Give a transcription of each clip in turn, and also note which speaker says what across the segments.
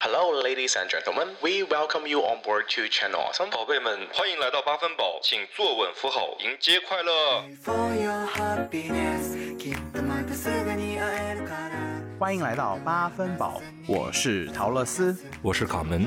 Speaker 1: Hello, ladies and gentlemen. We welcome you on board to Channel Awesome.
Speaker 2: 宝贝们，欢迎来到八分饱，请坐稳扶好，迎接快乐。
Speaker 3: for your happiness きっとまたすぐに会えるから
Speaker 4: 欢迎来到八分饱，我是陶乐斯。
Speaker 5: 我是卡门。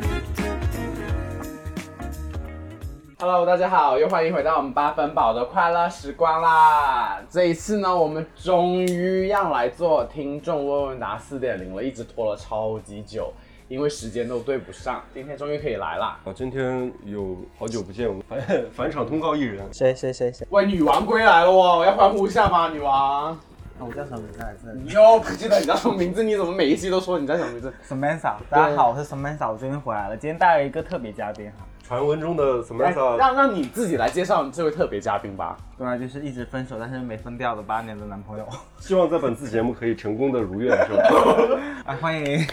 Speaker 4: Hello，大家好，又欢迎回到我们八分饱的快乐时光啦！这一次呢，我们终于要来做听众问问答四点零了，一直拖了超级久，因为时间都对不上，今天终于可以来啦！
Speaker 6: 啊，今天有好久不见， 我们返返场通告一人，
Speaker 7: 谁谁谁谁？
Speaker 4: 喂，女王归来了哦，我要欢呼一下吗？女王，
Speaker 7: 我叫什么名字来着
Speaker 4: 你又不记得你叫什么名字？你怎么每一期都说你叫什么名 字？
Speaker 7: ？Samantha，大家好，我是 Samantha，我终于回来了。今天带了一个特别嘉宾哈，
Speaker 6: 传闻中的
Speaker 4: 来，
Speaker 6: Samantha。
Speaker 4: 让让你自己来介绍这位特别嘉宾吧。
Speaker 7: 对啊，就是一直分手但是没分掉的八年的男朋友。
Speaker 6: 希望在本次节目可以成功的如愿，是 吧？
Speaker 7: 啊，欢迎。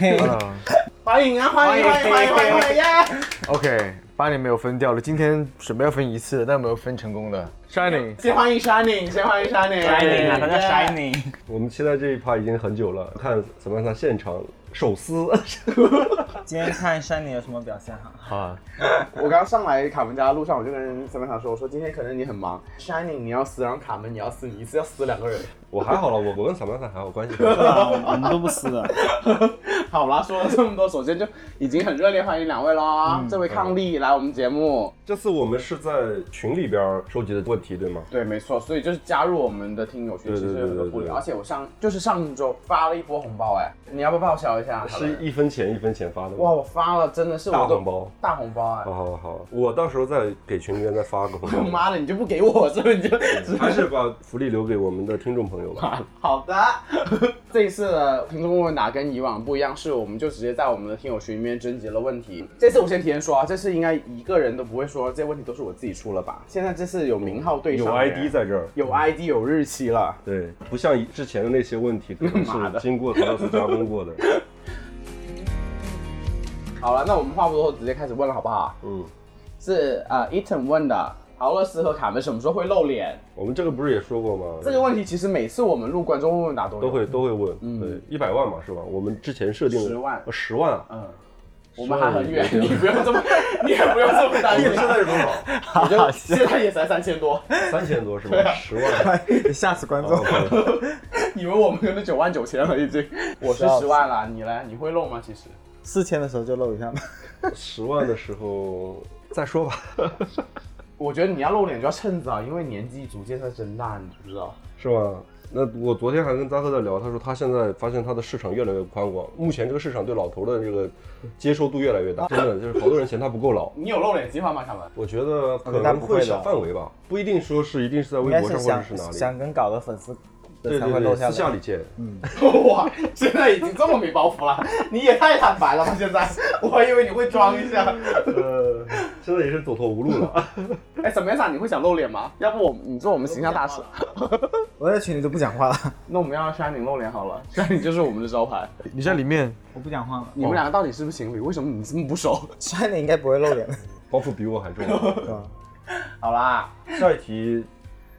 Speaker 4: 欢迎啊，欢迎欢迎欢迎欢迎欢迎耶！
Speaker 8: OK，八年没有分掉了，今天准备要分一次了，但没有分成功的。Shining，
Speaker 4: 先欢迎 Shining，先欢迎 Shining。
Speaker 7: Shining 啊，他叫
Speaker 4: Yeah
Speaker 7: Shining。
Speaker 6: 我们期待这一趴已经很久了，看 Samantha 现场手 撕。
Speaker 7: 今天看 Shining 有什么表现哈？
Speaker 8: 好啊，
Speaker 4: 我刚上来卡门家的路上，我就跟小妹想说，我说今天可能你很忙，Shining 你要撕，然后卡门你要撕，你一次要撕两个人。
Speaker 6: 我还好了，我我跟 Samantha 还好， 关系很
Speaker 7: 对啊，
Speaker 6: 好。
Speaker 7: 我们都不撕 了。
Speaker 4: 好啦，说了这么多，首先就已经很热烈欢迎两位啦。这位伉俪来我们节目，
Speaker 6: 这次我们是在群里边收集的问题，对吗？
Speaker 4: 对，没错，所以就是加入我们的听友群，其
Speaker 6: 对对
Speaker 4: 实
Speaker 6: 对
Speaker 4: 有很多不
Speaker 6: 对对
Speaker 4: 聊。
Speaker 6: 对
Speaker 4: 而且我上就是上周发了一波红包，哎，你要不要报销一下？
Speaker 6: 是一分钱一分钱发的吗。
Speaker 4: 哇，我发了，真的是我
Speaker 6: 大
Speaker 4: 都
Speaker 6: 红包，
Speaker 4: 大红包哎
Speaker 6: 好！好好，我到时候再给群里面再发个红包。
Speaker 4: 妈的，你就不给我，是不是？你就
Speaker 6: 还是把福利留给我们的听众朋友吧。
Speaker 4: 好的，这一次的听众问问答跟以往不一样，是我们就直接在我们的听友群里面征集了问题。这次我先提前说啊，这次应该一个人都不会说，这些问题都是我自己出了吧？现在这次有名号对
Speaker 6: 有
Speaker 4: 上的人，
Speaker 6: ID 在这儿，
Speaker 4: 有 ID 有日期了。
Speaker 6: 对，不像之前的那些问题，可能
Speaker 4: 妈的
Speaker 6: 是经过陶老师加工过的。
Speaker 4: 好了，那我们话不多说，直接开始问了好不好？
Speaker 6: 嗯，
Speaker 4: 是呃，Eaton 问的。豪乐斯和卡门什么时候会露脸？
Speaker 6: 我们这个不是也说过吗？
Speaker 4: 这个问题其实每次我们录观众问问答都有
Speaker 6: 都会都会问，
Speaker 4: 嗯
Speaker 6: 对，一百万嘛是吧？我们之前设定
Speaker 4: 10万
Speaker 6: 呃十 万啊，
Speaker 4: 嗯，我们还很远，你不用这么， 你也不用这么担
Speaker 6: 你
Speaker 4: 心
Speaker 6: 们。现在是多少？
Speaker 4: 我觉得现在也才三千多，
Speaker 6: 三千多是
Speaker 4: 啊
Speaker 6: 吧？十万。
Speaker 7: 你吓死观众。
Speaker 6: OK
Speaker 4: 以为我们跟那九万九千了已经。 我是十万啦，你嘞？你会弄吗？其实
Speaker 7: 四千的时候就露一 下吧。
Speaker 6: 十万的时候再说吧，
Speaker 4: 我觉得你要露脸就要趁早，因为年纪逐渐在增大，你知不知道？
Speaker 6: 是吧？那我昨天还跟扎克在聊，他说他现在发现他的市场越来越宽广，目前这个市场对老头的这个接受度越来越大，真的就是好多人嫌他不够老，
Speaker 4: 你有露脸计划吗，卡门？
Speaker 6: 我觉得可
Speaker 7: 嗯那
Speaker 6: 能
Speaker 7: 不会的
Speaker 6: 会小范围吧，不一定说是一定是在
Speaker 7: 应
Speaker 6: 微
Speaker 7: 该
Speaker 6: 博
Speaker 7: 是
Speaker 6: 上或者是
Speaker 7: 想
Speaker 6: 哪里。
Speaker 7: 想跟搞的粉丝
Speaker 6: 对
Speaker 7: 才
Speaker 6: 对
Speaker 7: 会露
Speaker 6: 对，
Speaker 7: 下
Speaker 6: 私下
Speaker 7: 来。
Speaker 6: 里见，
Speaker 4: 哇，现在已经这么没包袱了， 你也太坦白了吧？现在 我还以为你会装一 下。
Speaker 6: 呃，现在也是走投无路了。
Speaker 4: 哎，怎么样，你会想露脸吗？要不我你做我们形象大使，
Speaker 7: 我在群里都不讲话了，
Speaker 4: 那我们要山顶露脸好了，山顶就是我们的招牌。
Speaker 8: 你在里面，
Speaker 7: 我不讲话 了。
Speaker 4: 你们两个到底是不是情侣？为什么你这么不熟？
Speaker 7: Shining 应该不会露脸的，
Speaker 6: 包袱比我还重。
Speaker 7: 对吧？
Speaker 4: 好啦，
Speaker 6: 下一题，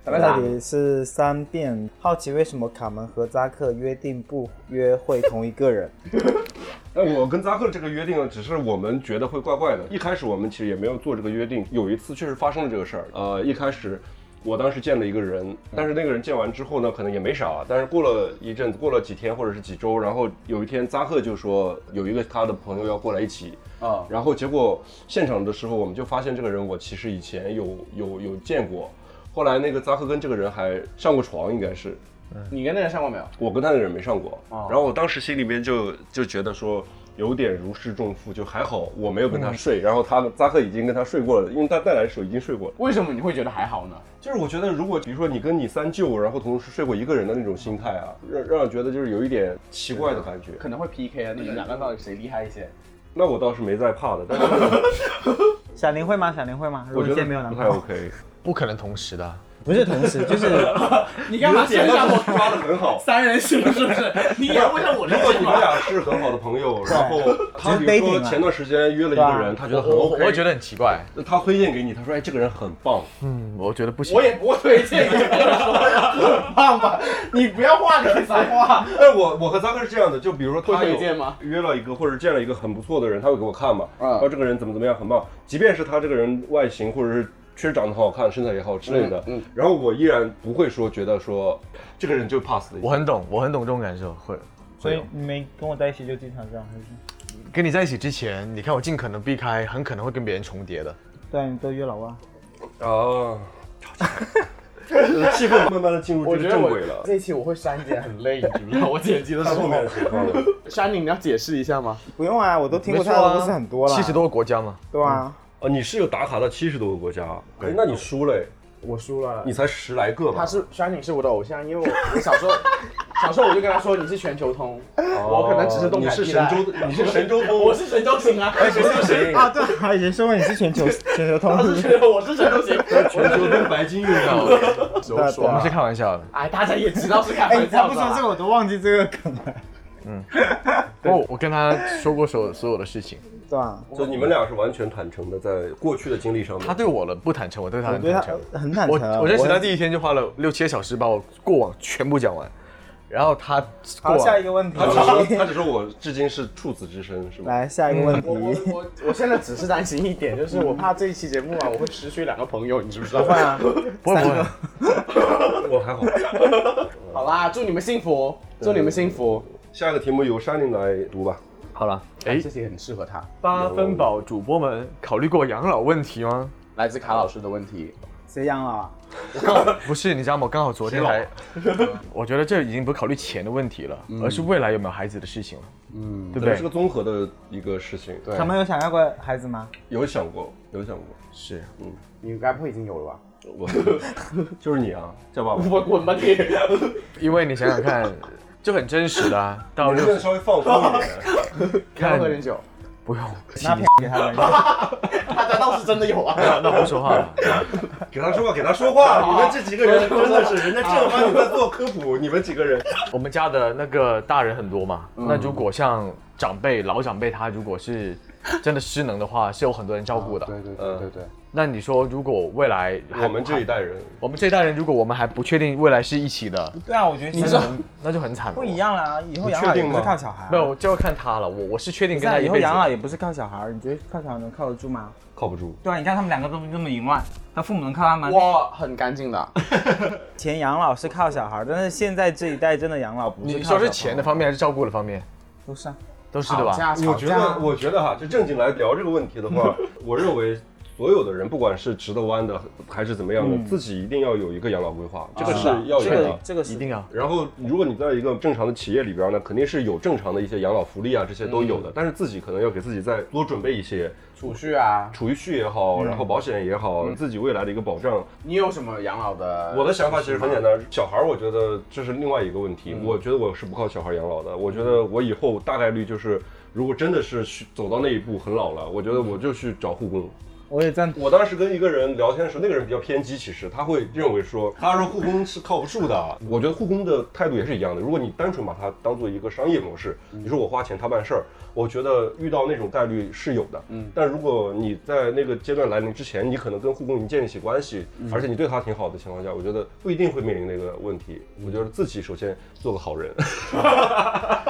Speaker 4: 咱们
Speaker 7: 这
Speaker 4: 俩
Speaker 7: 里是三遍，好奇为什么卡门和扎克约定不约会同一个人？
Speaker 6: 那哎我跟扎克这个约定，只是我们觉得会怪怪的。一开始我们其实也没有做这个约定，有一次确实发生了这个事儿。呃，一开始。我当时见了一个人，但是那个人见完之后呢，可能也没啥。但是过了一阵子，过了几天或者是几周，然后有一天扎克就说有一个他的朋友要过来一起，
Speaker 4: 啊，
Speaker 6: 然后结果现场的时候，我们就发现这个人，我其实以前有有有见过。后来那个扎克跟这个人还上过床，应该是
Speaker 4: 你跟那人上过没有？
Speaker 6: 我跟他的人没上过。
Speaker 4: 哦
Speaker 6: 然后我当时心里面就就觉得说有点如释重负，就还好我没有跟他睡。然后他扎克已经跟他睡过了，因为他带来的时候已经睡过了。
Speaker 4: 为什么你会觉得还好呢？
Speaker 6: 就是我觉得，如果比如说你跟你三舅，然后同时睡过一个人的那种心态啊，让让我觉得就是有一点奇怪的感觉。
Speaker 4: 可能会 PK 啊，你们两个到底谁厉害一些？
Speaker 6: 那我倒是没在怕的， 但是
Speaker 7: 小林会吗？小林会吗？如
Speaker 6: 我
Speaker 7: 果
Speaker 6: 觉
Speaker 7: 今
Speaker 6: 得
Speaker 7: 天没有男
Speaker 6: 不
Speaker 7: 朋
Speaker 6: 太
Speaker 7: 友，
Speaker 6: OK。
Speaker 8: 不可能同时的。
Speaker 7: 不是同时， 就是
Speaker 4: 你干嘛先让我
Speaker 6: 抓的很好。
Speaker 4: 三人行是不是？ 你也不像我这
Speaker 6: 如果你们俩是很好的朋友，然后他比
Speaker 7: 只是
Speaker 6: 如
Speaker 7: dating
Speaker 6: 说
Speaker 7: 嘛
Speaker 6: 前段时间约了一个人，他啊觉得很
Speaker 8: 我我
Speaker 6: OK，
Speaker 8: 会觉得很奇怪，
Speaker 6: 得他推荐给你，他说哎这个人很棒，
Speaker 8: 嗯，我觉得不行。
Speaker 4: 我也不会 推荐你这么 说，很棒吧？你不要画个脏话。
Speaker 6: 但哎我我和扎克是这样的，就比如说他
Speaker 4: 会
Speaker 6: 有
Speaker 4: 推荐吗
Speaker 6: 约了一个或者见了一个很不错的人，他会给我看嘛，
Speaker 4: 嗯
Speaker 6: 然后这个人怎么怎么样很棒，即便是他这个人外形或者是确实长得很好看，身材也好之类的，
Speaker 4: 嗯嗯
Speaker 6: 然后我依然不会说觉得说这个人就 pass 的，
Speaker 8: 我很懂，我很懂这种感受。会，
Speaker 7: 所以你没跟我在一起就经常这样，是不是？
Speaker 8: 跟你在一起之前，你看我尽可能避开，很可能会跟别人重叠的。
Speaker 7: 对啊，你都约老外。
Speaker 6: 啊， 气氛慢慢的进 入
Speaker 4: 我觉
Speaker 6: 这
Speaker 4: 得
Speaker 6: 个正
Speaker 4: 我
Speaker 6: 轨了。
Speaker 4: 这期我会删减，很累，你知 不知道？我剪辑的时
Speaker 6: 看后
Speaker 4: 候，
Speaker 6: 面的情况了，
Speaker 4: 山林你要解释一下吗？
Speaker 7: 不用啊，我都听过他
Speaker 8: 没错
Speaker 7: 的
Speaker 8: 啊
Speaker 7: 故事很多了，
Speaker 8: 七十多个国家嘛，
Speaker 7: 对啊，
Speaker 6: 哦，你是有打卡到七十多个国家，哎，那你输了，
Speaker 4: 我输了
Speaker 6: 你。才十来个吧？
Speaker 4: 他是山林是我的偶像，因为我 我小时候，小时候我就跟他说你是全球通，我可能只是动
Speaker 6: 哦你
Speaker 4: 感
Speaker 6: 是
Speaker 4: 地
Speaker 6: 神
Speaker 4: 带
Speaker 6: 州的，你是神州 通，
Speaker 4: 我是神州行啊，
Speaker 6: 神州行，
Speaker 7: 啊，对啊，以前说过你是全球全球通
Speaker 4: 他是神，我是神州行，
Speaker 6: 全球通白金运动。
Speaker 4: 只有
Speaker 7: 对
Speaker 8: 我
Speaker 4: 说
Speaker 8: 们
Speaker 7: 啊
Speaker 8: 是开玩笑的。
Speaker 4: 哎，大家也知道是开
Speaker 7: 哎，你
Speaker 4: 玩
Speaker 7: 这样
Speaker 4: 笑
Speaker 7: 不
Speaker 4: 的啊
Speaker 7: 说这
Speaker 4: 啦。
Speaker 7: 个我都忘记这个梗了，
Speaker 8: 我我跟他说过所有所有的事情，
Speaker 7: 对啊，
Speaker 6: 就你们俩是完全坦诚的，在过去的经历上面。
Speaker 8: 他对我的不坦诚，我对他
Speaker 7: 我
Speaker 8: 很
Speaker 7: 对
Speaker 8: 坦
Speaker 7: 他
Speaker 8: 诚。
Speaker 7: 很坦
Speaker 8: 我
Speaker 7: 诚啊。
Speaker 8: 我认识他第一天就花了六七个小时把我过往全部讲完，然后他过
Speaker 7: 好，下一
Speaker 8: 往
Speaker 7: 个问题
Speaker 6: 他，只说，他哎只说我至今是处子之身，是吗？
Speaker 7: 来下一个问
Speaker 4: 我 我
Speaker 7: 题，
Speaker 4: 我我现在只是担心一点，就是我怕这一期节目啊，我会失去两个朋友，你知不知 道？
Speaker 7: 不会啊，
Speaker 8: 不会不会，
Speaker 6: 我还好。
Speaker 4: 好啦，祝你们幸福，祝你们幸福。
Speaker 6: 下一个题目由山林来读吧。
Speaker 8: 好了，哎
Speaker 4: 这，题很适合他。
Speaker 8: 八分饱主播们考虑过养老问题吗？
Speaker 4: 来自卡老师的问题，
Speaker 7: 谁养老啊？
Speaker 8: 不是，你知道吗？我刚好昨天还， 我觉得这已经不是考虑钱的问题了，
Speaker 7: 嗯
Speaker 8: 而是未来有没有孩子的事情了，嗯，对不
Speaker 6: 对，是个
Speaker 8: 对？
Speaker 6: 综合的一个事情。对
Speaker 7: 他们有想要过孩子吗？
Speaker 6: 有想过，有想过。
Speaker 8: 是，
Speaker 4: 你该不会已经有了吧？
Speaker 6: 我 就是你啊，叫爸爸。
Speaker 4: 我滚吧你！
Speaker 8: 因为你想想看，就很真实 的啊，到
Speaker 6: 我们
Speaker 8: 六
Speaker 6: 现在稍微放松一点。
Speaker 4: 要喝点酒，
Speaker 8: 不用，
Speaker 7: 拿瓶给他们，
Speaker 4: 他家倒是真的有啊。
Speaker 8: 那不说话了。
Speaker 6: 给他说话，给他说话！你们这几个人啊真的是，啊人家正儿八经在做科普，你们几个人。
Speaker 8: 我们家的那个大人很多嘛，
Speaker 7: 嗯
Speaker 8: 那如果像长辈、老长辈，他如果是真的失能的话，是有很多人照顾
Speaker 7: 啊
Speaker 8: 的。
Speaker 4: 对
Speaker 6: 对对
Speaker 4: 对，
Speaker 8: 那你说，如果未来
Speaker 7: 嗯
Speaker 8: 还
Speaker 6: 我们这一代人，
Speaker 8: 我们这一代人，如果我们还不确定未来是一起的，
Speaker 7: 对啊，我觉得你
Speaker 8: 那就很惨了。
Speaker 7: 不一，样啦，以后养老也不是靠小孩啊，
Speaker 8: 没有，就要看他了。我我是确定
Speaker 7: 不是
Speaker 8: 跟
Speaker 7: 啊，
Speaker 8: 他
Speaker 7: 以
Speaker 8: 一
Speaker 7: 后
Speaker 8: 辈子
Speaker 7: 养老
Speaker 8: 的。
Speaker 7: 也不是靠小孩，你觉得靠小孩能靠得住吗？
Speaker 6: 靠不住。
Speaker 7: 对啊，你看他们两个都这么淫乱，他父母能靠他吗？
Speaker 4: 我很干净的。
Speaker 7: 以前养老是靠小孩，但是现在这一代真的养老不是
Speaker 8: 你
Speaker 7: 靠小孩
Speaker 8: 说是钱的方面还是照顾的方面？
Speaker 7: 都是啊，
Speaker 8: 都是的吧？
Speaker 4: 架
Speaker 6: 我觉得，我觉得哈，就正经来聊这个问题的话，我认为所有的人，不管是直的弯的还是怎么样的，自己一定要有一个养老规划，这个是要有
Speaker 7: 这
Speaker 6: 的
Speaker 7: 个。这个是
Speaker 8: 一定啊 要。
Speaker 6: 然后，如果你在一个正常的企业里边呢，肯定是有正常的一些养老福利啊，这些都有的。但是自己可能要给自己再多准备一些
Speaker 4: 储蓄啊，
Speaker 6: 储蓄也好，然后保险也好，自己未来的一个保障。
Speaker 4: 你有什么养老的？
Speaker 6: 我的想法其实很简单，小孩儿我觉得这是另外一个问题。我觉得我是不靠小孩养老的，我觉得我以后大概率就是，如果真的是去走到那一步很老了，我觉得我就去找护工。
Speaker 7: 我也赞同。
Speaker 6: 我当时跟一个人聊天的时候，那个人比较偏激，其实他会认为说，他说护工是靠不住的。我觉得护工的态度也是一样的。如果你单纯把它当做一个商业模式，你说我花钱他办事儿，我觉得遇到那种概率是有的。嗯，但如果你在那个阶段来临之前，你可能跟护工已经建立起关系，而且你对他挺好的情况下，我觉得不一定会面临那个问题。我觉得自己首先做个好 人。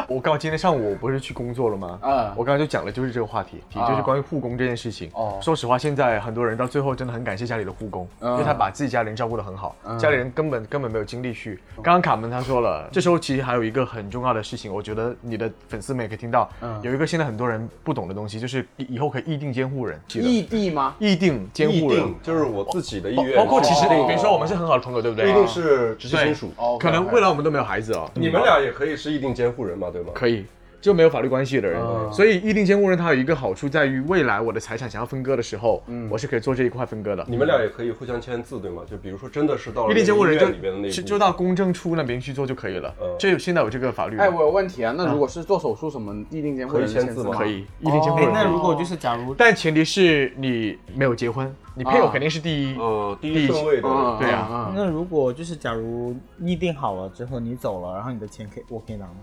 Speaker 8: 我刚今天上午我不是去工作了吗？
Speaker 4: 嗯
Speaker 8: 我刚刚就讲了就是这个话题，
Speaker 4: 啊
Speaker 8: 就是关于护工这件事情。
Speaker 4: 哦
Speaker 8: 说实话，现在很多人到最后真的很感谢家里的护工，因为他把自己家里人照顾得很好，家里人根本根本没有精力去。刚刚卡门他说了，这时候其实还有一个很重要的事情，我觉得你的粉丝们也可以听到，有一个现在很多人不懂的东西，就是以后可以议定监护人，记得
Speaker 4: 异地吗？
Speaker 8: 议定监
Speaker 6: 议
Speaker 8: 护人
Speaker 6: 定。就是我自己的意
Speaker 8: 包
Speaker 6: 愿，
Speaker 8: 包括其实
Speaker 4: 哦
Speaker 8: 比如说我们是很好的朋友，对不
Speaker 6: 不
Speaker 8: 对？
Speaker 6: 一定是直系
Speaker 8: 对
Speaker 6: 亲属。
Speaker 4: 哦，
Speaker 8: 可能未来我们都没有孩子哦。
Speaker 6: 你们俩也可以是议定监护人嘛，对吗？
Speaker 8: 可以，就没有法律关系的人。所以意定监护人它有一个好处在于，未来我的财产想要分割的时候，我是可以做这一块分割的。
Speaker 6: 你们俩也可以互相签字，对吗？就比如说，真的是到了
Speaker 8: 意定监护人
Speaker 6: 那个医院里边的那
Speaker 8: 就
Speaker 6: 一
Speaker 8: 就
Speaker 6: 步
Speaker 8: 就到公证处那边去做就可以了
Speaker 6: 嗯。
Speaker 8: 这有现在有这个法律，
Speaker 4: 哎，我有问题啊，那如果是做手术什么，一定监护人
Speaker 6: 可以签字
Speaker 4: 吗？
Speaker 6: 吗
Speaker 8: 可以意定监护
Speaker 7: 哎
Speaker 8: 人。，
Speaker 7: 那如果就是假如
Speaker 8: 但前提是你没有结婚，你配偶
Speaker 4: 啊
Speaker 8: 肯定是第一。
Speaker 6: 呃，第一顺位的，
Speaker 4: 嗯，
Speaker 8: 对啊
Speaker 4: 嗯，嗯
Speaker 7: 那如果就是假如议定好了之后你走了，然后你的钱可以我可以拿吗？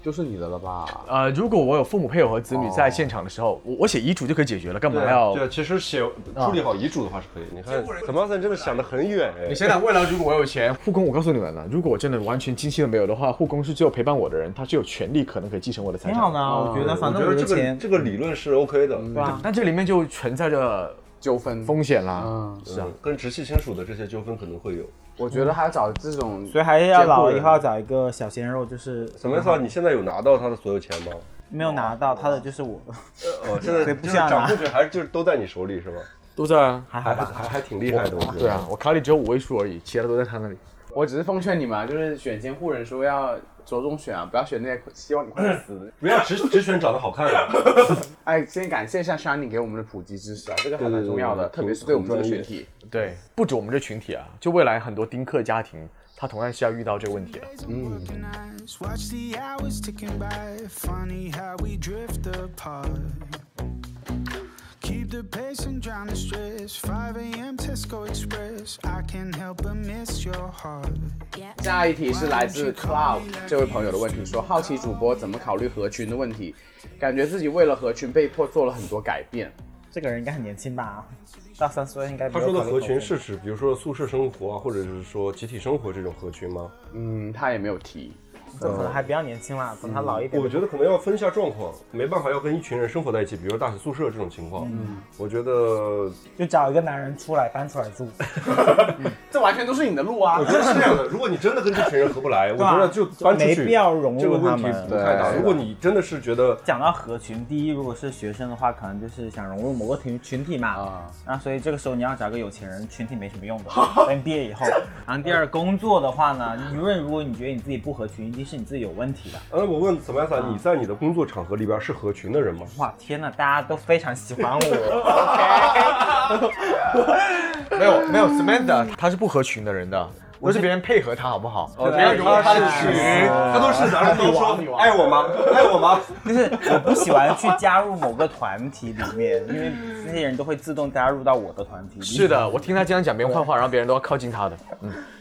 Speaker 4: 就是你的了吧？
Speaker 8: 呃，如果我有父母、配偶和子女
Speaker 4: 哦
Speaker 8: 在现场的时候，我我写遗嘱就可以解决了，干嘛
Speaker 6: 对啊，
Speaker 8: 要
Speaker 6: 对？啊，其实写处理好遗嘱的话是可以。你看，t 马森真的想得很远哎
Speaker 8: 你。想想，未来如果我有钱，护工，我告诉你们了，如果我真的完全经期都没有的话，护工是只有陪伴我的人，他是有权利可能可以继承我的财
Speaker 7: 挺
Speaker 8: 产。
Speaker 7: 好的啊，
Speaker 4: 嗯
Speaker 7: 我觉得
Speaker 6: 我
Speaker 7: 反
Speaker 6: 觉
Speaker 7: 正我
Speaker 6: 得
Speaker 7: 的
Speaker 6: 这个
Speaker 7: 钱
Speaker 6: 这个理论是 OK 的，
Speaker 7: 对吧？
Speaker 8: 但这里面就存在着
Speaker 4: 纠纷，
Speaker 8: 风险啦。
Speaker 4: 嗯，
Speaker 6: 是啊，跟直系亲属的这些纠纷可能会有。
Speaker 4: 我觉得还要找这种，
Speaker 7: 所以还是要
Speaker 4: 监护
Speaker 7: 老
Speaker 4: 人
Speaker 7: 以后要找一个小鲜肉，就是
Speaker 6: 怎么样算？你现在有拿到他的所有钱吗？
Speaker 7: 没有拿到他的就是我，
Speaker 6: 哦，现在
Speaker 7: 对
Speaker 6: 就
Speaker 7: 不
Speaker 6: 是
Speaker 7: 像啊
Speaker 6: 掌控权还是就是都在你手里是吧？
Speaker 8: 都在啊，
Speaker 7: 还好
Speaker 6: 还
Speaker 7: 吧。
Speaker 6: 还还挺厉害的，我觉得。
Speaker 8: 对啊，，我卡里只有五位数而已，其他的都在他那里。
Speaker 4: 我只是奉劝你们啊，就是选监护人时候要着重选啊，不要选那些希望你快死的。
Speaker 6: 不要只只选长得好看啊的。
Speaker 4: 哎，先感谢一下 Shining 给我们的普及知识啊，这个还蛮重要的，特
Speaker 6: 对对对
Speaker 4: 别是对我们这个
Speaker 6: 很专
Speaker 4: 群
Speaker 6: 业
Speaker 4: 体。
Speaker 8: 对，不止我们这群体啊，就未来很多丁克家庭，他同样是要遇到这个问题的。
Speaker 3: Working nights, watch the hours ticking by. Funny how we drift apart. Keep the pace and drown the stress. 5 a.m. Tesco Express. I can't help but miss your heart.
Speaker 4: 下一题是来自 Cloud 这位朋友的问题，说好奇主播怎么考虑合群的问题，感觉自己为了合群被迫做了很多改变。
Speaker 7: 这个人应该很年轻吧，到三十岁应该。
Speaker 6: 他说的合群是，指，比如说宿舍生活啊，或者是说集体生活这种合群吗？
Speaker 4: 嗯，他也没有提。
Speaker 7: 这
Speaker 6: 嗯
Speaker 7: 可能还比较年轻啦，等他老一点
Speaker 6: 我。觉得可能要分一下状况，没办法要跟一群人生活在一起，比如大学宿舍这种情况。嗯，我觉得
Speaker 7: 就找一个男人出来搬出来住，
Speaker 4: 这完全都是你的路啊
Speaker 6: 我！觉得是这样的，如果你真的跟这群人合不来，我
Speaker 7: 吧
Speaker 6: 觉得就搬出去，
Speaker 7: 没必要融入
Speaker 6: 这个问题
Speaker 7: 他们
Speaker 6: 不太大。
Speaker 4: 对
Speaker 6: 如果你真的是觉得
Speaker 7: 讲到合群，第一，如果是学生的话，可能就是想融入某个群群体嘛，
Speaker 4: 啊
Speaker 7: 那所以这个时候你要找个有钱人，群体没什么用的。等你毕业以 后，然后第二，工作的话呢，无论如果你觉得你自己不合群，一定是你自己有问题的。
Speaker 6: 呃，我问怎么样，
Speaker 7: 嗯
Speaker 6: 你在你的工作场合里边是合群的人吗？
Speaker 7: 哇，天呐，大家都非常喜欢我。
Speaker 8: 没有没有，Samantha 他是不合群的人的，都是别人配合他，好不好？不
Speaker 7: 哎
Speaker 8: 要融入他的群。
Speaker 6: 他都是男人都说爱我吗？爱我吗？
Speaker 7: 就是我不喜欢去加入某个团体里面，因为那些人都会自动加入到我的团体里。
Speaker 8: 是，的，我听他这样讲别人坏话，然后别人都要靠近他的。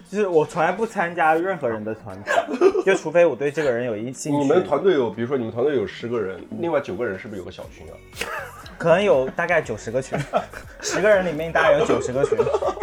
Speaker 7: 就是我从来不参加任何人的团体，就除非我对这个人有一兴趣。
Speaker 6: 你们团队有，比如说你们团队有十个人，另外九个人是不是有个小群啊？
Speaker 7: 可能有大概九十个群，十个人里面大概有九十个群。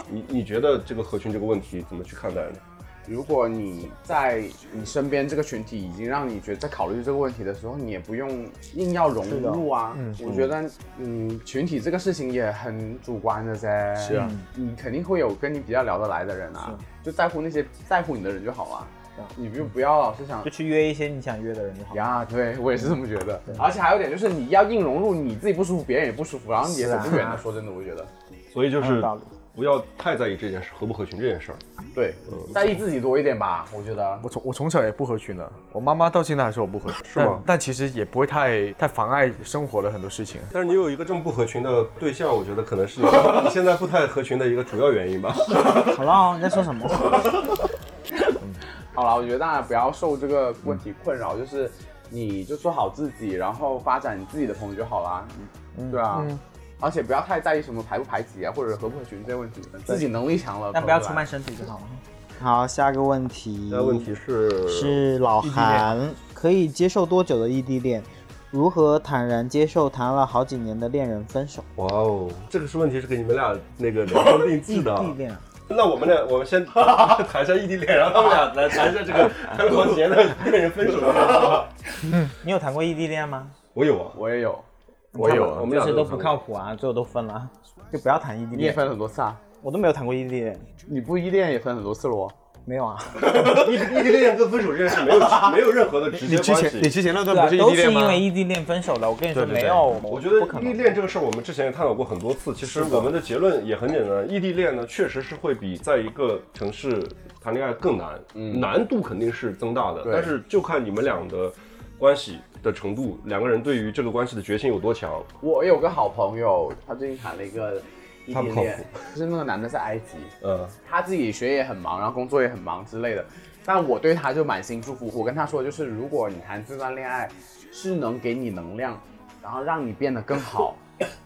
Speaker 6: 你你觉得这个合群这个问题怎么去看待呢？
Speaker 4: 如果你在你身边这个群体已经让你觉得在考虑这个问题的时候，你也不用硬要融入啊。我觉得，嗯，群体这个事情也很主观的噻。是
Speaker 8: 啊，
Speaker 4: 你肯定会有跟你比较聊得来的人啊，就在乎那些在乎你的人就好了。你就不要老是想哎
Speaker 7: 就去约一些你想约的人就好。
Speaker 4: 呀，对我也是这么觉得。而且还有一点就是，你要硬融入，你自己不舒服，别人也不舒服，然后你也走不远的。说真的，我觉得，
Speaker 6: 所以就
Speaker 7: 很
Speaker 6: 是
Speaker 7: 有道理
Speaker 6: 不要太在意这件事合不合群这件事儿。
Speaker 4: 对，在意自己多一点吧，我觉得。
Speaker 8: 我从我从小也不合群的，我妈妈到现在还说我不合群，是
Speaker 6: 吗
Speaker 8: 但但其实也不会太太妨碍生活的很多事情。
Speaker 6: 但是你有一个这么不合群的对象，我觉得可能是你现在不太合群的一个主要原因吧。
Speaker 7: 好了，你在说什么？
Speaker 4: 好了，我觉得大家不要受这个问题困扰，就是你就做好自己，然后发展你自己的朋友就好啦。
Speaker 7: 嗯
Speaker 4: 对啊。而且不要太在意什么排不排挤啊，或者合不合群这些问题，自己能力强了，
Speaker 7: 那不要
Speaker 4: 合
Speaker 7: 出
Speaker 4: 来
Speaker 7: 卖身体就好了。好，下个问题。
Speaker 6: 那问题是，
Speaker 7: 是老韩，可以接受多久的异地恋？如何坦然接受谈了好几年的恋人分手？
Speaker 6: 哇哦，这个是问题是给你们俩那个量身定制的。
Speaker 7: 异地恋啊，
Speaker 6: 那我们俩，我们先谈一下异地恋，然后他们俩来谈一下这个谈了好几年的恋人分手的事吧。
Speaker 7: 你有谈过异地恋吗？
Speaker 6: 我有啊，
Speaker 4: 我也有，
Speaker 6: 我有啊，我们
Speaker 7: 就
Speaker 6: 俩
Speaker 7: 是
Speaker 6: 有
Speaker 7: 都不
Speaker 6: 谈过
Speaker 7: 靠。谱啊，最后都分了，就不要谈异地
Speaker 4: 你也
Speaker 7: 恋。
Speaker 4: 分很多次啊，
Speaker 7: 我都没有谈过异地恋，
Speaker 4: 你不依恋也分很多次了哦。
Speaker 7: 没有啊，
Speaker 6: 异地异地恋跟分手这件事没有没有任何的直接
Speaker 8: 你之
Speaker 6: 关
Speaker 8: 前你
Speaker 6: 系。
Speaker 8: 之前那段
Speaker 7: 对啊
Speaker 8: 不是
Speaker 7: 都
Speaker 8: 异地
Speaker 7: 是
Speaker 8: 恋吗
Speaker 7: 因？为异地恋分手的。我跟你说
Speaker 8: 对对对
Speaker 7: 没有，
Speaker 6: 我觉
Speaker 7: 不可
Speaker 6: 得
Speaker 7: 能
Speaker 6: 异地恋这个事儿，我们之前也探讨过很多次。其实我们的结论也很简单，异地恋呢确实是会比在一个城市谈嗯恋爱更难，难度肯定是增大的。但是就看你们俩的关系的程度，两个人对于这个关系的决心有多强。
Speaker 4: 我有个好朋友，他最近谈了一个异
Speaker 6: 他
Speaker 4: 地
Speaker 6: 不靠
Speaker 4: 恋
Speaker 6: 谱，
Speaker 4: 就是那个男的在埃及，
Speaker 6: 呃，
Speaker 4: 他自己学业很忙，然后工作也很忙之类的。但我对他就满心祝福，我跟他说就是，如果你谈这段恋爱是能给你能量，然后让你变得更 好，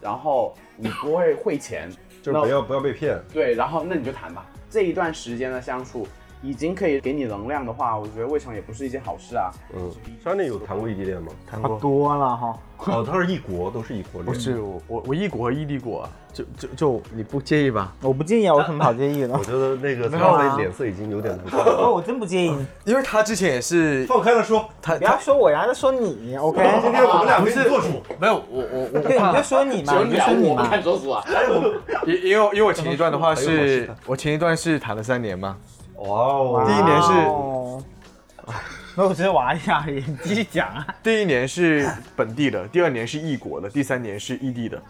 Speaker 4: 然后你不会汇钱，
Speaker 6: 就是不要不要被骗。
Speaker 4: 对，然后那你就谈吧。这一段时间的相处已经可以给你能量的话，我觉得未尝也不是一件好事啊。
Speaker 6: 嗯，山里有谈过异地 恋吗？
Speaker 8: 谈
Speaker 7: 他
Speaker 8: 过。
Speaker 7: 多了哈，
Speaker 6: 哦，他是异国，都是异国恋。
Speaker 8: 不是我我我异国和异地过，啊就就就你不介意吧？
Speaker 7: 我不介意啊，我怎么好介意呢
Speaker 6: 我？觉得那个
Speaker 8: 没有啊
Speaker 6: 他的脸色已经有啊点难看了。
Speaker 7: 哦，我真不介意，你
Speaker 8: 因为他之前也是
Speaker 9: 放开了 说，
Speaker 8: 他
Speaker 7: 不要
Speaker 8: 他
Speaker 7: 说我呀，在说你，OK？
Speaker 9: 今天我们俩没你做主。
Speaker 8: 没有我我我
Speaker 7: 对，你就说 你嘛，你就说你嘛。
Speaker 4: 说死啊！
Speaker 8: 因因为因为我前一段的话
Speaker 6: 哎呦我是
Speaker 8: 是
Speaker 6: 的，
Speaker 8: 我前一段是谈了三年嘛，
Speaker 6: 哇哦
Speaker 8: 第一年是
Speaker 7: 哦那我觉得娃呀，你继续讲啊。
Speaker 8: 第一年是本地的，第二年是异国的，第三年是异地的，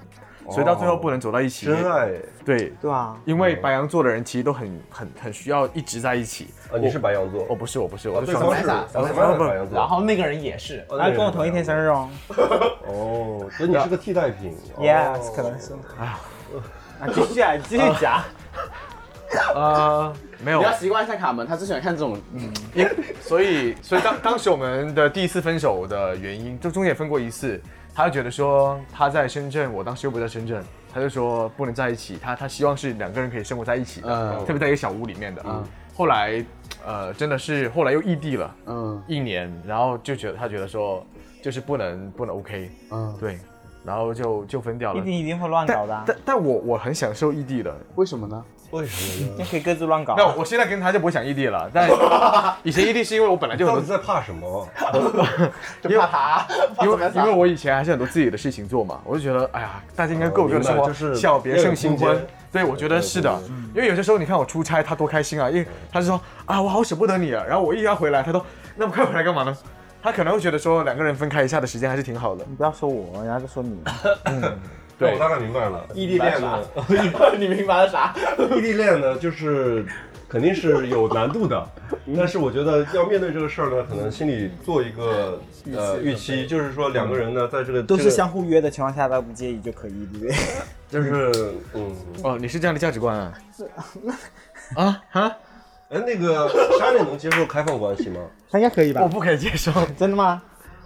Speaker 8: 所以到最后不能走到一起。
Speaker 6: 真爱
Speaker 8: 啊对，
Speaker 7: 对啊，
Speaker 8: 因为白羊座的人其实都很很很需要一直在一起。
Speaker 6: 啊！你是白羊座
Speaker 8: 我，哦不是我不是，我是
Speaker 6: 对
Speaker 8: 双
Speaker 6: 方
Speaker 8: 子
Speaker 6: 是，
Speaker 8: 我
Speaker 6: 咱
Speaker 8: 是
Speaker 6: 们
Speaker 8: 双
Speaker 6: 是
Speaker 8: 子
Speaker 6: 白羊 座。
Speaker 4: 然后那个人也是，
Speaker 6: 哦，
Speaker 7: 他
Speaker 6: 那
Speaker 7: 跟我同一天生
Speaker 6: 日
Speaker 7: 日哦。
Speaker 6: 哦，所以你是个替代品。
Speaker 7: Yes，
Speaker 6: 哦
Speaker 7: 可能是。啊，继续啊，继续讲。
Speaker 8: 呃，没有
Speaker 4: 你要，习惯一下卡门，他最喜欢看这种。
Speaker 8: 因所以所以当当时我们的第一次分手的原因，就中间也分过一次，他就觉得说他在深圳，我当时又不在深圳，他就说不能在一起，他他希望是两个人可以生活在一起的，
Speaker 4: 嗯
Speaker 8: 特别在一个小屋里面的。后来，呃，真的是后来又异地了，
Speaker 4: 嗯
Speaker 8: 一年，然后就觉得他觉得说就是不能不能 OK，
Speaker 4: 嗯，
Speaker 8: 对，然后就就分掉
Speaker 7: 一
Speaker 8: 了。
Speaker 7: 定一定会乱搞的啊
Speaker 8: 但，但但我我很享受异地的，
Speaker 4: 为什么呢？
Speaker 6: 为什么呢？
Speaker 7: 你可以各自乱搞啊。
Speaker 8: 没有，我现在跟他就不会想异地了。但以前异地是因为我本来就很
Speaker 6: 到
Speaker 8: 多
Speaker 6: 底在怕什么？
Speaker 4: 就怕他，怕怎
Speaker 8: 因
Speaker 4: 么
Speaker 8: 为
Speaker 4: 样
Speaker 8: 因为我以前还是很多自己的事情做嘛，我就觉得哎呀，大家应该各有各的生活，
Speaker 6: 哦明白就是
Speaker 8: 笑别胜新
Speaker 6: 要有
Speaker 8: 婚
Speaker 6: 空间。
Speaker 8: 对，我觉得是的，因为有些时候你看我出差，他多开心啊，因为他就说啊，我好舍不得你啊，然后我一要回来，他说那么快回来干嘛呢？他可能会觉得说两个人分开一下的时间还是挺好的。
Speaker 7: 你不要说我，人家在说你。
Speaker 6: 对，我大概明白了。异地恋呢，
Speaker 4: 你明白了啥？
Speaker 6: 异地恋呢，就是肯定是有难度的，但是我觉得要面对这个事儿呢，可能心里做一个呃预期，就是说两个人呢，在这个
Speaker 7: 都
Speaker 6: 这
Speaker 7: 是
Speaker 6: 个
Speaker 7: 相互约的情况下，他不介意就可以，对不对？
Speaker 6: 就是嗯，
Speaker 8: 哦，你是这样的价值观啊？啊啊！
Speaker 6: 哎，那个莎莉能接受开放关系吗？
Speaker 7: 他 应该可以吧
Speaker 8: 我？不可以接受，
Speaker 7: 真的吗？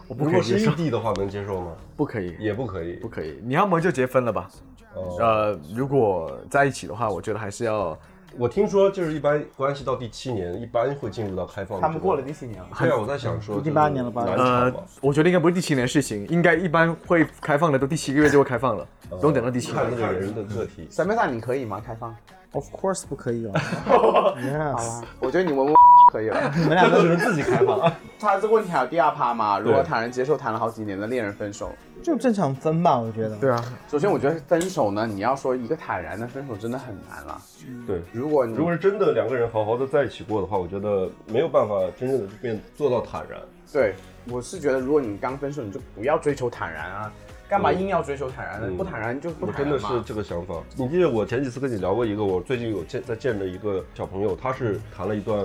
Speaker 8: 我不
Speaker 6: 如
Speaker 8: 可以
Speaker 6: 果
Speaker 8: 接
Speaker 6: 是异
Speaker 8: 受，
Speaker 6: 地的话，能接受吗？
Speaker 8: 不可以，
Speaker 6: 也不可以
Speaker 8: 不。可以。你要么就结婚了吧？
Speaker 6: 哦，
Speaker 8: 呃，如果在一起的话，我觉得还是要
Speaker 6: 我听说就是一般关系到第七年，一般会进入到开放。
Speaker 4: 他们过了第七年了，
Speaker 6: 对啊，我在想说，
Speaker 7: 嗯第八年了吧
Speaker 6: 难产
Speaker 8: 呃
Speaker 6: 吧？，
Speaker 8: 我觉得应该不是第七年的事情，应该一般会开放的都第七个月就会开放了，不用等到第七
Speaker 6: 看那
Speaker 8: 年。
Speaker 6: 个人的个 体。
Speaker 4: 沈妹大，你可以吗？开放？
Speaker 7: Of course 不可以 哦。yes，
Speaker 4: 我觉得你闻闻可以了。
Speaker 7: 你们俩都只能自己开放，
Speaker 4: 他这个问题还有第二趴嘛？如果坦然接受谈了好几年的恋人分手，
Speaker 7: 就正常分吧，我觉得。
Speaker 8: 对啊，
Speaker 4: 首先我觉得分手呢，你要说一个坦然的分手真的很难了。
Speaker 6: 对，
Speaker 4: 如果你
Speaker 6: 如果是真的两个人好好的在一起过的话，我觉得没有办法真正的变做到坦然。
Speaker 4: 对，我是觉得如果你刚分手，你就不要追求坦然啊，干嘛
Speaker 6: 嗯
Speaker 4: 硬要追求坦然呢？
Speaker 6: 嗯
Speaker 4: 不坦然就不
Speaker 6: 我
Speaker 4: 坦
Speaker 6: 真
Speaker 4: 然
Speaker 6: 的
Speaker 4: 嘛
Speaker 6: 是这个想法。你记得我前几次跟你聊过一个，我最近有见在见着一个小朋友，他是谈了一段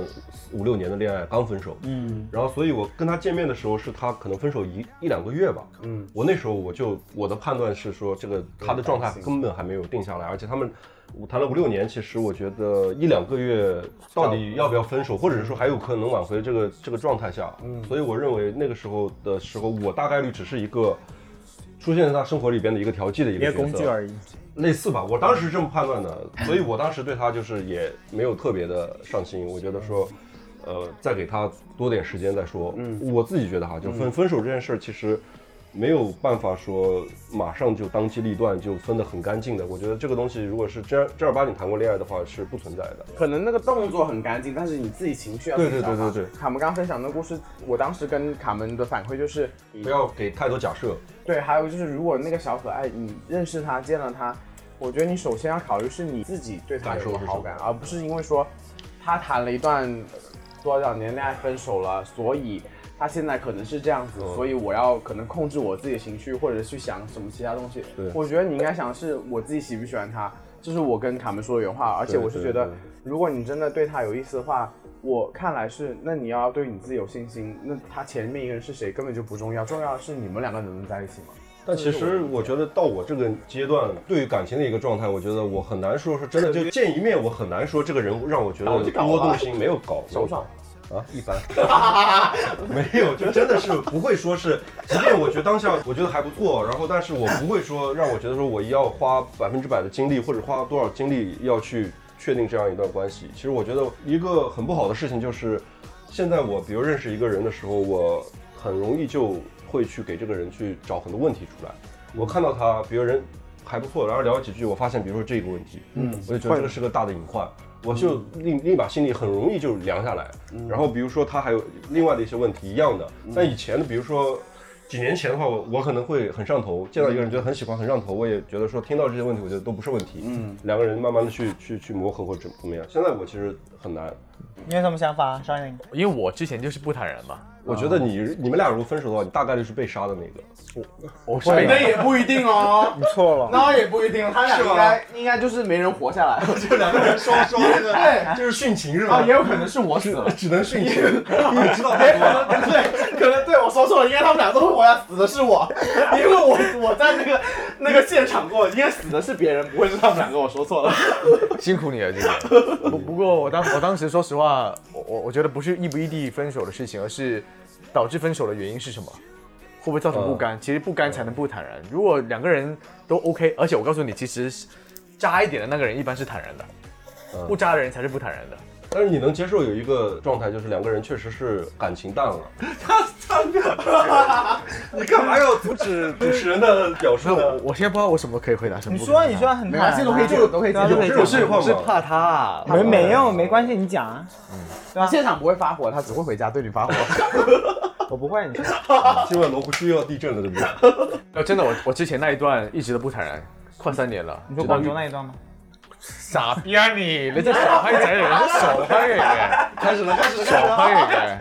Speaker 6: 五六年的恋爱，刚分手。嗯，然后所以我跟他见面的时候，是他可能分手一一两个月吧。
Speaker 4: 嗯
Speaker 6: 嗯，我那时候我就我的判断是说，这个他的状态根本还没有定下来，而且他们。我谈了五六年，其实我觉得一两个月到底要不要分手，或者是说还有可能挽回这个这个状态下，嗯，所以我认为那个时候的时候，我大概率只是一个出现在他生活里边的一个调剂的一
Speaker 7: 一
Speaker 6: 个
Speaker 7: 个
Speaker 6: 角色
Speaker 7: 工具而已。
Speaker 6: 类似吧，我当时这么判断的，所以我当时对他就是也没有特别的上心，我觉得说，呃，再给他多点时间再说。嗯，我自己觉得哈，就分分手这件事儿其实没有办法说马上就当机立断就分得很干净的。我觉得这个东西如果是正儿正儿八经谈过恋爱的话是不存在的。
Speaker 4: 可能那个动作很干净，但是你自己情绪要
Speaker 6: 对对
Speaker 4: 自己找
Speaker 6: 对
Speaker 4: 嘛
Speaker 6: 对对
Speaker 4: 卡门刚分享的故事，我当时跟卡门的反馈就是，你
Speaker 6: 不要给太多假设，
Speaker 4: 对，还有就是如果那个小可爱你认识他见了他，我觉得你首先要考虑是你自己对他
Speaker 6: 感
Speaker 4: 有
Speaker 6: 受
Speaker 4: 没有
Speaker 6: 是
Speaker 4: 好
Speaker 6: 什么
Speaker 4: 感，而不是因为说他谈了一段呃多少年恋爱分手了，所以。他现在可能是这样
Speaker 6: 嗯
Speaker 4: 子，所以我要可能控制我自己的情绪，或者去想什么其他东西
Speaker 6: 对。
Speaker 4: 我觉得你应该想是我自己喜不喜欢他，这是我跟卡门说的原话，而且
Speaker 6: 对
Speaker 4: 我是
Speaker 6: 对
Speaker 4: 觉得
Speaker 6: 对
Speaker 4: 如果你真的对他有意思的话，我看来是，那你要对你自己有信心，那他前面一个人是谁根本就不重要，重要的是你们两个能不能在一起嘛。
Speaker 6: 但其实我觉得到我这个阶段，对于感情的一个状态，我觉得我很难说是真的，就见一面我很难说这个人让啊我觉得有多动心，没有搞手上。啊，一般，没有，就真的是不会说是，即便我觉得当下我觉得还不错，然后但是我不会说让我觉得说我要花百分之百的精力或者花多少精力要去确定这样一段关系。其实我觉得一个很不好的事情就是，现在我比如认识一个人的时候，我很容易就会去给这个人去找很多问题出来。我看到他，比如人还不错，然后聊几句，我发现比如说这个问题，嗯，我就觉得这个是个大的隐患，我就立立马心里很容易就凉下来。然后比如说他还有另外的一些问题一样的，但以前的比如说。几年前的话，我我可能会很上头，见到一个人觉得很喜欢，很上头，我也觉得说听到这些问题，我觉得都不是问题。嗯，两个人慢慢的去去去磨合或者怎么样。现在我其实很难，
Speaker 7: 你有什么想法，双人？
Speaker 8: 因为我之前就是不坦然嘛，
Speaker 6: 我觉得你你们俩如果分手的话，你大概率是被杀的那个。
Speaker 8: 我是被
Speaker 4: 那也不一定 哦，
Speaker 7: 你错了，
Speaker 4: 那也不一定，他俩应该应该就是没人活下来，
Speaker 6: 就两个人双双那个，
Speaker 4: 对
Speaker 6: 就是殉情是
Speaker 4: 啊，也 有可能是我死了。
Speaker 6: 只能殉 情，你知道
Speaker 4: 也可 能对，可能对我说错了，应该他们俩都是我要死的是我，因为我我在那个那个现场过，应该死的是别人，不会是他们俩跟我说错了。
Speaker 8: 辛苦你了，这个。不不过我当我当时说实话，我我我觉得不是异不异地分手的事情，而是导致分手的原因是什么，会不会造成不甘？其实不甘才能不坦然。如果两个人都 OK，而且我告诉你，其实渣一点的那个人一般是坦然的，不渣的人才是不坦然的。
Speaker 6: 但是你能接受有一个状态，就是两个人确实是感情淡 了。你干嘛要阻止主持人的表述
Speaker 8: 那我我现在不知道我什么可以回答什么。
Speaker 7: 你说啊，你说啊，很
Speaker 4: 没关系，
Speaker 7: 坦然
Speaker 4: 都可以
Speaker 7: 啊
Speaker 4: 救，都可以救。
Speaker 6: 有这种情况
Speaker 8: 我是
Speaker 6: 吗？
Speaker 8: 怕他，啊
Speaker 7: 没没有，没关系，你讲啊。
Speaker 4: 他 现场不会发火，他只会回家对你发火。
Speaker 7: 我不会，你说。
Speaker 6: 今晚罗湖区又要地震了，对不啊对？
Speaker 8: 呃，真的，我我之前那一段一直都不坦然，快三年了。
Speaker 7: 你说广州那一段吗？
Speaker 8: 傻逼啊你！人家小黑仔，人家小黑耶， 开始了，开始了，小黑耶！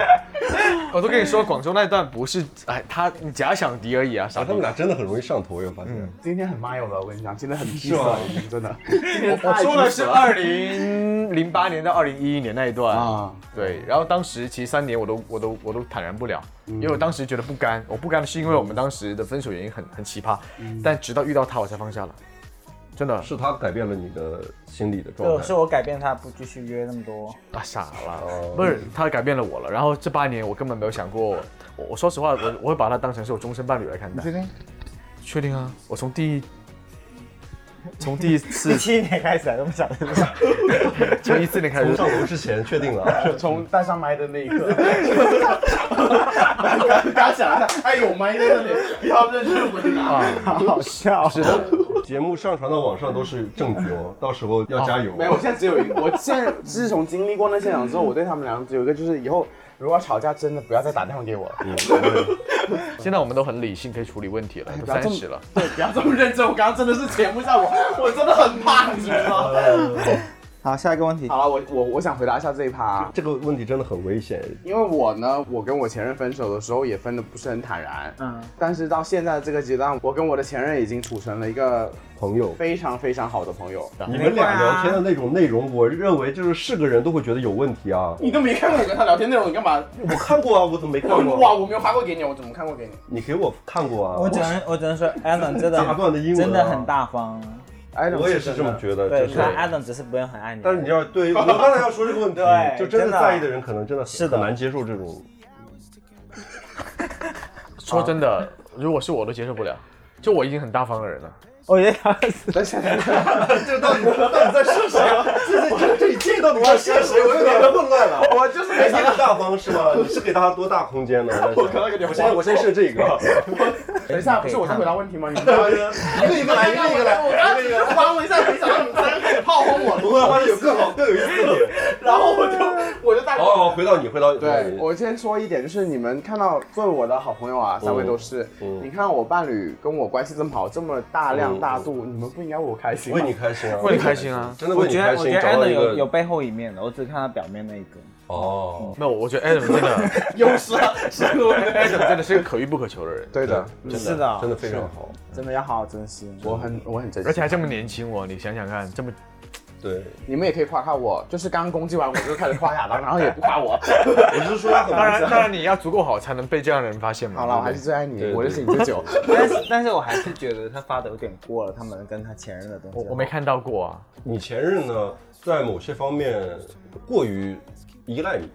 Speaker 8: 我都跟你说，广州那段不是，哎，他你假想敌而已啊，
Speaker 6: 啊，
Speaker 8: 傻
Speaker 6: 他
Speaker 8: 逼
Speaker 6: 们！俩真的很容易上头，我有发现。
Speaker 4: 今天很 mild 的，我跟你讲，真的很低
Speaker 6: 是吗
Speaker 4: 俗真的。
Speaker 8: 我说的是二零零八年到二零一一年那一段
Speaker 4: 啊
Speaker 8: 啊，对，然后当时其实三年我都我都我都坦然不了，因为我当时觉得不甘，我不甘是因为我们当时的分手原因很很奇葩，但直到遇到他我才放下了，真的
Speaker 6: 是他改变了你的心理的状
Speaker 7: 对，
Speaker 6: 态。
Speaker 7: 是我改变他，不继续约那么多。
Speaker 8: 啊，傻了，不是他改变了我了。然后这八年我根本没有想过，我我说实话，我我会把他当成是我终身伴侣来看待。确定？确定啊！我从第一从第一次
Speaker 7: 第七年开始还这么想的，
Speaker 8: 从一四年开
Speaker 6: 从
Speaker 8: 始，
Speaker 6: 上楼之前确定了啊，
Speaker 4: 从带 上麦的那一刻， 刚刚想了下，哎，有麦在那里，不要认真回答。
Speaker 7: 好笑。
Speaker 8: 是的，
Speaker 6: 节目上传到网上都是证据哦，到时候要加油。哦
Speaker 4: 没有，我现在只有一个。我现 在自从经历过那现场之后，我对他们俩只有一个，就是以后如果要吵架，真的不要再打电话给我了，
Speaker 8: 现在我们都很理性，可以处理问题了，都三十了。
Speaker 4: 对，不要这么认真。我刚刚真的是节目效果，我真的很怕，你知道 吗？
Speaker 7: 好，下一个问题。
Speaker 4: 好了，我我我想回答一下这一趴、啊
Speaker 6: 这个问题真的很危险。
Speaker 4: 因为我呢，我跟我前任分手的时候也分的不是很坦然，
Speaker 7: 嗯，
Speaker 4: 但是到现在这个阶段，我跟我的前任已经处成了一个
Speaker 6: 朋友，
Speaker 4: 非常非常好的朋友。
Speaker 6: 你们俩聊天的那种内容，我认为就是是个人都会觉得有问题啊。
Speaker 4: 你都没看过我跟他聊天内容，你干嘛？
Speaker 6: 我看过啊，我怎么没看
Speaker 4: 我哇，
Speaker 6: 过？
Speaker 4: 我没有发过给你，我怎么看过给你？
Speaker 6: 你给我看过啊？
Speaker 7: 我只能我只能说，Adam 真的
Speaker 6: 杂乱的英文啊
Speaker 7: 真的很大方。
Speaker 4: 哎，
Speaker 6: 我也是这么觉得，
Speaker 7: 对，
Speaker 6: 就
Speaker 7: 但
Speaker 6: 是。
Speaker 7: Adam 只是不会很爱你。
Speaker 6: 但是你要对我刚才要说这个问题
Speaker 7: 对，
Speaker 6: 就真
Speaker 7: 真
Speaker 6: 的
Speaker 7: 的
Speaker 6: 在意的人可能真的
Speaker 7: 是
Speaker 6: 很
Speaker 7: 的
Speaker 6: 很难接受这种。
Speaker 8: 说真的，如果是我都接受不了，就我已经很大方的人了。
Speaker 7: 我觉得他是
Speaker 4: 得想想，
Speaker 6: 这到底到底在说谁 啊？这这这这一切到底在说谁？我有点混乱啊了。
Speaker 4: 我就是
Speaker 6: 没
Speaker 4: 没
Speaker 6: 想
Speaker 4: 想
Speaker 6: 到
Speaker 4: 到。
Speaker 6: 大方是吗？你是给他多大空间呢？ 我
Speaker 4: 可能有点
Speaker 6: 我先我先设这个，
Speaker 4: 等一下，不是我在回答问题吗？你们一
Speaker 6: 一个一个来，一个一个来，
Speaker 4: 我刚刚只是慌了一下，没想到你们三个开始炮轰我，
Speaker 6: 不会发现有更好更有意思的点。
Speaker 4: 然后我就我就大
Speaker 6: 好好，回到你，回到你。
Speaker 4: 对，我先说一点，就是你们看到作为我的好朋友啊，三位都是，
Speaker 6: 嗯
Speaker 4: 你看我伴侣跟我关系这么好，这么大量
Speaker 6: 嗯
Speaker 4: 大度，你们不应该为我开心吗
Speaker 6: 为 你开心啊，
Speaker 8: 为你开心啊！
Speaker 6: 真的
Speaker 7: 我
Speaker 6: 为你
Speaker 7: 觉
Speaker 6: 开
Speaker 7: 得我
Speaker 6: 心
Speaker 7: 觉，得
Speaker 6: 找到
Speaker 7: Adam
Speaker 6: 一
Speaker 7: 有有
Speaker 6: 个
Speaker 7: 背后一面的，我只看他表面那一个。
Speaker 6: 哦，
Speaker 8: 没有，我觉得 Adam 真的
Speaker 4: 有事啊，是我的
Speaker 8: Adam 真的是个可遇不可求的人，
Speaker 4: 对的，
Speaker 7: 是
Speaker 8: 啊
Speaker 7: 的，
Speaker 6: 真的非常好。
Speaker 7: 真的要好好珍惜。
Speaker 4: 我很我很珍惜，
Speaker 8: 而且还这么年轻哦，你想想看，这么
Speaker 6: 对，
Speaker 4: 你们也可以夸夸我，就是刚攻击完我就开始夸亚 当，然后也不夸我。
Speaker 6: 我是说，当
Speaker 8: 当然，当然你要足够好才能被这样的人发现嘛。
Speaker 4: 好了，我还
Speaker 8: 对不
Speaker 4: 是
Speaker 8: 对
Speaker 4: 最爱你，
Speaker 6: 对
Speaker 4: 我认识你最 久。
Speaker 7: 但是但是我还是觉得他发的有点过了，他们跟他前任的东西。
Speaker 8: 我我没看到过啊。
Speaker 6: 你前任呢，在某些方面过于依赖你，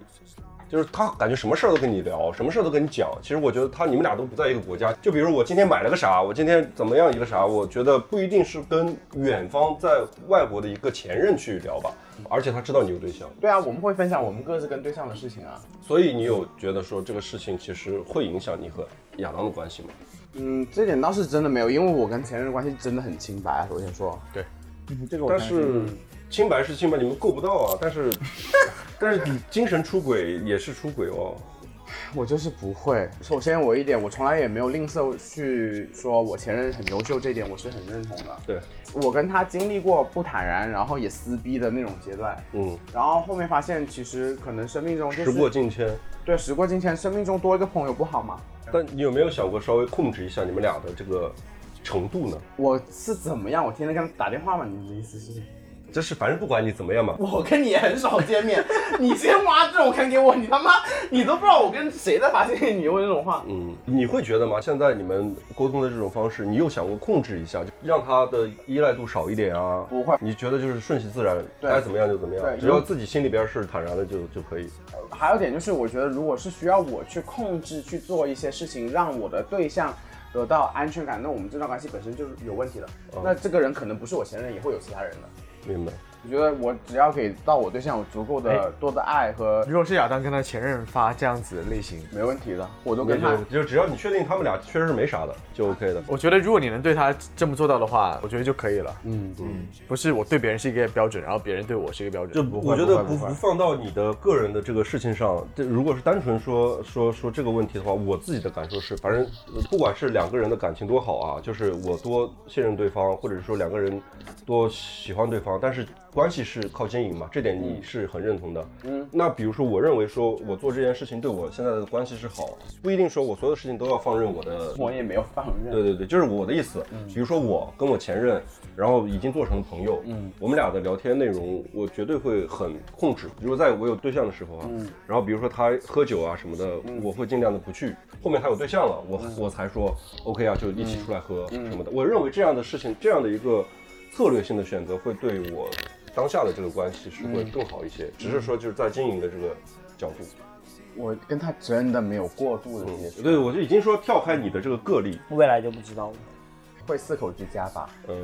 Speaker 6: 就是他感觉什么事儿都跟你聊，什么事儿都跟你讲。其实我觉得他你们俩都不在一个国家。就比如我今天买了个啥，我今天怎么样一个啥，我觉得不一定是跟远方在外国的一个前任去聊吧。而且他知道你有对象，
Speaker 4: 对啊，我们会分享我们各自跟对象的事情啊。
Speaker 6: 所以你有觉得说这个事情其实会影响你和亚当的关系吗？
Speaker 4: 嗯，这点倒是真的没有，因为我跟前任的关系真的很清白啊。首先说，嗯
Speaker 7: 这个我
Speaker 6: 但
Speaker 7: 相信，
Speaker 6: 是清白是清白，你们够不到啊。但是， 但是你精神出轨也是出轨哦。
Speaker 4: 我就是不会。首先我一点，我从来也没有吝啬去说我前任很优秀这一点，我是很认同的。
Speaker 6: 对，
Speaker 4: 我跟他经历过不坦然，然后也撕逼的那种阶段，
Speaker 6: 嗯，
Speaker 4: 然后后面发现其实可能生命中就
Speaker 6: 时过
Speaker 4: 是嗯
Speaker 6: 境迁。
Speaker 4: 对时过境迁，生命中多一个朋友不好吗？
Speaker 6: 但你有没有想过稍微控制一下你们俩的这个程度呢？
Speaker 4: 我是怎么样？我天天跟他打电话嘛？你的意思是？
Speaker 6: 就是反正不管你怎么样嘛，
Speaker 4: 我跟你也很少见面，你先挖这种坑给我，你他妈你都不知道我跟谁在发信息，你问这种话。
Speaker 6: 嗯，你会觉得吗？现在你们沟通的这种方式，你有想过控制一下，就让他的依赖度少一点啊？
Speaker 4: 不会
Speaker 6: 你觉得就是顺其自然，
Speaker 4: 对
Speaker 6: 该怎么样就怎么样，
Speaker 4: 对
Speaker 6: 只要自己心里边是坦然的就就可以。
Speaker 4: 还有一点就是，我觉得如果是需要我去控制去做一些事情，让我的对象得到安全感，那我们这段关系本身就是有问题的。那这个人可能不是我前任，也会有其他人的。
Speaker 6: 明白？
Speaker 4: 我觉得我只要给到我对象有足够的多的爱和
Speaker 8: 如果是亚当跟他前任发这样子的类型，
Speaker 4: 没问题的，我都
Speaker 6: 那
Speaker 4: 跟他
Speaker 6: 就就只要你确定他们俩确实是没啥的，就 OK 的。
Speaker 8: 我觉得如果你能对他这么做到的话，我觉得就可以了。嗯嗯，不是我对别人是一个标准，然后别人对我是一个标准，
Speaker 6: 就我觉得不不放到你的个人的这个事情上，这如果是单纯说说说这个问题的话，我自己的感受是，反正呃不管是两个人的感情多好啊，就是我多信任对方，或者是说两个人多喜欢对方，但是关系是靠经营嘛，这点你是很认同的。嗯，那比如说，我认为说我做这件事情对我现在的关系是好，不一定说我所有事情都要放任我的
Speaker 4: 我也没有放任。
Speaker 6: 对对对，就是我的意思。比如说我跟我前任，然后已经做成了朋友，我们俩的聊天内容我绝对会很控制。如果在我有对象的时候啊，然后比如说他喝酒啊什么的，我会尽量的不去。后面他有对象了，我、我才说 OK 啊，就一起出来喝什么的。我认为这样的事情，这样的一个策略性的选择，会对我当下的这个关系是会更好一些。只是说就是在经营的这个角度。
Speaker 4: 我跟他真的没有过度的接触，
Speaker 6: 对，我就已经说跳开你的这个个例，
Speaker 7: 未来就不知道了。
Speaker 4: 会四口之家吧？
Speaker 6: 呃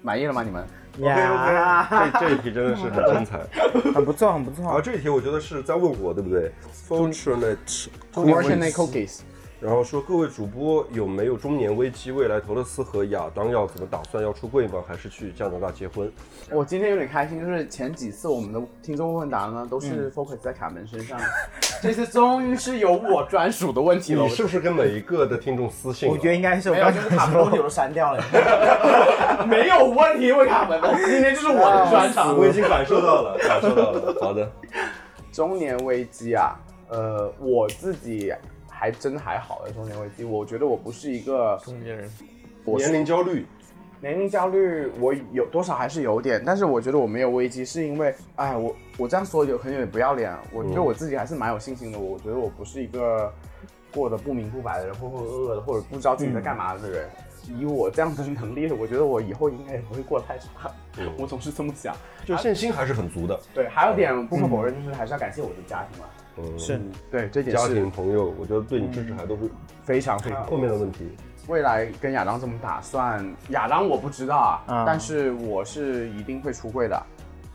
Speaker 4: 满意了吗？你们？
Speaker 6: ，OK OK，这这一题真的是很精彩。
Speaker 7: 很不错，很不
Speaker 6: 然后
Speaker 7: 错。
Speaker 6: 这一题我觉得是在问我，对不对？Fortunate，
Speaker 4: 我是那 cookies，
Speaker 6: 然后说各位主播有没有中年危机？未来投勒斯和亚当要怎么打算？要出柜吗？还是去加拿大结婚？
Speaker 4: 我今天有点开心，就是前几次我们的听众问答呢都
Speaker 8: 嗯
Speaker 4: 是 focus 在卡门身上，这次终于是有我专属的问题了。
Speaker 6: 你是不是跟每一个的听众私信了？啊
Speaker 7: 我觉得应该是我
Speaker 4: 没有，
Speaker 7: 刚
Speaker 4: 就是
Speaker 7: 才
Speaker 4: 卡门问题我
Speaker 7: 说，
Speaker 4: 都删掉了，没有问题问卡门的，今天就是我的专场。
Speaker 6: 我已经感受到了，感受到了。好的，
Speaker 4: 中年危机啊，呃，我自己还真还好啊的中年危机，我觉得我不是一个
Speaker 8: 中年人
Speaker 4: 我是
Speaker 6: 年龄焦虑，
Speaker 4: 年龄焦虑，我有多少还是有点，但是我觉得我没有危机，是因为，哎，我我这样说有可能有点不要脸啊，我觉得我自己还是蛮有信心的，我觉得我不是一个过得不明不白的人，浑浑噩噩的，或者不知道自己在干嘛的人。以我这样的能力，我觉得我以后应该也不会过得太差，我总是这么想。
Speaker 6: 就信心还是很足的。
Speaker 4: 对，还有一点不可否认，就是还是要感谢我的家庭了。
Speaker 6: 嗯，
Speaker 7: 是
Speaker 4: 对，这点
Speaker 6: 家
Speaker 4: 是
Speaker 6: 庭朋友，我觉得对你支持还都是
Speaker 4: 非常
Speaker 7: 嗯
Speaker 4: 非常
Speaker 6: 后面的问题。
Speaker 4: 未来跟亚当这么打算，亚当我不知道啊，
Speaker 7: 嗯
Speaker 4: 但是我是一定会出柜的。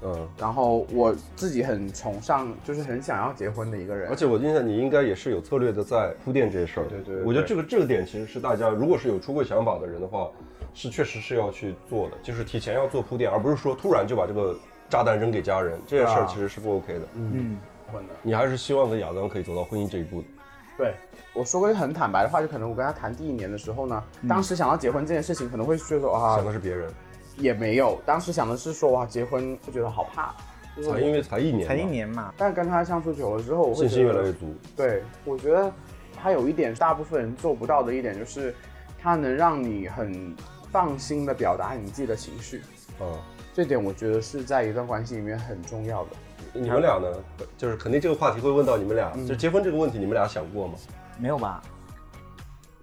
Speaker 6: 嗯，
Speaker 4: 然后我自己很崇尚，就是很想要结婚的一个人，
Speaker 6: 而且我印象你应该也是有策略的在铺垫这些事儿。
Speaker 4: 对对对
Speaker 6: 我觉得这个这个点其实是大家如果是有出柜想法的人的话，是确实是要去做的，就是提前要做铺垫，而不是说突然就把这个炸弹扔给家人，这件事儿其实是不 OK 的。
Speaker 7: 嗯，
Speaker 4: 婚的。
Speaker 6: 你还是希望跟亚当可以走到婚姻这一步的。
Speaker 4: 对，我说过很坦白的话，就可能我跟他谈第一年的时候呢，当时想到结婚这件事情，可能会觉得啊
Speaker 6: 嗯想的是别人，
Speaker 4: 也没有，当时想的是说哇结婚会觉得好怕，就是
Speaker 6: 才
Speaker 4: 我
Speaker 6: 因为才一年，
Speaker 7: 才一，年嘛，
Speaker 4: 但跟他相处久了之后，我会
Speaker 6: 信
Speaker 4: 觉
Speaker 6: 心
Speaker 4: 得
Speaker 6: 越来越足。
Speaker 4: 对，我觉得他有一点大部分人做不到的一点就是，他能让你很放心的表达你自己的情绪。
Speaker 6: 嗯，
Speaker 4: 这点我觉得是在一段关系里面很重要的。
Speaker 6: 你们俩呢？就是肯定这个话题会问到你们俩，就结婚这个问题，你们俩想过吗？
Speaker 7: 没有吧？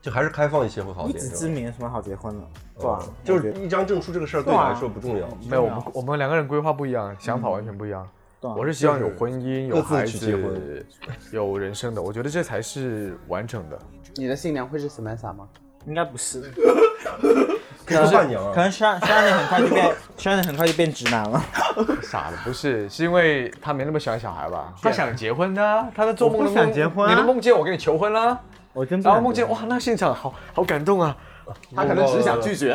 Speaker 6: 就还是开放一些会好
Speaker 7: 以
Speaker 6: 点，
Speaker 7: 子
Speaker 6: 是
Speaker 7: 之
Speaker 6: 吧？
Speaker 7: 名有什么好结婚的？对吧？
Speaker 6: 就是一张证书这个事儿对你来说不重要，
Speaker 8: 没有，我们我们两个人规划不一样，想法完全不一样。
Speaker 7: 对啊
Speaker 8: 我是希望有婚姻、有
Speaker 6: 各自
Speaker 8: 孩
Speaker 6: 去结婚
Speaker 8: 子、有人生的，我觉得这才是完整的。
Speaker 4: 你的啊新娘会是 Samantha 吗？
Speaker 7: 应该不是，
Speaker 6: 可以当伴娘
Speaker 7: 可
Speaker 6: 啊。
Speaker 7: 能虽然虽然你很快就变，虽然你很快就变直男了。
Speaker 8: 傻的不是，是因为他没那么喜欢小孩吧？他想结婚的啊，他在做梦
Speaker 7: 我
Speaker 8: 的
Speaker 7: 不
Speaker 8: 梦，
Speaker 7: 想结婚啊
Speaker 8: 你的梦见我跟你求婚啦、
Speaker 7: 我真不
Speaker 8: 然后
Speaker 7: 想
Speaker 8: 梦
Speaker 7: 结
Speaker 8: 见
Speaker 7: 婚
Speaker 8: 哇，那现场好好感动啊！
Speaker 4: 她可能只是想拒绝。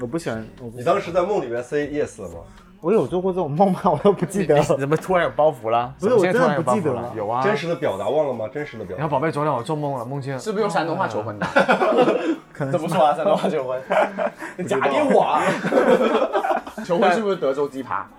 Speaker 7: 我不喜欢，我不
Speaker 6: 你当时在梦里面 say yes 了吗？
Speaker 7: 我有做过这种梦吗？我都不记得了。
Speaker 8: 怎么突然有包袱啦？
Speaker 7: 不是
Speaker 8: 怎么现在
Speaker 7: 我真的不
Speaker 8: 突然有包
Speaker 7: 记得
Speaker 8: 袱
Speaker 7: 了
Speaker 8: 了，有啊。
Speaker 6: 真实的表达忘了吗？真实的表
Speaker 8: 然后
Speaker 6: 达。
Speaker 8: 宝贝，昨天我做梦了，梦见
Speaker 4: 是不是用山东话求婚的？
Speaker 7: 可能
Speaker 4: 怎么说啊？山东话 求婚？你假定我啊。 求婚是不是德州鸡扒？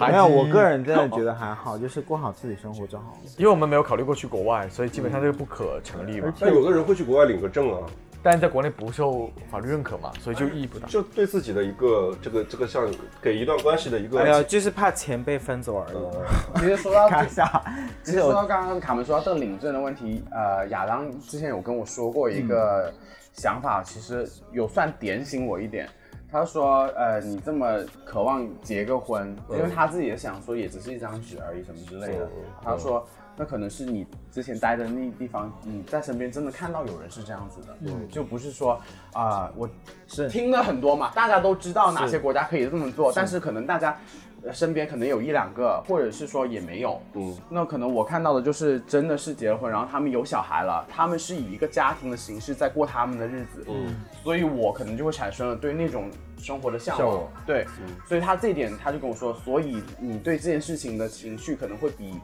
Speaker 7: 没有，我个人真的觉得还好，就是过好自己生活就好了。
Speaker 8: 因为我们没有考虑过去国外，所以基本上这个不可成立嘛。
Speaker 6: 那有的人会去国外领个证啊，
Speaker 8: 但是在国内不受法律认可嘛，所以就意义不
Speaker 10: 嗯
Speaker 8: 大。
Speaker 6: 就对自己的一个这个这个像给一段关系的一
Speaker 7: 哎呀，
Speaker 6: 个
Speaker 7: 就是怕钱被分走而已。
Speaker 4: 其实说到
Speaker 7: 看一下，
Speaker 4: 其实说到刚刚卡门说到这个领证的问题，呃，亚当之前有跟我说过一个想法，其实有算点醒我一点。他说，呃，你这么渴望结个婚，因为他自己也想说，也只是一张纸而已，什么之类的。他说，那可能是你之前待的那地方，你在身边真的看到有人是这样子的，就不是说啊、我
Speaker 7: 是
Speaker 4: 听了很多嘛，大家都知道哪些国家可以这么做，但是可能大家呃身边可能有一两个，或者是说也没有。嗯，那可能我看到的就是真的是结了婚，然后他们有小孩了，他们是以一个家庭的形式在过他们的日子。嗯，所以我可能就会产生了对那种生活的向往。
Speaker 6: 向往
Speaker 4: 对，所以他这一点他就跟我说，所以你对这件事情的情绪可能会比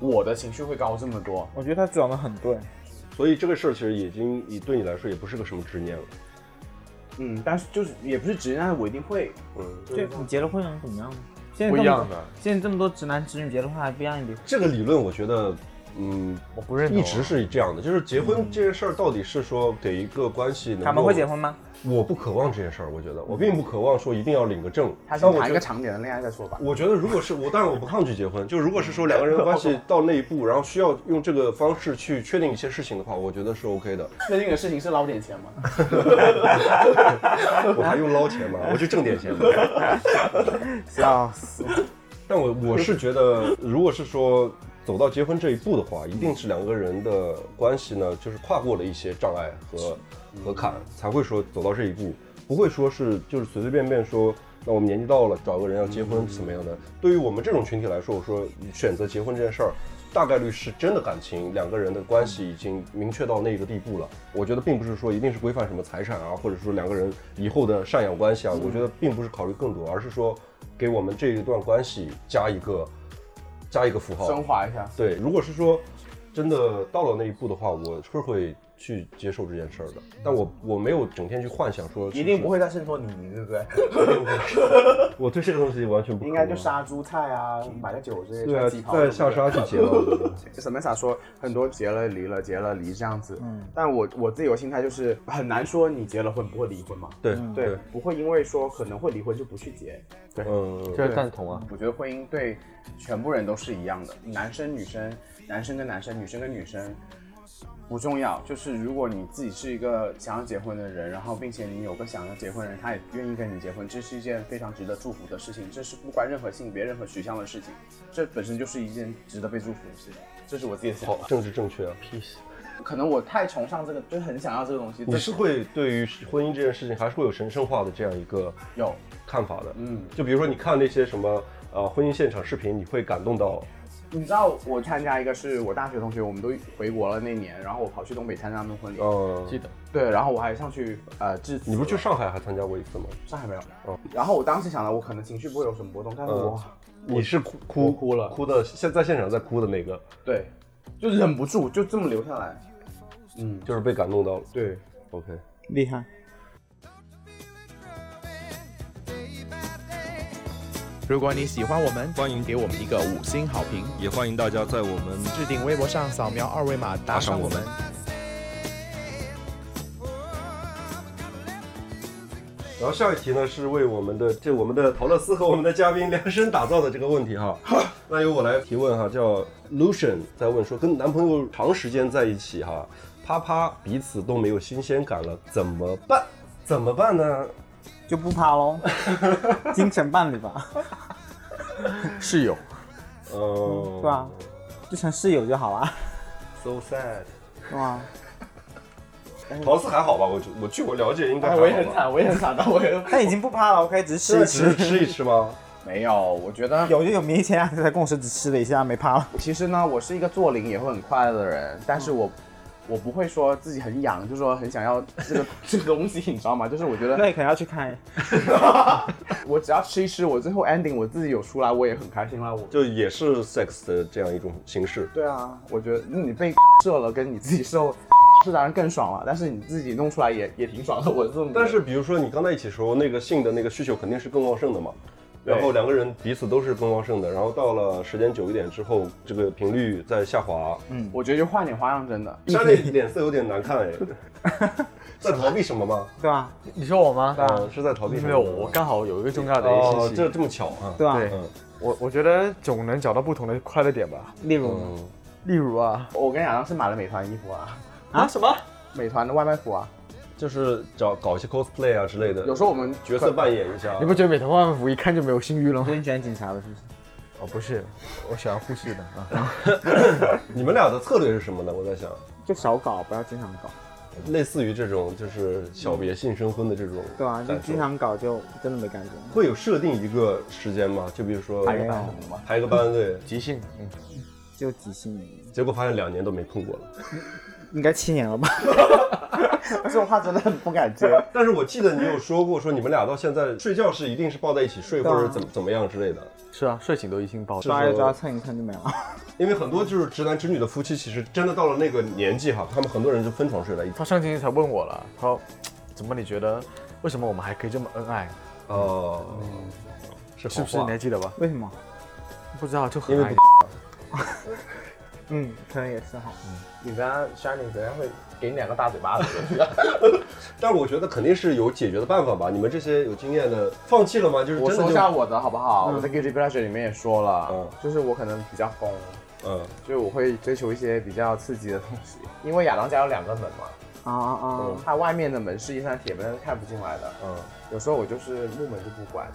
Speaker 4: 我的情绪会高这么多。
Speaker 7: 我觉得他讲的很对，
Speaker 6: 所以这个事儿其实已经你对你来说也不是个什么执念了。
Speaker 4: 嗯，但是就是也不是直接，但是我一定会。
Speaker 6: 嗯
Speaker 7: 就你结了婚能怎么样呢？现在
Speaker 8: 不一
Speaker 7: 这么
Speaker 8: 样的
Speaker 7: 多，现在这么多直男直女结了婚还不让你离婚，
Speaker 6: 这个理论我觉得，嗯，
Speaker 8: 我不认同啊
Speaker 6: 一直是这样的，就是结婚这件事儿到底是说给一个关系能
Speaker 7: 他们
Speaker 6: 够
Speaker 7: 会结婚吗？
Speaker 6: 我不渴望这件事儿，我觉得我并不渴望说一定要领个证。
Speaker 4: 他
Speaker 6: 但
Speaker 4: 先
Speaker 6: 我
Speaker 4: 谈
Speaker 6: 觉
Speaker 4: 一个
Speaker 6: 得，
Speaker 4: 长点的恋爱再说吧。
Speaker 6: 我觉得如果是我，当然我不抗拒结婚。就如果是说两个人的关系到那一步，然后需要用这个方式去确定一些事情的话，我觉得是 OK 的。
Speaker 4: 确定的事情是捞点钱吗？
Speaker 6: 我还用捞钱吗？我就挣点钱吧。
Speaker 7: 笑死！
Speaker 6: 但我我是觉得，如果是说走到结婚这一步的话，一定是两个人的关系呢，就是跨过了一些障碍和和坎，才会说走到这一步，不会说是就是随随便便说。那我们年纪到了，找个人要结婚怎么样的？对于我们这种群体来说，我说选择结婚这件事儿，大概率是真的感情，两个人的关系已经明确到那个地步了。我觉得并不是说一定是规范什么财产啊，或者说两个人以后的赡养关系啊，我觉得并不是考虑更多，而是说给我们这一段关系加一个加一个符
Speaker 4: 升
Speaker 6: 号。
Speaker 4: 华一下。
Speaker 6: 对，如果是说真的到了那一步的话，我是会去接受这件事儿的。但我我没有整天去幻想说
Speaker 4: 一定不会再衬托你，对不对？
Speaker 6: 是不是， 我对这个东西完全不
Speaker 4: 应该就杀猪菜啊，买个酒这些。
Speaker 6: 对
Speaker 4: 穿
Speaker 6: 啊
Speaker 4: 旗，袍
Speaker 6: 在下。沙去结 了。
Speaker 4: 沈美莎啊说，很多结了离了，结了离这样子。嗯，但我我自己有心态，就是很难说你结了婚不会离婚嘛。
Speaker 6: 对
Speaker 4: 嗯对，，不会因为说可能会离婚就不去结。
Speaker 6: 嗯，
Speaker 8: 这是赞同啊。
Speaker 4: 我觉得婚姻对全部人都是一样的，男生女生，男生跟男生，女生跟女生。不重要，就是如果你自己是一个想要结婚的人，然后并且你有个想要结婚的人，他也愿意跟你结婚，这是一件非常值得祝福的事情，这是不关任何性别、任何取向的事情，这本身就是一件值得被祝福的事情，这是我自己的想
Speaker 6: 好，
Speaker 4: 法。
Speaker 6: 政治正确啊。
Speaker 4: 可能我太崇尚这个，就是很想要这个东西，
Speaker 6: 你
Speaker 4: 这
Speaker 6: 是会对于婚姻这件事情还是会有神圣化的这样一个
Speaker 4: 有，
Speaker 6: 看法的。
Speaker 4: 嗯，
Speaker 6: 就比如说你看那些什么呃婚姻现场视频，你会感动到
Speaker 4: 你知道我参加一个是我大学同学，我们都回国了那年，然后我跑去东北参加他们婚礼，
Speaker 6: 呃，
Speaker 8: 记得
Speaker 4: 对，然后我还上去呃致辞，
Speaker 6: 你不是去上海还参加过一次吗？
Speaker 4: 上海没有。
Speaker 6: 哦
Speaker 4: 然后我当时想了，我可能情绪不会有什么波动，但是我、
Speaker 6: 你是哭哭
Speaker 4: 哭了
Speaker 6: 哭的现在现场在哭的那个，
Speaker 4: 对，就忍不住就这么流下来。嗯，
Speaker 6: 就是被感动到了。
Speaker 4: 对，
Speaker 6: ，OK，
Speaker 7: 厉害！
Speaker 10: 如果你喜欢我们，欢迎给我们一个五星好评。
Speaker 5: 也欢迎大家在我们
Speaker 10: 置顶微博上扫描二维码打赏我
Speaker 8: 嗯
Speaker 10: 们。
Speaker 3: Oh, I'm gonna let the music play.
Speaker 6: 然后下一题呢是为我们的这我们的陶乐斯和我们的嘉宾量身打造的这个问 题哈。那由我来提问哈，叫 Lucian 在问说，跟男朋友长时间在一起哈，啪啪彼此都没有新鲜感了，怎么办？怎么办呢？
Speaker 7: 就不啪 喽，精神伴侣吧，
Speaker 8: 室友，
Speaker 6: 哦
Speaker 7: 对吧？就成室友就好 了，
Speaker 6: ，so sad。
Speaker 7: 对吗？
Speaker 6: 陶斯还好吧？我就我据我了解，应该还好吧
Speaker 4: 哎我也很惨，我也很惨，但我也
Speaker 7: 但已经不怕了，OK，只
Speaker 6: 现
Speaker 7: 是吃
Speaker 6: 在只
Speaker 7: 一
Speaker 6: 是
Speaker 7: 吃。
Speaker 6: 吃一吃吗？
Speaker 4: 没有，我觉得
Speaker 7: 有就有，没钱啊，在共识只吃了一下，没怕了。
Speaker 4: 其实呢，我是一个做零也会很快乐的人，但是我、我不会说自己很痒，就说很想要这个 这个东西，你知道吗？就是我觉
Speaker 7: 那
Speaker 4: 得
Speaker 7: 你可能要去看，
Speaker 4: 我只要吃一吃，我最后 ending 我自己有出来，我也很开心啦。我
Speaker 6: 就也是 sex 的这样一种形式。
Speaker 4: 对啊，我觉得你被 射了，跟你自己受是当然更爽了，但是你自己弄出来也也挺爽的，我这么觉得。
Speaker 6: 但是比如说你刚在一起的时候，那个性的那个需求肯定是更旺盛的嘛，
Speaker 4: 对
Speaker 6: 然后两个人彼此都是更旺盛的，然后到了时间久一点之后，这个频率在下滑。
Speaker 4: 嗯，我觉得就换点花样，真的。
Speaker 6: 莎莉脸色有点难看哎，在逃避什么吗？
Speaker 7: 对吧？
Speaker 8: 你说我吗？啊
Speaker 6: 嗯，是在逃避什么
Speaker 8: 没
Speaker 6: 吗？
Speaker 8: 有，我刚好有一个重要的一
Speaker 6: 哦
Speaker 8: 些，信
Speaker 6: 这
Speaker 8: 息。
Speaker 6: 这么巧啊？
Speaker 7: 对吧？
Speaker 8: 对
Speaker 6: 嗯，
Speaker 8: 我我觉得总能找到不同的快乐点吧。
Speaker 7: 例如呢，
Speaker 6: 嗯，
Speaker 8: 例如啊，
Speaker 4: 我跟亚当是买了美团衣服啊，
Speaker 7: 啊什么？
Speaker 4: 美团的外卖服啊。
Speaker 6: 就是找搞一些 cosplay 啊之类的，
Speaker 4: 有时候我们
Speaker 6: 角色扮演一下。
Speaker 8: 你不觉得美团万福一看就没有性欲了吗？
Speaker 7: 你喜欢警察了是不是？
Speaker 8: 哦，不是，我喜欢护士的啊。
Speaker 6: 你们俩的策略是什么呢？我在想，
Speaker 7: 就少搞，不要经常搞，
Speaker 6: 类似于这种就是小别性生婚的这种感受，
Speaker 7: 对吧？啊就经常搞就真的没感觉。
Speaker 6: 会有设定一个时间吗？就比如说
Speaker 7: 个班
Speaker 6: 排个班，对，
Speaker 8: 即兴，嗯，
Speaker 7: 就几十年，
Speaker 6: 结果发现两年都没碰过了。
Speaker 7: 应该七年了 吧？
Speaker 4: 这种话真的很不敢接。
Speaker 6: 但是我记得你有说过，说你们俩到现在睡觉是一定是抱在一起睡，或
Speaker 7: 啊
Speaker 6: 者怎么怎么样之类的。
Speaker 8: 是啊，睡醒都一性 爆。
Speaker 7: 抓一抓，蹭一蹭就没了。
Speaker 6: 因为很多就是直男直女的夫妻，其实真的到了那个年纪哈，他们很多人就分床睡了。
Speaker 8: 他上星期才问我了，他说怎么你觉得为什么我们还可以这么恩爱？
Speaker 6: 哦，是
Speaker 8: 是
Speaker 6: 好
Speaker 8: 不是你
Speaker 6: 话
Speaker 8: 还。记得吧？
Speaker 7: 为什么？
Speaker 8: 不知道就
Speaker 6: 因
Speaker 8: 很
Speaker 6: 为
Speaker 8: 爱
Speaker 6: 不。
Speaker 7: 嗯，可能也是哈。
Speaker 4: 你跟他 Shining 可能会给你两个大嘴巴子。
Speaker 6: 但我觉得肯定是有解决的办法吧。你们这些有经验的，放弃了吗？就是
Speaker 4: 我
Speaker 6: 真
Speaker 4: 说
Speaker 6: 的
Speaker 4: 一下
Speaker 6: 就
Speaker 4: 我的嗯好不好？我在 Guilty Pleasure 里面也说了，
Speaker 6: 嗯
Speaker 4: 就是我可能比较疯，
Speaker 6: 嗯，
Speaker 4: 就是我会追求一些比较刺激的东西。因为亚当家有两个门
Speaker 7: 啊
Speaker 4: 嘛，
Speaker 7: 啊！
Speaker 4: 它外面的门是一扇铁门，但是看不进来的。
Speaker 6: 嗯
Speaker 4: 有时候我就是木门就不关，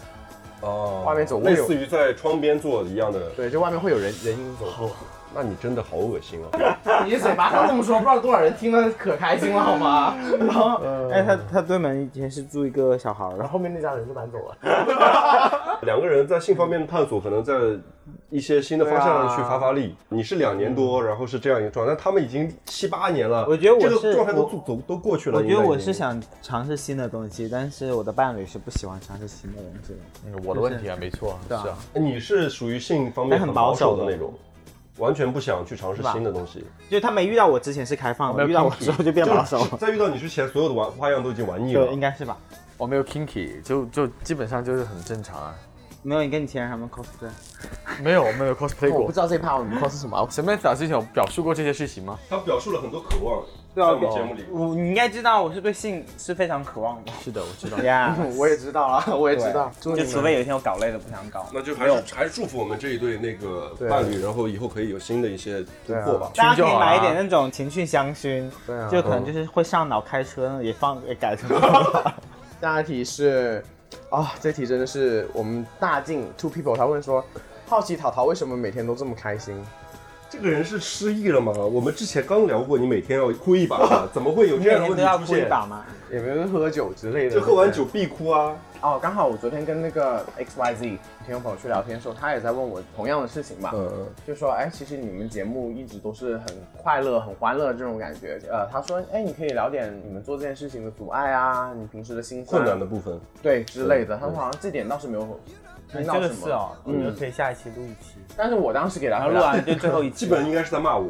Speaker 6: 哦，
Speaker 4: 外面走会
Speaker 6: 类
Speaker 4: 有
Speaker 6: 似于在窗边做一样的。
Speaker 4: 对，就外面会有人人影走过。
Speaker 6: 那你真的好恶心啊！
Speaker 4: 你嘴巴上这么说，不知道多少人听了可开心了好 吗？
Speaker 7: 然后，
Speaker 4: 嗯
Speaker 7: 哎，他他对门以前是住一个小孩儿
Speaker 4: 然
Speaker 7: 的，
Speaker 4: 后后面那家人就搬走了。
Speaker 6: 两个人在性方面的探索，可能在一些新的方向上去发发
Speaker 7: 啊
Speaker 6: 力。你是两年多，然后是这样一个状态，但他们已经七八年了，
Speaker 7: 嗯我觉得我
Speaker 6: 这个
Speaker 7: 是
Speaker 6: 状态都
Speaker 7: 我
Speaker 6: 走走都过去了。
Speaker 7: 我觉得
Speaker 6: 应该已
Speaker 7: 我
Speaker 6: 经
Speaker 7: 是，想尝试新的东西，但是我的伴侣是不喜欢尝试新的东西的。
Speaker 8: 嗯我的问题啊，没错，是
Speaker 7: 对啊
Speaker 8: 啊，
Speaker 6: 哎你是属于性方面
Speaker 7: 哎还很
Speaker 6: 保
Speaker 7: 保
Speaker 6: 守
Speaker 7: 守
Speaker 6: 的
Speaker 7: 的
Speaker 6: 那种，完全不想去尝试新的东西。
Speaker 7: 就他没遇到我之前是开放的，遇到我之后就变保守
Speaker 6: 就是
Speaker 7: 了。
Speaker 6: 在遇到你之前，所有的玩花样都已经玩腻了
Speaker 7: 对，。应该是吧？
Speaker 8: 我没有 kinky，就就基本上就是很正常啊，
Speaker 7: 没有，你跟你前任还没 cosplay，
Speaker 8: 没有没有 cosplay
Speaker 4: 我不
Speaker 8: 过
Speaker 4: 知。道这一趴我们 cos 什么，
Speaker 8: 前面打之前有表述过这些事情吗？
Speaker 6: 他表述了很多渴望，
Speaker 7: 对啊
Speaker 6: 在我们节目里。
Speaker 7: 我你应该知道我是对性是非常渴望的。
Speaker 8: 是的，我知道。
Speaker 7: 呀，
Speaker 4: 我也知道了，我也知道。祝你
Speaker 7: 就
Speaker 4: 们
Speaker 7: 除非有一天我搞累了不想搞，
Speaker 6: 那就还是还是祝福我们这一对那个伴侣，然后以后可以有新的一些突破吧。
Speaker 7: 大家可
Speaker 8: 熏就
Speaker 7: 以
Speaker 8: 好啊
Speaker 7: 买一点那种情趣香薰，
Speaker 4: 对啊
Speaker 7: 就可能就是会上脑开车也放也 改成。
Speaker 4: 下一题是，啊、这题真的是我们大进 Two People，他问说，好奇淘淘为什么每天都这么开心？
Speaker 6: 这个人是失忆了吗？我们之前刚聊过，你每天要哭一把吗，怎么会有
Speaker 7: 你
Speaker 6: 这
Speaker 7: 每
Speaker 6: 样
Speaker 7: 天
Speaker 6: 的问
Speaker 7: 都要
Speaker 6: 题出
Speaker 7: 哭一
Speaker 6: 现？
Speaker 7: 把吗？
Speaker 4: 也没有喝酒之类的。
Speaker 6: 就喝完酒必哭啊！
Speaker 4: 哦，刚好我昨天跟那个 X Y Z 听众朋友去聊天的时候，他也在问我同样的事情嘛，
Speaker 6: 嗯，
Speaker 4: 就说，哎，其实你们节目一直都是很快乐、很欢乐的这种感觉。呃，他说，哎，你可以聊点你们做这件事情的阻碍啊，你平时的心酸
Speaker 6: 困难的部分，
Speaker 4: 对之类的。他说好像这点倒是没有听 到
Speaker 7: 哎这
Speaker 4: 什
Speaker 7: 个
Speaker 4: 么，
Speaker 7: 是哦，我们就
Speaker 4: 嗯
Speaker 7: 可以下一期录一期，
Speaker 4: 但是我当时给他
Speaker 7: 然
Speaker 4: 回
Speaker 7: 后
Speaker 4: 答
Speaker 7: 录完就最 后一期。
Speaker 6: 基本应该是在骂我，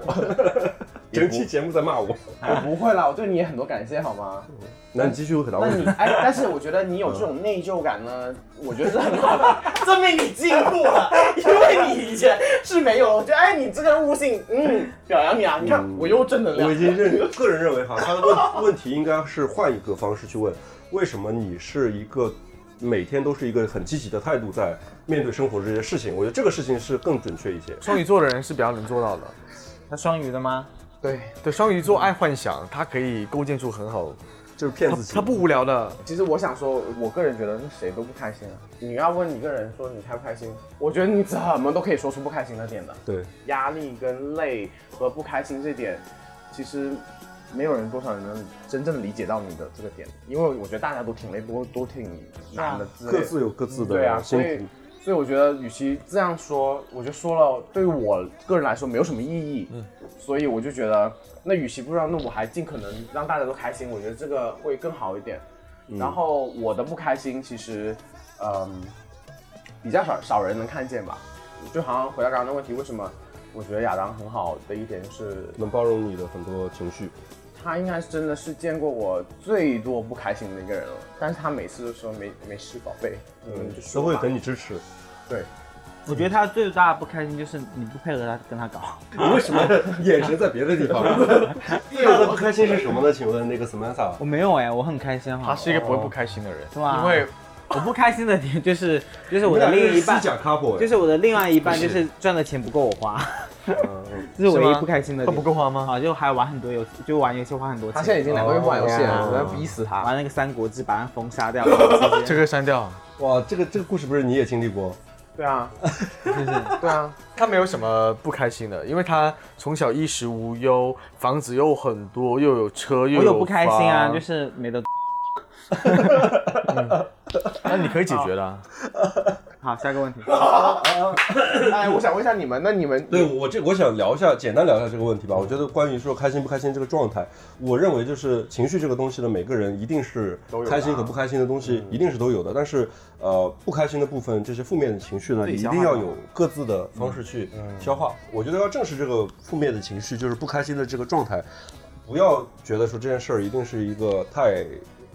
Speaker 6: 整期节目在骂我。
Speaker 4: 我不会啦，我对你也很多感谢，好吗？
Speaker 6: 那你继续回答
Speaker 4: 那
Speaker 6: 我。
Speaker 4: 你哎，但是我觉得你有这种内疚感呢，我觉得是很好的，证明你进步了， 因为你以前是没有的。我觉得哎，你这个悟性，嗯，表扬你啊！你看我又正能量。
Speaker 6: 嗯我已经认个人认为哈，他的问问题应该是换一个方式去问，为什么你是一个每天都是一个很积极的态度在面对生活这些事情？我觉得这个事情是更准确一些。
Speaker 8: 双鱼座的人是比较能做到的。
Speaker 7: 他双鱼的吗？
Speaker 8: 对对，双鱼座爱幻想，他可以构建出很好，
Speaker 6: 就是骗自
Speaker 8: 己，他不无聊的。
Speaker 4: 其实我想说，我个人觉得那谁都不开心啊。你要问一个人说你开不开心，我觉得你怎么都可以说出不开心的点的。
Speaker 6: 对，
Speaker 4: 压力跟累和不开心这点，其实没有人多少人能真正理解到你的这个点，因为我觉得大家都挺累，都都挺难的之类的，
Speaker 6: 各自有各自的
Speaker 4: 对啊，
Speaker 6: 辛
Speaker 4: 所
Speaker 6: 苦
Speaker 4: 以所以我觉得，与其这样说，我就说了，对于我个人来说没有什么意义，嗯，所以我就觉得，那与其不让，那我还尽可能让大家都开心，我觉得这个会更好一点。
Speaker 6: 嗯
Speaker 4: 然后我的不开心，其实，嗯，比较少少人能看见吧。就好像回到刚刚的问题，为什么我觉得亚当很好的一点是，
Speaker 6: 能包容你的很多情绪。
Speaker 4: 他应该是真的是见过我最多不开心的一个人了。但是他每次都说没没事，宝贝，
Speaker 6: 嗯
Speaker 4: 你们就说
Speaker 6: 都会
Speaker 4: 吧
Speaker 6: 给你支持。
Speaker 4: 对，
Speaker 7: 我觉得他最大的不开心就是你不配合他跟他搞。
Speaker 6: 你为什么眼神在别的地方？ 最大的不开心是什么呢？请问那个 Samantha，
Speaker 7: 我没有哎、我很开心哈。
Speaker 8: 他是一个不会不开心的人，
Speaker 7: 是吧？
Speaker 8: 因为
Speaker 7: 我不开心的点就是就是
Speaker 6: 你
Speaker 7: 我
Speaker 6: 们
Speaker 7: 的
Speaker 6: 俩
Speaker 7: 另
Speaker 6: 是
Speaker 7: 一半
Speaker 6: 虚，假 couple，
Speaker 7: 就是我的另外一半就是赚的钱不够我花，
Speaker 6: 啊
Speaker 7: 这是我唯一不开心的
Speaker 8: 他
Speaker 7: 点。
Speaker 8: 不够花吗？
Speaker 7: 啊，就还玩很多游戏，就玩游戏花很多钱。
Speaker 4: 他现在已经两个月不玩游
Speaker 6: 哦
Speaker 4: 戏了，我要逼死他。
Speaker 7: 玩那个《三国志》，把他封杀掉了。
Speaker 8: 这个删掉，啊
Speaker 6: 哇，这个这个故事不是你也经历过？
Speaker 4: 对 啊，对啊，
Speaker 8: 他没有什么不开心的，因为他从小衣食无忧，房子又很多，又有车，又
Speaker 7: 我有
Speaker 8: 有
Speaker 7: 不开心啊，
Speaker 8: 房
Speaker 7: 就是没得。
Speaker 8: 那你可以解决的啊。
Speaker 7: 好，下个问题。
Speaker 4: 哎，我想问一下你们，那你们
Speaker 6: 对我这我想聊一下，简单聊一下这个问题吧。我觉得关于说开心不开心这个状态，我认为就是情绪这个东西呢，每个人一定是开心和不开心的东啊嗯西一定是都有的，但是呃不开心的部分，这些负面的嗯情绪呢，你一定要有各自的方式去消化。我觉得要正视这个负面的情绪，就是不开心的这个状态，不要觉得说这件事儿一定是一个太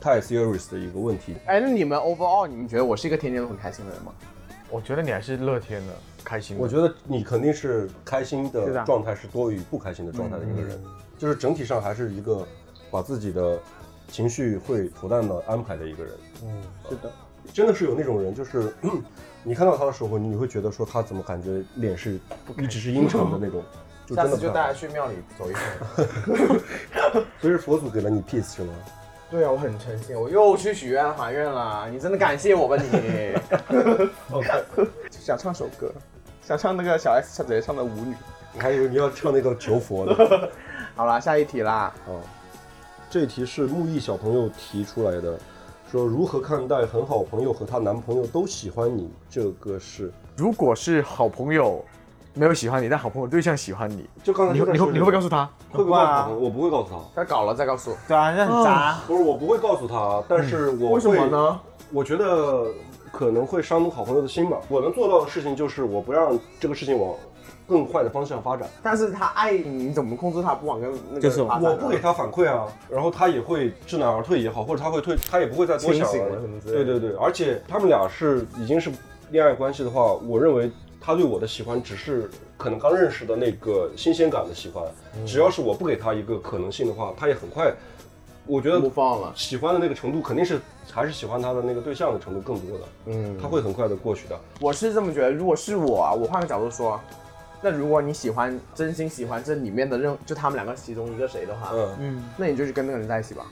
Speaker 6: 太 serious 的一个问题。
Speaker 4: 哎，那你们 overall，你们觉得我是一个天天都很开心的人吗？
Speaker 8: 我觉得你还是乐天的，开心的。
Speaker 6: 我觉得你肯定是开心
Speaker 7: 是
Speaker 6: 的
Speaker 7: 的
Speaker 6: 状态是多于不开心的状态的一个
Speaker 4: 嗯
Speaker 6: 人，就是整体上还是一个把自己的情绪会妥当的安排的一个人。
Speaker 4: 嗯是的，
Speaker 6: 真的是有那种人，就是你看到他的时候，你会觉得说他怎么感觉脸是一直是阴沉 的那种，就
Speaker 4: 下
Speaker 6: 真的
Speaker 4: 次就
Speaker 6: 不太
Speaker 4: 带
Speaker 6: 好
Speaker 4: 他去庙里走一走。
Speaker 6: 不是佛祖给了你 peace 是吗？
Speaker 4: 对啊，我很诚心，我又去许愿还愿了，你真的感谢我 吧你。想唱首歌，想唱那个小 S 姐姐唱的《舞女》。
Speaker 6: 我还以为你要唱那个求 佛的。
Speaker 4: 好啦，下一题啦。
Speaker 6: 啊，这题是木易小朋友提出来的，说如何看待很好朋友和她男朋友都喜欢你这个事？
Speaker 8: 如果是好朋友没有喜欢你，但好朋友对象喜欢你，
Speaker 6: 就刚才
Speaker 8: 你会你会你会不会告
Speaker 6: 诉？
Speaker 8: 诉他？
Speaker 6: 会不会告诉他？我不会告诉他。
Speaker 4: 他搞了再告诉我。
Speaker 7: 对啊，这很
Speaker 8: 哦
Speaker 7: 渣。
Speaker 6: 不是，我不会告诉他，但是
Speaker 8: 嗯
Speaker 6: 我会、
Speaker 4: 为什么？呢？
Speaker 6: 我觉得可能会伤好朋友的心吧。我能做到的事情就是，我不让这个事情往更坏的方向发展。
Speaker 4: 但是他爱你，你怎么控制他不往跟那个
Speaker 7: 就是我
Speaker 4: 发展呢
Speaker 6: 我不给他反馈啊，然后他也会知难而退也好，或者他会退，他也不会再多想
Speaker 4: 清醒了什么之类
Speaker 6: 对
Speaker 4: 的
Speaker 6: 对对，而且他们俩是已经是恋爱关系的话，我认为他对我的喜欢只是可能刚认识的那个新鲜感的喜欢，
Speaker 4: 嗯
Speaker 6: 只要是我不给他一个可能性的话，他也很快，我觉得
Speaker 4: move on 了。
Speaker 6: 喜欢的那个程度肯定是还是喜欢他的那个对象的程度更多的，
Speaker 4: 嗯
Speaker 6: 他会很快的过去的。
Speaker 4: 我是这么觉得，如果是我啊，我换个角度说，那如果你喜欢，真心喜欢这里面的任，就他们两个其中一个谁的话，
Speaker 6: 嗯，
Speaker 7: 嗯，
Speaker 4: 那你就去跟那个人在一起吧。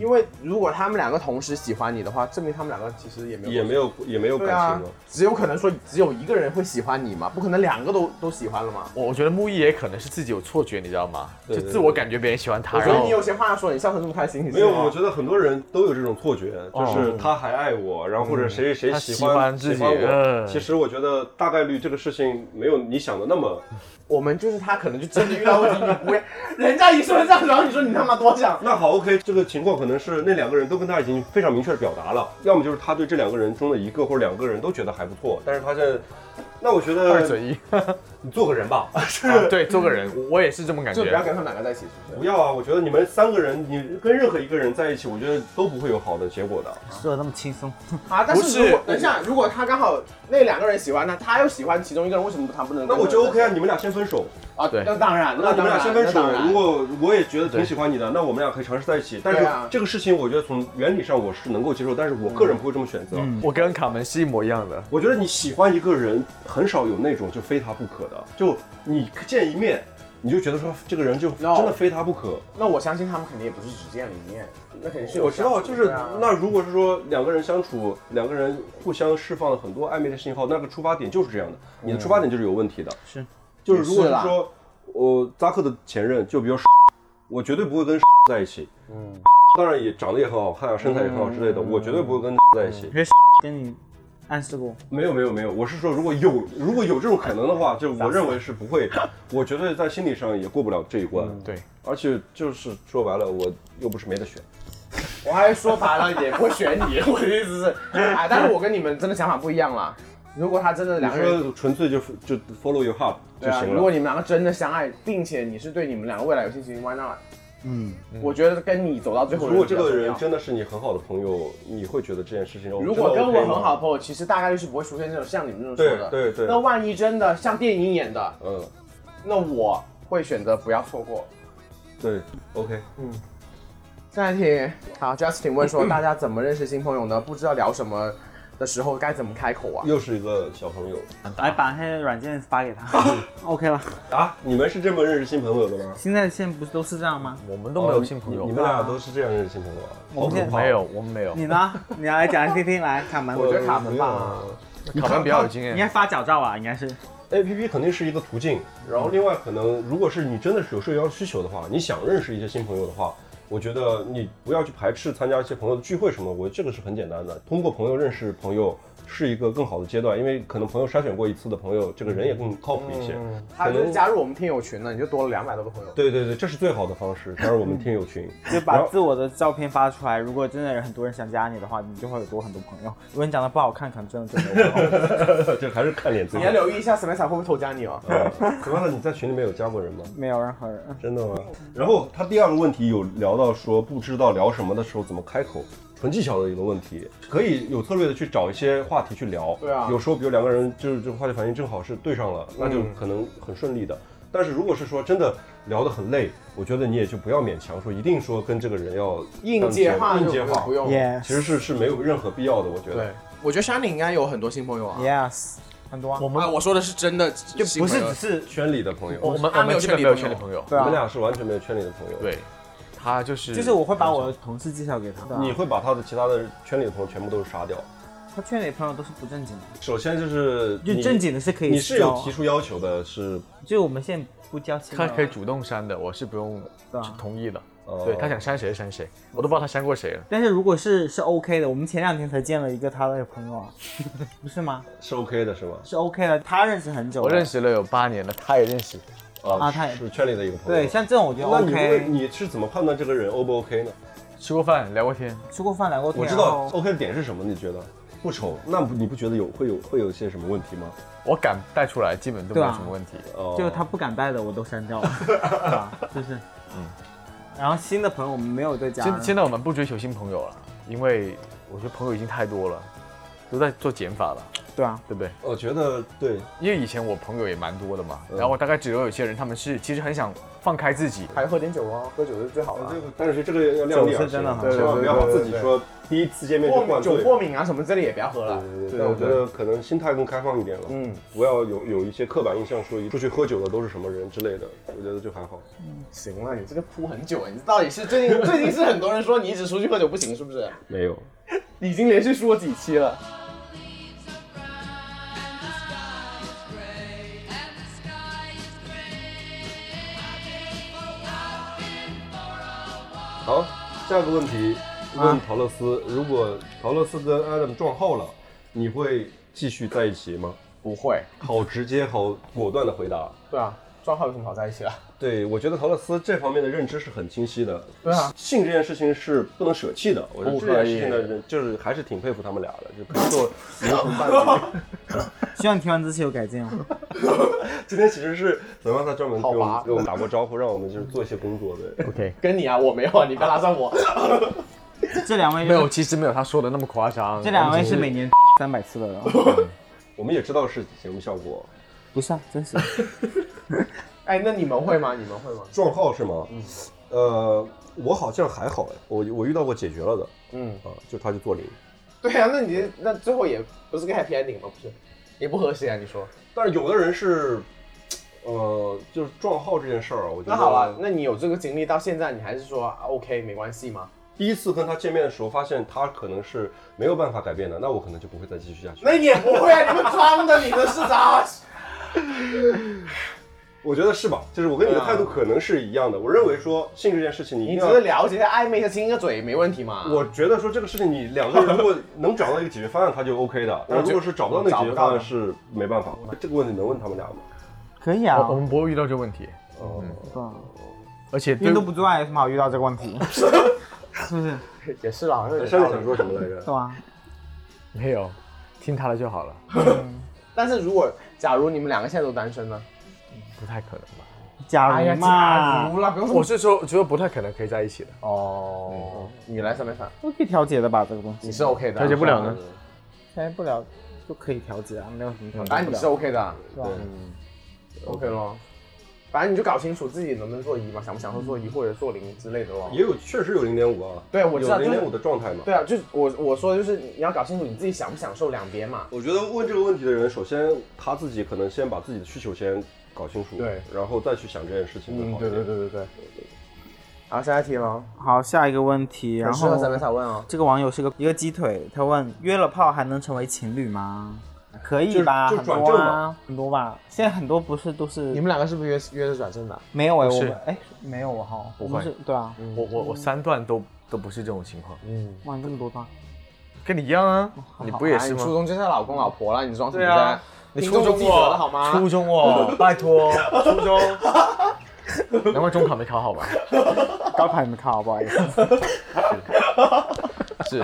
Speaker 4: 因为如果他们两个同时喜欢你的话，证明他们两个其实也没有
Speaker 6: 也没有也没有感
Speaker 4: 对
Speaker 6: 情
Speaker 4: 啊
Speaker 6: 了。，
Speaker 4: 只有可能说只有一个人会喜欢你嘛，不可能两个都都喜欢了嘛。
Speaker 8: 我我觉得木易也可能是自己有错觉，你知道吗？
Speaker 6: 对
Speaker 8: 就
Speaker 6: 对
Speaker 8: 自我感觉别人喜欢他，
Speaker 4: 我觉
Speaker 8: 然
Speaker 4: 得
Speaker 8: 后
Speaker 4: 你有些话说，你笑成这么开心，你是
Speaker 6: 没有，
Speaker 4: 吗
Speaker 6: 我觉得很多人都有这种错觉，就是他还爱我，然后或者谁谁
Speaker 8: 哦嗯他
Speaker 6: 喜
Speaker 8: 喜
Speaker 6: 欢
Speaker 8: 欢
Speaker 6: 喜
Speaker 8: 自己
Speaker 6: 欢我。
Speaker 8: 嗯
Speaker 6: 其实我觉得大概率这个事情没有你想的那么，
Speaker 4: 我们就是他可能就真的遇到问题，你不会，人家一说这样，然后你说你他妈多想，
Speaker 6: 那好，OK，这个情况可能是那两个人都跟他已经非常明确的表达了，要么就是他对这两个人中的一个或者两个人都觉得还不错，但是他现在，那我觉得
Speaker 8: 二选一。啊
Speaker 9: 你做个人吧。
Speaker 8: 对，做个人，我也是这么感觉。
Speaker 4: 就不要跟他们两个在一起，是不
Speaker 6: 不要啊！我觉得你们三个人，你跟任何一个人在一起，我觉得都不会有好的结果的。
Speaker 7: 说的那么轻松，
Speaker 4: 是？啊，但
Speaker 8: 不
Speaker 4: 是
Speaker 8: 是
Speaker 4: 如果等一下，如果他刚好那两个人喜欢他，他又喜欢其中一个人，为什么他不能跟
Speaker 6: 那
Speaker 4: 他们？
Speaker 6: 我觉得 OK 啊，你们俩先分手。
Speaker 4: 啊，
Speaker 8: 对
Speaker 4: 那当然，
Speaker 6: 那你
Speaker 4: 当
Speaker 6: 们
Speaker 4: 然，
Speaker 6: 俩先分
Speaker 4: 那
Speaker 6: 手
Speaker 4: 当。然
Speaker 6: 如果我也觉得挺喜欢你的，那我们俩可以尝试在一起。但
Speaker 4: 对
Speaker 6: 是
Speaker 4: 啊嗯
Speaker 6: 这个事情，我觉得从原理上我是能够接受，但是我个人不会这么选择。
Speaker 8: 我跟卡门是一模一样的。
Speaker 6: 我觉得你喜欢一个人，很少有那种就非他不可的，就你见一面，你就觉得说这个人就
Speaker 4: No
Speaker 6: 真的非他不可。
Speaker 4: 那我相信他们肯定也不是只见了一面，那肯定是有
Speaker 6: 我知道，
Speaker 4: 相处
Speaker 6: 就是
Speaker 4: 对啊
Speaker 6: 那如果是说两个人相处，两个人互相释放了很多暧昧的信号，那个出发点就是这样的，你的出发点就是有问题的。
Speaker 7: 是，
Speaker 6: 就是如果
Speaker 4: 也是
Speaker 6: 是
Speaker 4: 啦
Speaker 6: 说，我扎克的前任就比如，我绝对不会跟在一起。嗯，当然也长得也很好看啊，身材也很好之类的，我绝对不会跟在一起。
Speaker 7: 跟你暗示过，
Speaker 6: 没有没有没有，我是说如果有如果有这种可能的话，就我认为是不会，我觉得在心理上也过不了这一关。
Speaker 8: 对，
Speaker 6: 而且就是说白了，我又不是没得选。
Speaker 4: 我还说白了也不会选你，我的意思是，啊，但是我跟你们真的想法不一样啦。如果他真的
Speaker 6: 你
Speaker 4: 两个人，
Speaker 6: 说纯粹就就 follow your heart 就
Speaker 4: 对啊，
Speaker 6: 行
Speaker 4: 如果
Speaker 6: 了。
Speaker 4: 你们两个真的相爱，并且你是对你们两个未来有信心，Why not？嗯，我觉得跟你走到最后，
Speaker 6: 如果这个人，真的是你很好的朋友，你会觉得这件事情让我哦
Speaker 4: 如果跟我
Speaker 6: 真的 OK 吗
Speaker 4: 很好的朋友，其实大概率是不会出现这种像你们这种说
Speaker 6: 对
Speaker 4: 的。
Speaker 6: 对对
Speaker 4: 那万一真的像电影演的，
Speaker 6: 嗯，
Speaker 4: 那我会选择不要错过。
Speaker 6: 对，OK。
Speaker 4: 下一题，好，Justin 问 说，大家怎么认识新朋友呢？不知道聊什么的时候该怎么开口啊？
Speaker 6: 又是一个小朋友
Speaker 7: 来把那些软件发给 他，OK 了。
Speaker 6: 啊！你们是这么认识新朋友的吗？
Speaker 7: 现在现在不是都是这样吗？
Speaker 8: 我哦们都没有新朋
Speaker 6: 你
Speaker 8: 友
Speaker 6: 你，们俩都是这样认识新朋友啊？
Speaker 7: 我们现在
Speaker 8: 没有，我们没有。
Speaker 7: 你呢？你来讲来听听，来卡门，
Speaker 4: 我觉得卡门吧，
Speaker 8: 卡门比较有经
Speaker 7: 应
Speaker 8: 验
Speaker 7: 该。发脚照啊，应该是
Speaker 6: A P P 肯定是一个途径，然后另外可能，如果是你真的是有社交需求的话，你想认识一些新朋友的话，我觉得你不要去排斥参加一些朋友的聚会什么，我觉得这个是很简单的。通过朋友认识朋友是一个更好的阶段，因为可能朋友筛选过一次的朋友，这个人也更靠谱一些。
Speaker 4: 他就是加入我们听友群了，你就多了两百多个朋友。
Speaker 6: 对对对，这是最好的方式，加入我们听友群。
Speaker 7: 就
Speaker 6: 然
Speaker 7: 把
Speaker 6: 后
Speaker 7: 自我的照片发出来。如果真的有很多人想加你的话，你就会有多很多朋友。如果你长得不好看，可能真的就没有朋友。
Speaker 6: 这还是看脸自
Speaker 4: 你
Speaker 6: 己
Speaker 4: 要。留意一下 Samantha 会不会偷加你哦。
Speaker 6: 怎么了？你在群里面有加过人吗？
Speaker 7: 没有任何人，
Speaker 6: 真的吗？
Speaker 4: 嗯
Speaker 6: 然后他第二个问题有聊到说不知道聊什么的时候怎么开口，纯技巧的一个问题，可以有策略的去找一些话题去聊。
Speaker 4: 对啊
Speaker 6: 有时候比如两个人就是这个话题反应正好是对上了，那就
Speaker 4: 嗯
Speaker 6: 可能很顺利的。但是如果是说真的聊得很累，我觉得你也就不要勉强说一定说跟这个人要
Speaker 4: 应接话
Speaker 6: 应
Speaker 4: 就
Speaker 6: 接话
Speaker 4: 不，用。
Speaker 7: Yes，
Speaker 6: 其实是是没有任何必要的，我觉得。
Speaker 4: 对，我觉得 Shani 应该有很多新朋友啊。
Speaker 7: Yes，很多啊。
Speaker 8: 我们
Speaker 4: 啊，我说的是真的，就
Speaker 8: 就不是只是
Speaker 6: 圈里的朋友，
Speaker 8: 我们
Speaker 4: 他
Speaker 8: 我
Speaker 4: 没有
Speaker 8: 们基本
Speaker 4: 圈里
Speaker 8: 没有
Speaker 4: 朋
Speaker 8: 圈里
Speaker 4: 友
Speaker 8: 朋友。
Speaker 7: 对
Speaker 6: 你们
Speaker 7: 啊，
Speaker 6: 俩是完全没有圈里的朋友。，
Speaker 8: 对，他就是
Speaker 7: 就是我会把我的同事介绍给他。
Speaker 6: 你
Speaker 7: 对啊
Speaker 6: 会把他的其他的圈里的朋友全部都杀掉。
Speaker 7: 他圈里朋友都是不正经的，
Speaker 6: 首先就是
Speaker 7: 就
Speaker 6: 你
Speaker 7: 正经的是可以
Speaker 6: 你是有
Speaker 7: 交啊
Speaker 6: 提出要求的，是
Speaker 7: 就我们现在不交心
Speaker 8: 他
Speaker 7: 了。啊
Speaker 8: 可以主动删的，我是不用
Speaker 7: 对啊
Speaker 8: 同意的。
Speaker 6: 哦
Speaker 8: 对他想删谁删谁，我都不知道他删过谁了。
Speaker 7: 但是如果是是 OK 的，我们前两天才见了一个他的朋友啊，不是吗？
Speaker 6: 是 OK 的，是吗？
Speaker 7: 是 OK 的，他认识很久了，
Speaker 8: 我认识了有八年了，他也认识。
Speaker 6: 啊
Speaker 7: 啊他也
Speaker 6: 是圈里的一个朋友。
Speaker 8: 哦
Speaker 7: 对，像这种我觉得
Speaker 6: 那你会
Speaker 7: OK。
Speaker 6: 你是怎么判断这个人 O 不 OK 呢？
Speaker 8: 吃过饭，聊过天，
Speaker 7: 吃过饭聊过天，
Speaker 6: 我知
Speaker 7: 然
Speaker 6: 道
Speaker 7: 后
Speaker 6: OK 的点是什么，你觉得不丑，那不你不觉得有会有会有些什么问题吗？
Speaker 8: 我敢带出来，基本都没有
Speaker 7: 对啊
Speaker 8: 什么问题。
Speaker 6: 哦，
Speaker 7: 就他不敢带的我都删 掉了，对吧？就是，嗯。然后新的朋友我们没有再加了，
Speaker 8: 现现在我们不追求新朋友了，因为我觉得朋友已经太多了，都在做减法了，
Speaker 7: 对啊，
Speaker 8: 对不对？
Speaker 6: 我觉得对，
Speaker 8: 因为以前我朋友也蛮多的嘛，然后我大概只有有些人他们是其实很想放开自己，
Speaker 4: 还喝点酒啊，喝酒是最好的啊。
Speaker 6: 但是这个要量力而
Speaker 7: 酒是真的
Speaker 6: 行，
Speaker 7: 很
Speaker 6: 千万不要把
Speaker 4: 对对
Speaker 6: 自己说第一次见面就
Speaker 4: 过
Speaker 6: 灌
Speaker 4: 敏
Speaker 6: 醉
Speaker 4: 酒。过敏啊什么这里也不要喝了。
Speaker 6: 对对对，但我觉得可能心态更开放一点了，嗯，不要有有一些刻板印象，说一出去喝酒的都是什么人之类的，我觉得就还好。
Speaker 4: 行了，你这个铺很久，你到底是最近最近是很多人说你一直出去喝酒不行是不是？
Speaker 6: 没有，
Speaker 4: 已经连续说几期了。
Speaker 6: 好，下个问题问陶乐斯：如果陶乐斯跟 Adam 撞号了，你会继续在一起吗？
Speaker 4: 不会。
Speaker 6: 好直接，好果断的回答。
Speaker 4: 对啊，撞号有什么好在一起了？
Speaker 6: 对，我觉得陶乐斯这方面的认知是很清晰的。
Speaker 4: 对啊，
Speaker 6: 性这件事情是不能舍弃的。我觉得这件事情的人就是 还是挺佩服他们俩的，就可以做灵魂伴侣。
Speaker 7: 希望你听完这期有改进哦。
Speaker 6: 今天其实是怎么样？他专门给我
Speaker 4: 好吧
Speaker 6: 们给我们打过招呼，让我们就是做一些工作的。
Speaker 4: OK，跟你啊，我没有，你不要拉上 我。
Speaker 7: 这两位
Speaker 8: 没有，其实没有他说的那么夸张。
Speaker 7: 这两位是
Speaker 8: 我们
Speaker 7: 每年三百次的人，
Speaker 6: 我们也知道是节目效果，
Speaker 7: 不是啊，真是。
Speaker 4: 哎，那你们会吗？你们会吗？
Speaker 6: 撞号是吗？嗯，呃，我好像还好哎，我我遇到过解决了的，
Speaker 4: 嗯，
Speaker 6: 啊，就他就做零。
Speaker 4: 对啊，那你那最后也不是个 happy ending 吗？不是，也不和谐啊。你说，
Speaker 6: 但是有的人是，呃，就是撞号这件事儿啊，我觉
Speaker 4: 那
Speaker 6: 得
Speaker 4: 好了，那你有这个经历到现在，你还是说啊 OK 没关系吗？
Speaker 6: 第一次跟他见面的时候，发现他可能是没有办法改变的，那我可能就不会再继续下去。
Speaker 4: 那你也不会啊，你们装的，你的是啥？
Speaker 6: 我觉得是吧？就是我跟你的态度可能是一样的。我认为说性这件事情，你一
Speaker 4: 啊你只
Speaker 6: 定要
Speaker 4: 是了解一下，暧昧一下，亲个嘴没问题嘛？
Speaker 6: 我觉得说这个事情，你两个人如果能找到一个解决方案，他就 OK 的。但如果是找不到那个解决方案，是没办法。这个问题能问他们俩吗？
Speaker 7: 可以啊
Speaker 8: 我，们不会遇到这个问题，
Speaker 6: 哦，
Speaker 8: 而且
Speaker 7: 运
Speaker 8: 对
Speaker 7: 动不做爱有什么好遇到这个问 题？是不是？
Speaker 4: 也是啦，好像有点
Speaker 6: 山
Speaker 4: 道
Speaker 6: 里
Speaker 4: 理
Speaker 6: 想说什么来着？
Speaker 7: 对啊，
Speaker 8: 没有听他的就好了，
Speaker 4: 但是如果假如你们两个现在都单身呢？
Speaker 8: 不太可能吧？
Speaker 7: 哎假如嘛，
Speaker 4: 啦，不用
Speaker 8: 我是说，觉得不太可能可以在一起的。
Speaker 4: 哦，你来上面反，
Speaker 7: 都可以调节的吧？这个东西
Speaker 4: 你是 OK 的啊，
Speaker 8: 调节不了呢
Speaker 7: 调节不了就可以调节啊，没有什么调节
Speaker 8: 哎
Speaker 4: 反正
Speaker 7: 不
Speaker 4: 你
Speaker 7: 了
Speaker 4: 是 OK 的啊
Speaker 7: 对吧
Speaker 4: ，OK 咯。反正你就搞清楚自己能不能做一嘛，想不想受做一或者做零之类的咯。
Speaker 6: 也有确实有零点五啊，
Speaker 4: 对我知
Speaker 6: 有
Speaker 4: 道
Speaker 6: 零
Speaker 4: 就是
Speaker 6: 点五的状态嘛。
Speaker 4: 对啊，就是我我说的就是你要搞清楚你自己享不享受两边嘛。
Speaker 6: 我觉得问这个问题的人，首先他自己可能先把自己的需求先搞清楚，
Speaker 4: 对，嗯
Speaker 6: 然后再去想这件事情会好一点。
Speaker 4: 对对对。好，下一题喽。
Speaker 7: 好，下一个问题，然
Speaker 4: 很
Speaker 8: 啊
Speaker 4: 适合
Speaker 7: 后
Speaker 4: 咱们想问哦。
Speaker 7: 这个网友是个一个鸡腿，他问约了炮还能成为情侣吗？可以吧，
Speaker 6: 就
Speaker 7: 很
Speaker 6: 就转
Speaker 7: 多
Speaker 6: 正
Speaker 7: 啊，很多吧。现在很多不是都是
Speaker 4: 你们两个是不是约约着转正的？
Speaker 7: 没有哎，我
Speaker 8: 是
Speaker 7: 们哎没有我哈，
Speaker 8: 不
Speaker 7: 我们
Speaker 8: 会嗯
Speaker 7: 是对啊，
Speaker 8: 我我我三段都都不是这种情况，
Speaker 4: 嗯，
Speaker 7: 玩这么多段，
Speaker 8: 跟你一样啊，你不也
Speaker 4: 哎
Speaker 8: 是
Speaker 4: 你
Speaker 8: 吗
Speaker 4: 初？中就是老公老婆啦，你装什么
Speaker 8: 对啊
Speaker 4: 呀？
Speaker 8: 你
Speaker 4: 听
Speaker 8: 初
Speaker 4: 众
Speaker 8: 中
Speaker 4: 记得了好吗？
Speaker 8: 初中哦，拜托，初中。难怪中考没考好吧？
Speaker 7: 高考还没考，不好意思。
Speaker 8: 是，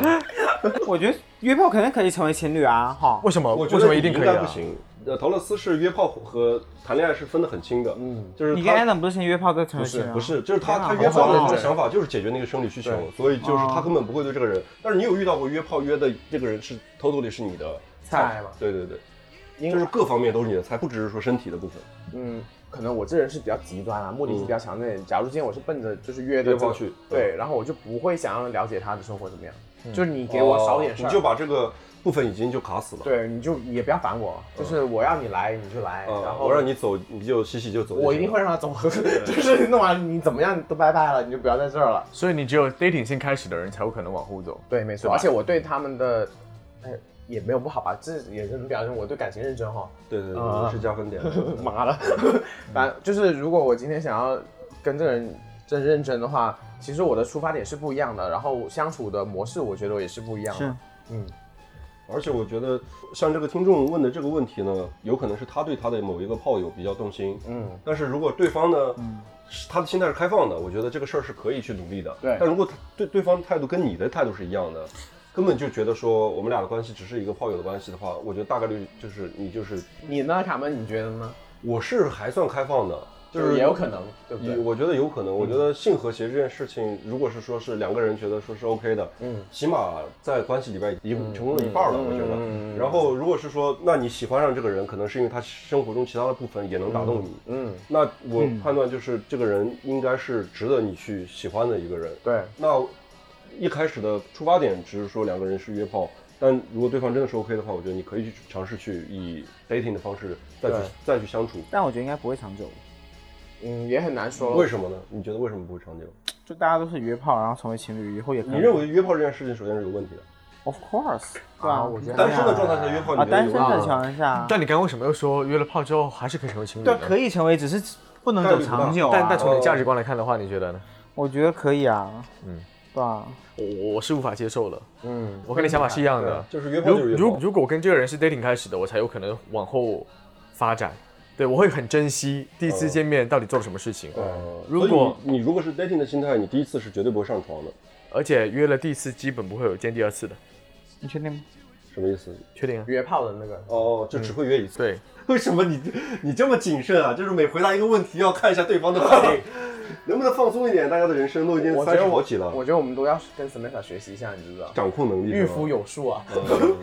Speaker 7: 我觉得约炮肯定可以成为情侣啊，哈。
Speaker 8: 为什么？
Speaker 6: 我
Speaker 8: 为
Speaker 6: 觉
Speaker 8: 什么
Speaker 6: 得
Speaker 8: 一
Speaker 6: 你
Speaker 8: 定
Speaker 6: 应
Speaker 8: 可以
Speaker 6: 该不
Speaker 8: 啊？
Speaker 6: 行。呃，陶乐斯是约炮和谈恋爱是分得很清的，嗯，就是
Speaker 7: 你跟
Speaker 6: 他
Speaker 7: Adam 不是先约炮再成为
Speaker 6: 不
Speaker 7: 情
Speaker 6: 是
Speaker 7: 侣啊？
Speaker 6: 不是，就是他
Speaker 7: 天啊
Speaker 6: 他约
Speaker 7: 好
Speaker 6: 炮的这
Speaker 7: 好
Speaker 6: 个想法就是解决那个生理需求，所以就是他根本不会对这个人。但是你有遇到过约炮约的这个人是 totally 是你的
Speaker 4: 菜嘛，
Speaker 6: 对对对，
Speaker 4: 因
Speaker 6: 就
Speaker 4: 为
Speaker 6: 是各方面都是你的菜，不只是说身体的部分。
Speaker 4: 嗯，可能我这人是比较极端啊，目的性比较强的
Speaker 8: 嗯
Speaker 4: 人。假如今天我是奔着就是约的
Speaker 6: 约炮
Speaker 4: 这个
Speaker 6: 去
Speaker 4: 对，然后我就不会想要了解他的生活怎么样，就是你给我少点事儿，
Speaker 6: 哦你就把这个部分已经就卡死了。
Speaker 4: 对，你就也不要烦我，就是我要你来你就来，
Speaker 6: 嗯，
Speaker 4: 然后
Speaker 6: 我让你走，你就洗洗就走就行了。
Speaker 4: 我一定会让他走， 就是弄完你怎么样都拜拜了，你就不要在这儿了。
Speaker 8: 所以你只有 dating 先开始的人才有可能往后走。
Speaker 4: 对，没错。而且我对他们的，哎，也没有不好吧，这也是能表现我对感情认真哈。
Speaker 6: 对对对，
Speaker 4: 嗯
Speaker 6: 我是加分点。
Speaker 4: 妈的，
Speaker 6: 嗯
Speaker 4: 反正就是如果我今天想要跟这个人真认真的话，其实我的出发点是不一样的，然后相处的模式我觉得也是不一样的
Speaker 7: 是。
Speaker 6: 而且我觉得，像这个听众问的这个问题呢，有可能是他对他的某一个炮友比较动心，
Speaker 4: 嗯，
Speaker 6: 但是如果对方呢，是他的心态是开放的，我觉得这个事儿是可以去努力的。
Speaker 4: 对
Speaker 6: 但如果他对对方的态度跟你的态度是一样的，根本就觉得说我们俩的关系只是一个炮友的关系的话，我觉得大概率就是你就是
Speaker 4: 你呢，卡门？你觉得呢？
Speaker 6: 我是还算开放的，就
Speaker 4: 就是
Speaker 6: 是
Speaker 4: 也有可能，对嗯不
Speaker 6: 也
Speaker 4: 对？
Speaker 6: 嗯我觉得有可能，我觉得性和谐这件事情，如果是说是两个人觉得说是 OK 的，
Speaker 4: 嗯，
Speaker 6: 起码在关系里边已经成功了一半了，
Speaker 4: 嗯
Speaker 6: 我觉得。
Speaker 4: 嗯嗯嗯
Speaker 6: 然后如果是说，那你喜欢上这个人，可能是因为他生活中其他的部分也能打动你，
Speaker 4: 嗯，
Speaker 6: 那我判断就是这个人应该是值得你去喜欢的一个人。
Speaker 4: 对，
Speaker 6: 那一开始的出发点只是说两个人是约炮，但如果对方真的是 OK 的话，我觉得你可以去尝试去以 dating 的方式再去
Speaker 4: 对
Speaker 6: 再去相处。
Speaker 7: 但我觉得应该不会长久，
Speaker 4: 嗯，也很难说。
Speaker 6: 为什么呢？你觉得为什么不会长久？
Speaker 7: 就大家都是约炮，然后成为情侣以后也可以。
Speaker 6: 你认为约炮这件事情首先是有问题的，
Speaker 7: ？Of course，对
Speaker 4: 啊
Speaker 7: 啊，
Speaker 4: 我觉得
Speaker 7: 对啊
Speaker 6: 单身的状态下约炮，
Speaker 7: 啊，
Speaker 6: 你觉得
Speaker 7: 单
Speaker 6: 有
Speaker 7: 身
Speaker 6: 问
Speaker 7: 的
Speaker 6: 题
Speaker 7: 情
Speaker 6: 吗？
Speaker 7: 况下，
Speaker 8: 但你刚刚为什么又说约了炮之后还是可以成为情侣
Speaker 7: 对
Speaker 8: 呢？
Speaker 7: 啊，可以成为，只是不能
Speaker 6: 概率
Speaker 7: 走
Speaker 6: 不大
Speaker 7: 长久啊。
Speaker 8: 但但从你价值观来看的话，你觉得呢？
Speaker 7: 我觉得可以啊，嗯，对啊，
Speaker 8: 我我是无法接受的，
Speaker 4: 嗯，
Speaker 8: 我跟你想法是一样的。
Speaker 6: 就是约炮
Speaker 8: 如
Speaker 6: 就是约
Speaker 8: 如
Speaker 6: 炮。
Speaker 8: 如果跟这个人是 dating 开始的，我才有可能往后发展。对，我会很珍惜第一次见面到底做了什么事情。
Speaker 6: 呃
Speaker 8: 如果
Speaker 6: 所以你你如果是 dating 的心态，你第一次是绝对不会上床的。
Speaker 8: 而且约了第一次，基本不会有见第二次的。
Speaker 7: 你确定吗？
Speaker 6: 什么意思？
Speaker 8: 确定啊？
Speaker 4: 约炮的那个
Speaker 6: 哦，就只会约一次。
Speaker 8: 嗯对，
Speaker 9: 为什么你你这么谨慎啊？就是每回答一个问题要看一下对方的反 应，
Speaker 6: 能不能放松一点？大家的人生都已经
Speaker 4: 我觉
Speaker 6: 三十
Speaker 4: 得
Speaker 6: 好
Speaker 4: 我
Speaker 6: 几了，
Speaker 4: 我觉得我们都要跟 Samantha 学习一下，你知 道，
Speaker 6: 掌控能力是吧
Speaker 4: 御夫有术啊。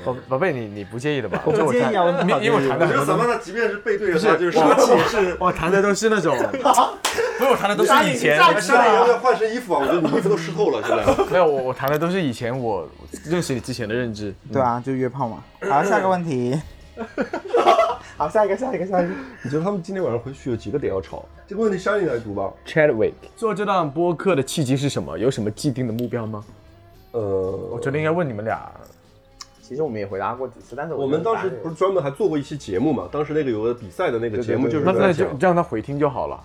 Speaker 8: 宝宝贝，你你不介意的吧？
Speaker 7: 不介意啊，我很讨
Speaker 8: 因为我因为我
Speaker 7: 厌。
Speaker 8: 谈的
Speaker 9: 我觉得
Speaker 8: 很
Speaker 9: 咱
Speaker 8: 多
Speaker 9: 们，呢，即便是背对着他，就是杀气也是。
Speaker 8: 我谈的都是那种，不是我谈的都是以前，
Speaker 6: 山里要不要换身衣服啊？我觉得你衣服都湿透了，现在。
Speaker 8: 没有我我谈的都是以前我认识你之前的认知。
Speaker 7: 对啊，就约炮嘛。好，下个问 题。
Speaker 4: 好，下一个，下一个，下一个。
Speaker 6: 你觉得他们今天晚上回去有几个点要吵？这个问题山里来读吧。
Speaker 8: Chadwick 做这档播客的契机是什么？有什么既定的目标吗？
Speaker 6: 呃，
Speaker 8: 我
Speaker 6: 我
Speaker 8: 觉得应该问你们俩。
Speaker 4: 其实我们也回答过几次，但是
Speaker 6: 我们当时不是专门还做过一期节目嘛？当时那个有个比赛的那个节目就是
Speaker 8: 那那
Speaker 6: 在
Speaker 8: 就
Speaker 6: 讲，
Speaker 8: 让他回听就好了。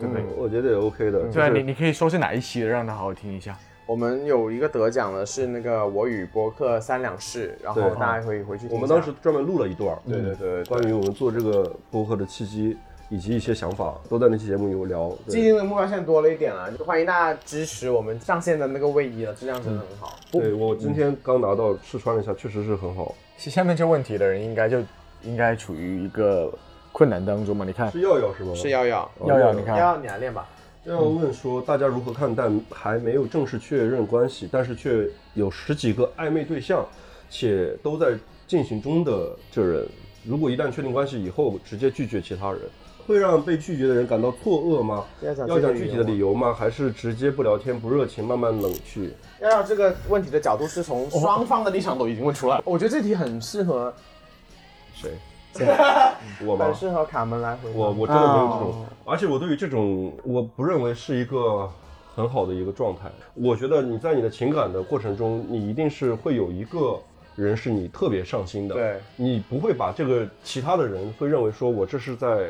Speaker 6: 嗯我觉得也 OK 的。
Speaker 8: 对啊，
Speaker 6: 就是
Speaker 8: 你你可以说是哪一期的，让他好好听一下。
Speaker 4: 我们有一个得奖的是那个我与播客三两事，然后
Speaker 6: 对
Speaker 4: 大家可以回去听一下。
Speaker 6: 我们当时专门录了一段，
Speaker 4: 对对对对
Speaker 6: 关于我们做这个播客的契机以及一些想法，都在那期节目有聊。对
Speaker 4: 基金的目标现在多了一点了，就欢迎大家支持我们上线的那个卫衣了，质量真的很好。
Speaker 6: 对我今天刚拿到试穿了一下，确实是很好。
Speaker 8: 下面这问题的人应该就应该处于一个困难当中嘛？你看，
Speaker 6: 是耀耀是吗？
Speaker 4: 是耀耀，
Speaker 6: 哦
Speaker 8: 耀耀，你看，
Speaker 4: 耀耀你来练吧。
Speaker 6: 要问说大家如何看待还没有正式确认关系，但是却有十几个暧昧对象，且都在进行中的这人，如果一旦确定关系以后直接拒绝其他人，会让被拒绝的人感到错愕吗？
Speaker 4: 要讲
Speaker 6: 要讲
Speaker 4: 具
Speaker 6: 具
Speaker 4: 体
Speaker 6: 体
Speaker 4: 的
Speaker 6: 的
Speaker 4: 理
Speaker 6: 理由吗？还是直接不聊天、不热情、慢慢冷去？
Speaker 4: 耀耀这个问题的角度是
Speaker 6: 哦
Speaker 4: 从双方的立场都已经问出来了，我觉得这题很适合，
Speaker 6: 谁？我吗
Speaker 4: 很？适合卡门来回答。
Speaker 6: 我我真的没有这种，
Speaker 4: 哦
Speaker 6: 而且我对于这种，我不认为是一个很好的一个状态。我觉得你在你的情感的过程中，你一定是会有一个人是你特别上心的，
Speaker 4: 对，
Speaker 6: 你不会把这个其他的人会认为说我这是在。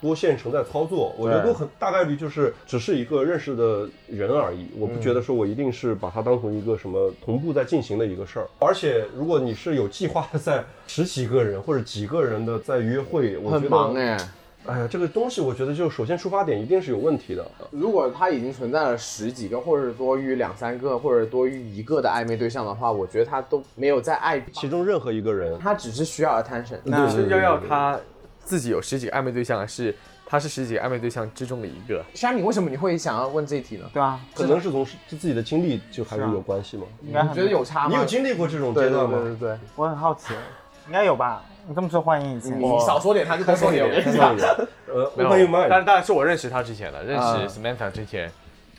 Speaker 6: 多线程在操作，我觉得
Speaker 4: 对
Speaker 6: 都很大概率就是只是一个认识的人而
Speaker 4: 嗯
Speaker 6: 已，我不觉得说我一定是把它当成一个什么同步在进行的一个事儿。而且如果你是有计划的在十几个人或者几个人的在约会，我觉得
Speaker 4: 很忙哎、
Speaker 6: 哎呀，这个东西我觉得就首先出发点一定是有问题的。
Speaker 4: 如果它已经存在了十几个，或者多于两三个，或者多于一个的暧昧对象的话，我觉得他都没有在爱，
Speaker 6: 其中任何一个人，
Speaker 4: 他只是需要 attention。
Speaker 8: 那是耀耀他自己有十几个暧昧对象，还是他是十几个暧昧对象之中的一个？
Speaker 4: 山敏，为什么你会想要问这一题呢？
Speaker 7: 对啊，
Speaker 6: 可能是从自己的经历就还是
Speaker 8: 啊
Speaker 6: 有关系嘛。
Speaker 8: 嗯
Speaker 6: 嗯
Speaker 7: 应该
Speaker 4: 你觉得
Speaker 7: 很，
Speaker 4: 有差
Speaker 6: 啊你
Speaker 4: 吗？
Speaker 6: 有经历过这种
Speaker 4: 对
Speaker 6: 阶
Speaker 4: 对
Speaker 6: 段
Speaker 4: 对
Speaker 6: 吗？
Speaker 4: 对对，
Speaker 7: 我很好奇，哦应该有吧？你这么说欢迎一
Speaker 8: 嗯
Speaker 7: 次。
Speaker 6: 哦
Speaker 4: 你少说点，他就多说点。我跟你 讲，
Speaker 6: 呃
Speaker 8: 没
Speaker 6: ，open your
Speaker 8: 有，但
Speaker 6: mind，
Speaker 8: 当然是我认识他之前的，认
Speaker 4: 啊
Speaker 8: 识 Samantha 之前，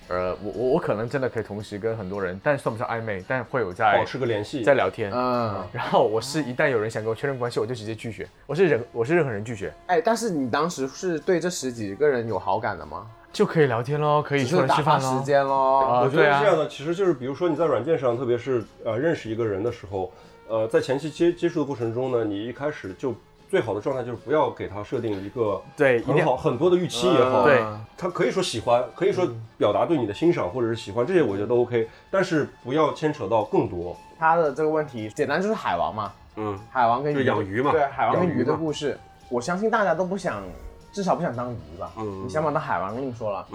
Speaker 8: 呃，我我我可能真的可以同时跟很多人，但算不上暧昧，但会有在
Speaker 6: 保持个联系。
Speaker 8: 在聊天。
Speaker 4: 嗯，
Speaker 8: 然后我是一旦有人想跟我确认关系，我就直接拒绝，我是人，我是任何人拒绝
Speaker 4: 哎，但是你当时是对这十几个人有好感的吗？
Speaker 8: 就可以聊天喽，可以
Speaker 4: 只
Speaker 8: 出
Speaker 4: 是
Speaker 8: 来
Speaker 4: 打
Speaker 8: 吃
Speaker 4: 发
Speaker 8: 饭
Speaker 4: 时
Speaker 8: 喽。
Speaker 4: 间咯。
Speaker 8: 啊，
Speaker 6: 我觉得
Speaker 8: 对
Speaker 6: 是这样
Speaker 8: 啊，
Speaker 6: 的，其实就是比如说你在软件上，特别是呃认识一个人的时候，呃，在前期接接触的过程中呢，你一开始就最好的状态就是不要给他设定一个
Speaker 8: 对一定呃
Speaker 6: 很好很多的预期也好，
Speaker 8: 对嗯
Speaker 6: 他可以说喜欢，可以说表达对你的欣赏或者是喜欢，这些我觉得都 OK，但是不要牵扯到更多。
Speaker 4: 他的这个问题简单就是海王嘛，
Speaker 6: 嗯，
Speaker 4: 海王跟鱼
Speaker 6: 就养鱼嘛
Speaker 4: 对，海王跟
Speaker 6: 养
Speaker 4: 鱼
Speaker 6: 鱼
Speaker 4: 的
Speaker 6: 嘛
Speaker 4: 故事，我相信大家都不想，至少不想当鱼吧。
Speaker 6: 嗯
Speaker 4: 你想把当海王另说了。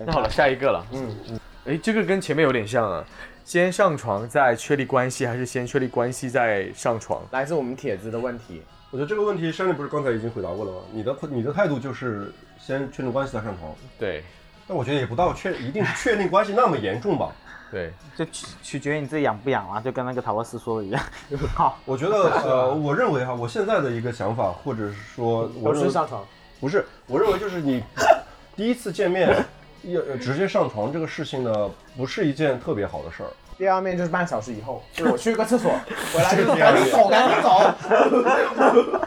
Speaker 8: 那好了，下一个了。嗯嗯，哎，这个跟前面有点像啊。先上床再确立关系，还是先确立关系再上床？
Speaker 4: 来自我们铁子的问题，
Speaker 6: 我觉得这个问题，山里不是刚才已经回答过了吗？你的你的态度就是先确定关系再上床，
Speaker 8: 对
Speaker 6: 但我觉得也不到确一定是确定关系那么严重吧。
Speaker 8: 对，
Speaker 7: 就取取决于你自己养不养啊，就跟那个塔罗斯说 的一样。好，
Speaker 6: 我觉得呃，我认为哈，我现在的一个想法，或者是说，我
Speaker 4: 都
Speaker 6: 认
Speaker 4: 是
Speaker 6: 为
Speaker 4: 上床。
Speaker 6: 不是，我认为就是你第一次见面要呃直接上床这个事情呢，不是一件特别好的事儿。
Speaker 4: 第二面就是半小时以后，就是我去个 厕所，回来就赶紧走，赶紧走。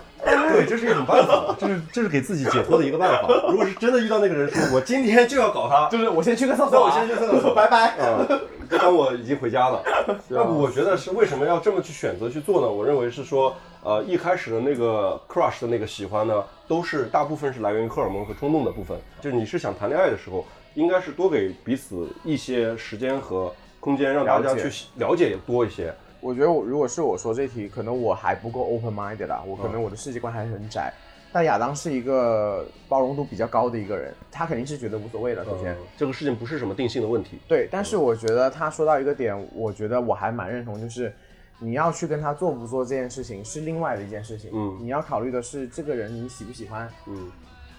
Speaker 6: 对，这是一种办法，这是这是给自己解脱的一个办法。如果是真的遇到那个人说，我今天就要搞他，
Speaker 4: 就是我先去个厕所啊，
Speaker 6: 那我先去厕所
Speaker 4: 拜啊拜。
Speaker 6: 啊，就当我已经回家了。那我觉得是为什么要这么去选择去做呢？我认为是说，呃，一开始的那个 crush 的那个喜欢呢，都是大部分是来源于荷尔蒙和冲动的部分。就是你是想谈恋爱的时候，应该是多给彼此一些时间和空间，让大
Speaker 4: 了
Speaker 6: 家
Speaker 4: 解
Speaker 6: 去了解多一些。
Speaker 4: 我觉得我如果是我说这题，可能我还不够 open minded 啊，我可能我的世界观还很窄。但亚当是一个包容度比较高的一个人，他肯定是觉得无所谓的。首先，
Speaker 6: 嗯这个事情不是什么定性的问题。
Speaker 4: 对，但是我觉得他说到一个点，我觉得我还蛮认同，就是你要去跟他做不做这件事情是另外的一件事情。
Speaker 6: 嗯
Speaker 4: 你要考虑的是这个人你喜不喜欢，
Speaker 6: 嗯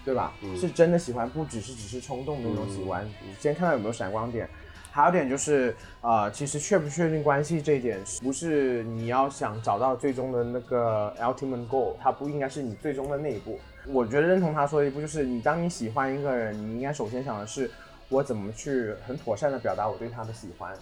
Speaker 4: 对吧？
Speaker 6: 嗯
Speaker 4: 是真的喜欢，不只是只是冲动的那种喜欢。你先看到有没有闪光点。还有一点就是，呃，其实确不确定关系这一点，不是你要想找到最终的那个 ultimate goal，它不应该是你最终的那一步。我觉得认同他说的一步，就是你当你喜欢一个人，你应该首先想的是，我怎么去很妥善的表达我对他的喜欢，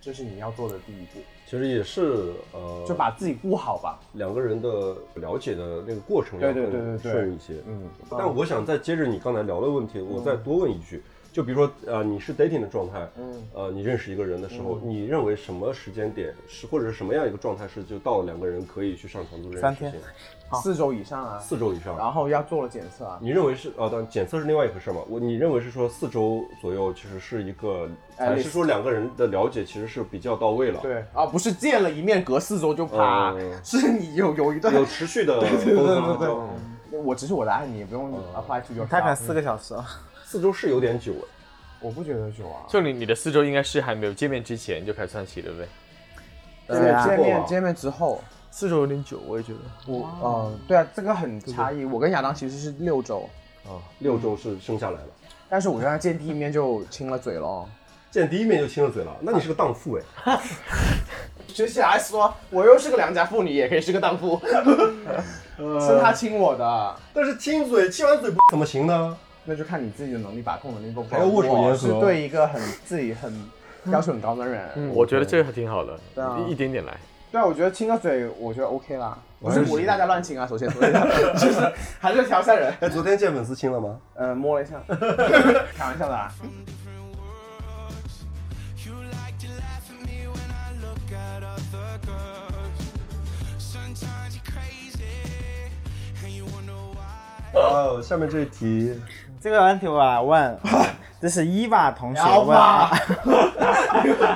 Speaker 4: 这是你要做的第一步，
Speaker 6: 其实也是呃，
Speaker 4: 就把自己顾好吧。
Speaker 6: 两个人的了解的那个过程
Speaker 4: 对
Speaker 6: 要
Speaker 4: 对对对
Speaker 6: 更
Speaker 4: 对
Speaker 6: 顺一些。
Speaker 4: 嗯
Speaker 6: 但我想再接着你刚才聊的问题，我再多问一句，就比如说呃，你是 dating 的状态，
Speaker 4: 嗯
Speaker 6: 呃，你认识一个人的时候，你认为什么时间点是，或者是什么样一个状态是就到了两个人可以去上床做这件
Speaker 4: 三
Speaker 6: 事
Speaker 4: 天
Speaker 6: 情？
Speaker 4: 四周以上啊，
Speaker 6: 四周以上。
Speaker 4: 然后要做了检测啊，
Speaker 6: 你认为是呃，但检测是另外一回事嘛？我你认为是说四周左右，其实是一个，还是说两个人的了解其实是比较到位了？
Speaker 4: 对啊，不是见了一面隔四周就啪，
Speaker 6: 嗯
Speaker 4: 是你有有一段
Speaker 6: 有持续的沟
Speaker 4: 对对对对
Speaker 6: 通
Speaker 4: 对
Speaker 6: 嗯
Speaker 4: 我只是我的爱你，也不用 apply to your。
Speaker 7: 他排四，个小时啊，
Speaker 6: 四周是有点久了，
Speaker 4: 我不觉得久啊。
Speaker 8: 就你你的四周应该是还没有见面之前就开始算起，对不对？
Speaker 4: 对
Speaker 6: 啊
Speaker 4: 见
Speaker 6: 过
Speaker 4: 面
Speaker 6: 啊
Speaker 4: 见面之后，
Speaker 8: 四周有点久，我也觉得。
Speaker 4: 我呃，对啊，这个很差异。我跟亚当其实是六周，
Speaker 6: 六周是生下来了。
Speaker 4: 但是我跟他见第一面就亲了嘴 喽。
Speaker 6: 见第一面就亲了嘴了，那你是个荡妇哎！
Speaker 4: 接下来说，我又是个良家妇女，也可以是个荡妇， 是他亲我的，
Speaker 6: 但是亲嘴，亲完嘴不怎么行呢？
Speaker 4: 那就看你自己的能力把控能力够不够。
Speaker 6: 还要握手言和
Speaker 4: 我是对一个很自己很要求很高的人，
Speaker 8: 嗯我觉得这个还挺好的，
Speaker 4: 对啊
Speaker 8: 一一点点来。
Speaker 4: 对啊，我觉得亲个嘴，我觉得 OK 啦。
Speaker 6: 我
Speaker 4: 我
Speaker 6: 也是
Speaker 4: 是鼓励大家乱亲啊，首先 说一下，就是还是调下人。
Speaker 6: 哎，昨天见粉丝亲了吗？
Speaker 4: 呃，摸了一下， 开玩笑的啊啦。
Speaker 6: 哦，下面这一题，
Speaker 7: 这个问题我来 问，这是伊娃同学问，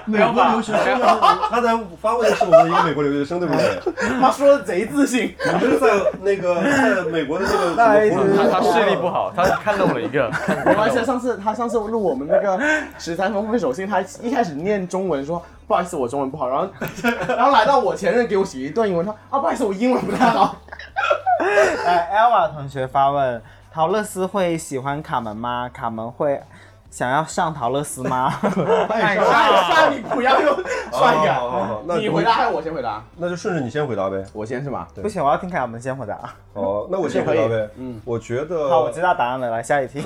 Speaker 6: 美国留学生，他在发问的是我们一个美国留学生，对不对？
Speaker 4: 他说的贼自信，
Speaker 6: 你是在那个在美国的那 个什么活哦动
Speaker 8: 他他视力不好，他看中了一个，
Speaker 4: 没关系。上次他上次录我们那个十三封分手信，他一开始念中文说不好意思我中文不好，然后 然后来到我前任给我写一段英文，他啊不好意思我英文不太 好。
Speaker 7: 呃，Elva 同学发问，陶乐斯会喜欢卡门吗？卡门会想要上陶乐斯 吗？
Speaker 4: 哎呀，你不要用帅
Speaker 6: 哦好好好
Speaker 4: 感，
Speaker 6: 那
Speaker 4: 你回答还是我先回答？
Speaker 6: 那就顺着你先回答呗。
Speaker 4: 我先是吧？
Speaker 7: 不行，我要听卡门先回答。
Speaker 6: 哦，那我先回答呗。嗯，我觉得
Speaker 7: 好，我知道答案了，来下一 题。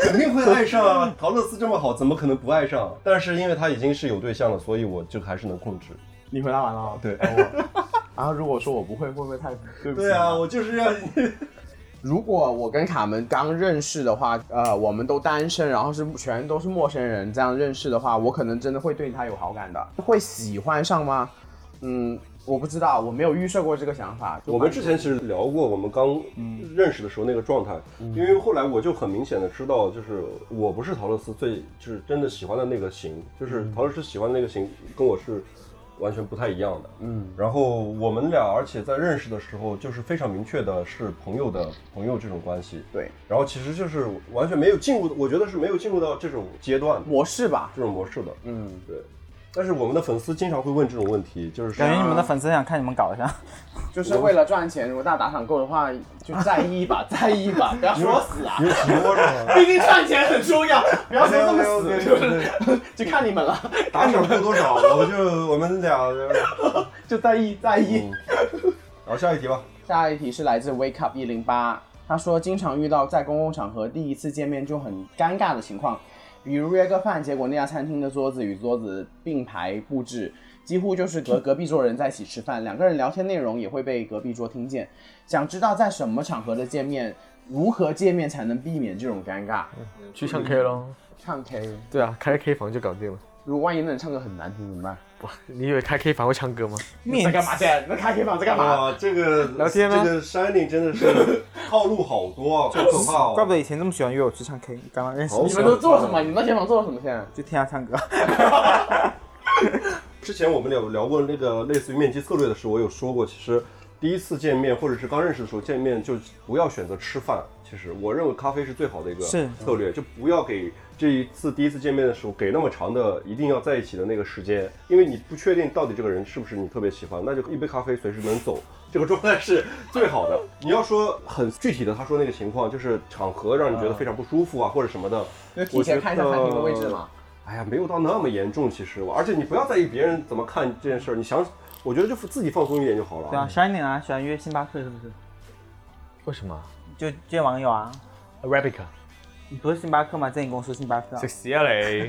Speaker 6: 肯定会爱上啊！ 陶乐斯这么好，怎么可能不爱上？但是因为他已经是有对象了，所以我就还是能控制。
Speaker 4: 你回答完了。
Speaker 6: 对，
Speaker 4: 然后如果说我不会，会不会太对不起？
Speaker 6: 对啊，我就是 要
Speaker 4: 如果我跟卡门刚认识的话，呃，我们都单身，然后是全都是陌生人这样认识的话，我可能真的会对他有好感的，会喜欢上吗？嗯，我不知道，我没有预设过这个想法。就
Speaker 6: 我们之前其实聊过，我们刚
Speaker 4: 嗯
Speaker 6: 认识的时候那个状态，因为后来我就很明显的知道，就是我不是陶乐斯最就是真的喜欢的那个型，
Speaker 4: 嗯
Speaker 6: 就是陶乐斯喜欢的那个型跟我是完全不太一样的。嗯，然后我们俩，而且在认识的时候就是非常明确的是朋友的朋友这种关系，
Speaker 4: 对
Speaker 6: 然后其实就是完全没有进入，我觉得是没有进入到这种阶段的
Speaker 4: 模式吧，
Speaker 6: 这种模式的。
Speaker 4: 嗯，
Speaker 6: 对。但是我们的粉丝经常会问这种问题，就是说啊
Speaker 7: 感觉你们的粉丝想看你们搞一下，
Speaker 4: 就是为了赚钱，如果大家打赏够的话，就在意一把，在意一把，不要说死啊。
Speaker 6: 有几窝是吗？
Speaker 4: 毕竟赚钱很重要，不要说这么
Speaker 6: 没有没有
Speaker 4: 死，
Speaker 6: 没有
Speaker 4: 就是 就看你们了，
Speaker 6: 打赏够多少，我们就我们俩。
Speaker 4: 就在意在意。
Speaker 6: 然后下一题吧。
Speaker 4: 下一题是来自 Wake Up 一零八，他说经常遇到在公共场合第一次见面就很尴尬的情况，比如约个饭，结果那家餐厅的桌子与桌子并排布置，几乎就是隔隔壁桌人在一起吃饭，两个人聊天内容也会被隔壁桌听见。想知道在什么场合的见面，如何见面才能避免这种尴尬？
Speaker 8: 去唱 K 咯。
Speaker 4: 唱 K，
Speaker 8: 对啊，开 K 房就搞定了。
Speaker 4: 如果万一那人唱歌很难听怎么办？
Speaker 8: 你以为开 K 房会唱歌吗？
Speaker 4: 在干嘛去？那开 K 房在干嘛？
Speaker 6: 哇，这个
Speaker 8: 聊天呢
Speaker 6: 这个 Shining 真的是套路好多 啊，好可怕
Speaker 7: 怪不
Speaker 6: 哦！
Speaker 7: 得以前这么喜欢约我去唱 K，刚刚认识
Speaker 6: 好
Speaker 7: 你
Speaker 4: 你们都做了什么？你们在 K 房做了什么？现在？
Speaker 7: 就听他唱歌。
Speaker 6: 之前我们聊聊过那个类似于面基策略的事，我有说过，其实第一次见面或者是刚认识的时候见面，就不要选择吃饭。其实我认为咖啡是最好的一个
Speaker 9: 是
Speaker 6: 策略，就不要给这一次第一次见面的时候给那么长的一定要在一起的那个时间，因为你不确定到底这个人是不是你特别喜欢，那就一杯咖啡随时能走，这个状态是最好的。你要说很具体的，他说那个情况就是场合让你觉得非常不舒服啊，或者什么的，
Speaker 4: 就提前看一下餐厅的位置嘛。
Speaker 6: 哎呀，没有到那么严重，其实我，而且你不要在意别人怎么看这件事儿，你想，我觉得就自己放松一点就好 了。
Speaker 7: 对啊，Shining 啊，喜欢约星巴克是不是？
Speaker 8: 为什么
Speaker 7: 就见网友啊。
Speaker 8: ？Arabica，
Speaker 7: 你不是星巴克吗？在你跟我说星巴克啊、
Speaker 8: 食屎啊 你！食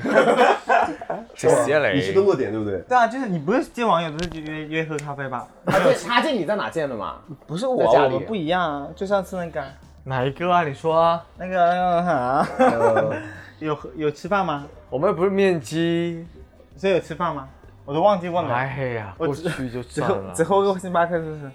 Speaker 6: 是吧
Speaker 8: 屎啊
Speaker 6: 你是跟
Speaker 8: 你！
Speaker 6: 过点对不对？
Speaker 7: 对啊，就是你不是见网友都是约约喝咖啡吧？
Speaker 4: 他见他见你在哪见的嘛？
Speaker 7: 不是
Speaker 4: 在
Speaker 7: 我，
Speaker 4: 家
Speaker 7: 我
Speaker 4: 里
Speaker 7: 们不一样啊。就上次那个啊
Speaker 8: 哪一个啊？你说啊？
Speaker 7: 那个那个啊， 有喝有吃饭吗？
Speaker 8: 我们又不是面基。
Speaker 7: 所以有吃饭吗？我都忘记问了。
Speaker 8: 哎呀，
Speaker 7: 我
Speaker 8: 过
Speaker 7: 只
Speaker 8: 去就
Speaker 7: 只
Speaker 8: 算
Speaker 7: 喝
Speaker 8: 了
Speaker 7: 只。喝过星巴克是不是？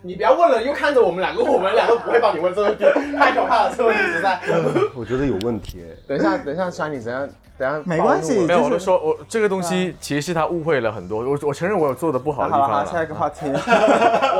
Speaker 4: 你不要问了，又看着我们两个，我们两个不会帮你问这个问题，太可怕了，这个问题实在。
Speaker 6: 我觉得有问题。
Speaker 10: 等一下，等一下，Shiny，等一下，等一下，
Speaker 7: 没关
Speaker 10: 暴
Speaker 7: 系
Speaker 8: 没
Speaker 10: 露
Speaker 7: 就
Speaker 8: 有，
Speaker 7: 是
Speaker 8: 我就说我这个东西其实是他误会了很多。我我承认我有做的不嗯好
Speaker 7: 好
Speaker 8: 的地
Speaker 7: 了好
Speaker 8: 方啊
Speaker 7: 了，下一
Speaker 8: 了。
Speaker 7: 个话 题。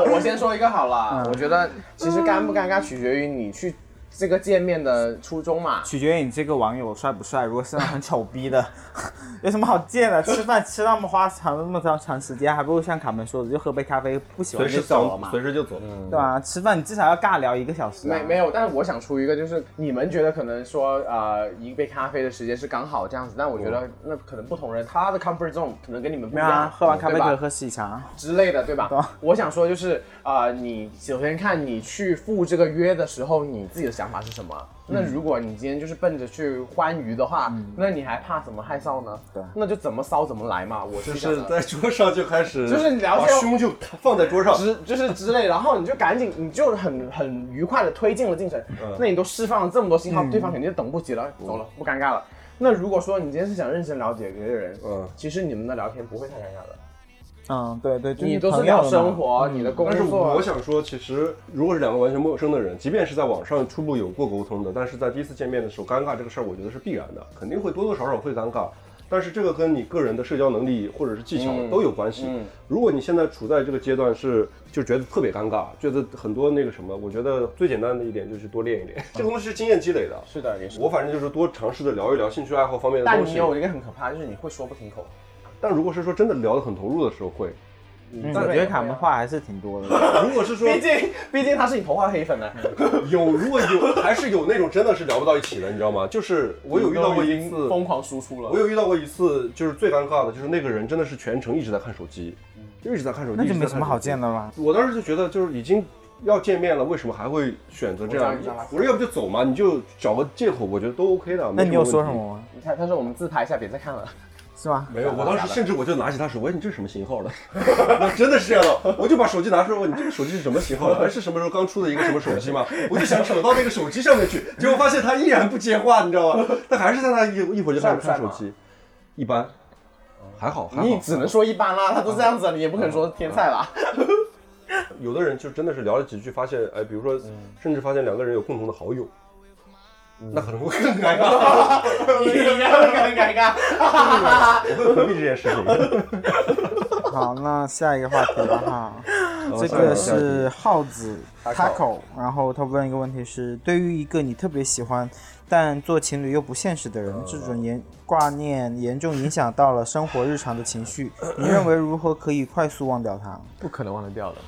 Speaker 4: 我我先说一个好了，
Speaker 10: 我我觉得其实尴不尴尬取决于你去这个见面的初衷嘛。
Speaker 7: 取决于你这个网友帅不帅。如果是那种很丑逼的， 有什么好见的？ 吃饭吃那么花长那么长长时间，还不如像卡门说的，就喝杯咖啡，不喜欢
Speaker 6: 随
Speaker 7: 就
Speaker 6: 时
Speaker 7: 走了
Speaker 6: 走
Speaker 7: 嘛，，
Speaker 6: 随时就走。
Speaker 7: 对吧、吃饭你至少要尬聊一个小时、啊。
Speaker 4: 没没有，但是我想出一个，就是你们觉得可能说呃一杯咖啡的时间是刚好这样子，但我觉得那可能不同人他的 comfort zone 可能跟你们不一
Speaker 7: 没有
Speaker 4: 样，
Speaker 7: 啊，喝完咖啡
Speaker 4: 对吧
Speaker 7: 可以喝喜茶。
Speaker 4: 之类的，对吧？
Speaker 7: 啊
Speaker 4: 我想说就是呃，你首先看你去赴这个约的时候，你自己的想法是什么？
Speaker 6: 嗯
Speaker 4: 那如果你今天就是奔着去欢愉的话，那你还怕什么害臊呢？对，那就怎么骚怎么来嘛。我
Speaker 6: 就是
Speaker 4: 想
Speaker 6: 是
Speaker 4: 的
Speaker 6: 在桌上就开始，
Speaker 4: 就是你聊
Speaker 6: 把
Speaker 4: 天
Speaker 6: 胸就放在桌上，
Speaker 4: 之就是之类，然后你就赶紧，你就很很愉快的推进了进程。
Speaker 6: 嗯
Speaker 4: 那你都释放了这么多信号，对方肯定就等不及了，走了，不尴尬了。那如果说你今天是想认真了解别人，
Speaker 6: 嗯
Speaker 4: 其实你们的聊天不会太尴尬的。
Speaker 7: 嗯，对对，就是
Speaker 4: 你都是
Speaker 7: 朋友
Speaker 4: 聊
Speaker 7: 嘛
Speaker 4: 生。活，你的工
Speaker 6: 嗯但是
Speaker 4: 作，啊
Speaker 6: 我想说，其实如果是两个完全陌生的人，即便是在网上初步有过沟通的，但是在第一次见面的时候，尴尬这个事儿，我觉得是必然的，肯定会多多少少会尴尬。但是这个跟你个人的社交能力或者是技巧
Speaker 4: 嗯
Speaker 6: 都有关系。如果你现在处在这个阶段是就觉得特别尴尬，觉得很多那个什么，我觉得最简单的一点就是多练一练，这个东西是经验积累的。
Speaker 4: 嗯是的，也是。
Speaker 6: 我反正就是多尝试着聊一聊兴趣爱好方面的
Speaker 4: 但
Speaker 6: 东西。
Speaker 4: 你有一个很可怕，就是你会说不停口。
Speaker 6: 但如果是说真的聊得很投入的时候会，
Speaker 7: 嗯，我觉得卡门话还是挺多的。
Speaker 6: 如果是说
Speaker 4: 毕竟，毕竟他是你头号黑粉呢。
Speaker 6: 有，如果有，还是有那种真的是聊不到一起的，你知道吗？就是我有遇到过一次，
Speaker 4: 疯狂输出了
Speaker 6: 我。有遇到过一次，就是最尴尬的，就是那个人真的是全程一直在看手机，就一直在看手机，
Speaker 7: 那
Speaker 6: 一
Speaker 7: 就
Speaker 6: 直在
Speaker 7: 没
Speaker 6: 看
Speaker 7: 什么好
Speaker 6: 手机
Speaker 7: 见的了。
Speaker 6: 我当时就觉得，就是已经要见面了，为什么还会选择这样
Speaker 4: 我知道你知道？
Speaker 6: 我说要不就走嘛，你就找个借口，我觉得都 OK 的。
Speaker 7: 那你有说
Speaker 6: 没
Speaker 7: 什
Speaker 6: 问题？
Speaker 7: 么吗？
Speaker 4: 他他说我们自拍一下，别再看了。
Speaker 7: 是吗？
Speaker 6: 没有，我当时甚至我就拿起他手，喂，你这是什么型号的？ 我真的是这样的，我就把手机拿出来，问你这个手机是什么型号的？ 还是什么时候刚出的一个什么手机吗？我就想扯到那个手机上面去，结果发现他依然不接话，你知 道吗？他还是在那一一会儿就开始看手机，一般，还好，还好。
Speaker 4: 你只能说一般啦，他都这样子了，啊你也不可能说天菜啦。
Speaker 6: 有的人就真的是聊了几句，发现哎，比如说，甚至发现两个人有共同的好友，那可能会更尴尬，
Speaker 4: 你要很尴 尬。
Speaker 6: 我会回避这件事情。
Speaker 7: 好，那下一个话题了哈。这个是耗子 Taco，然后他问一个问题是：对于一个你特别喜欢，但做情侣又不现实的人，这种严挂念严重影响到了生活日常的情 绪，你认为如何可以快速忘掉他？
Speaker 8: 不可能忘得掉的。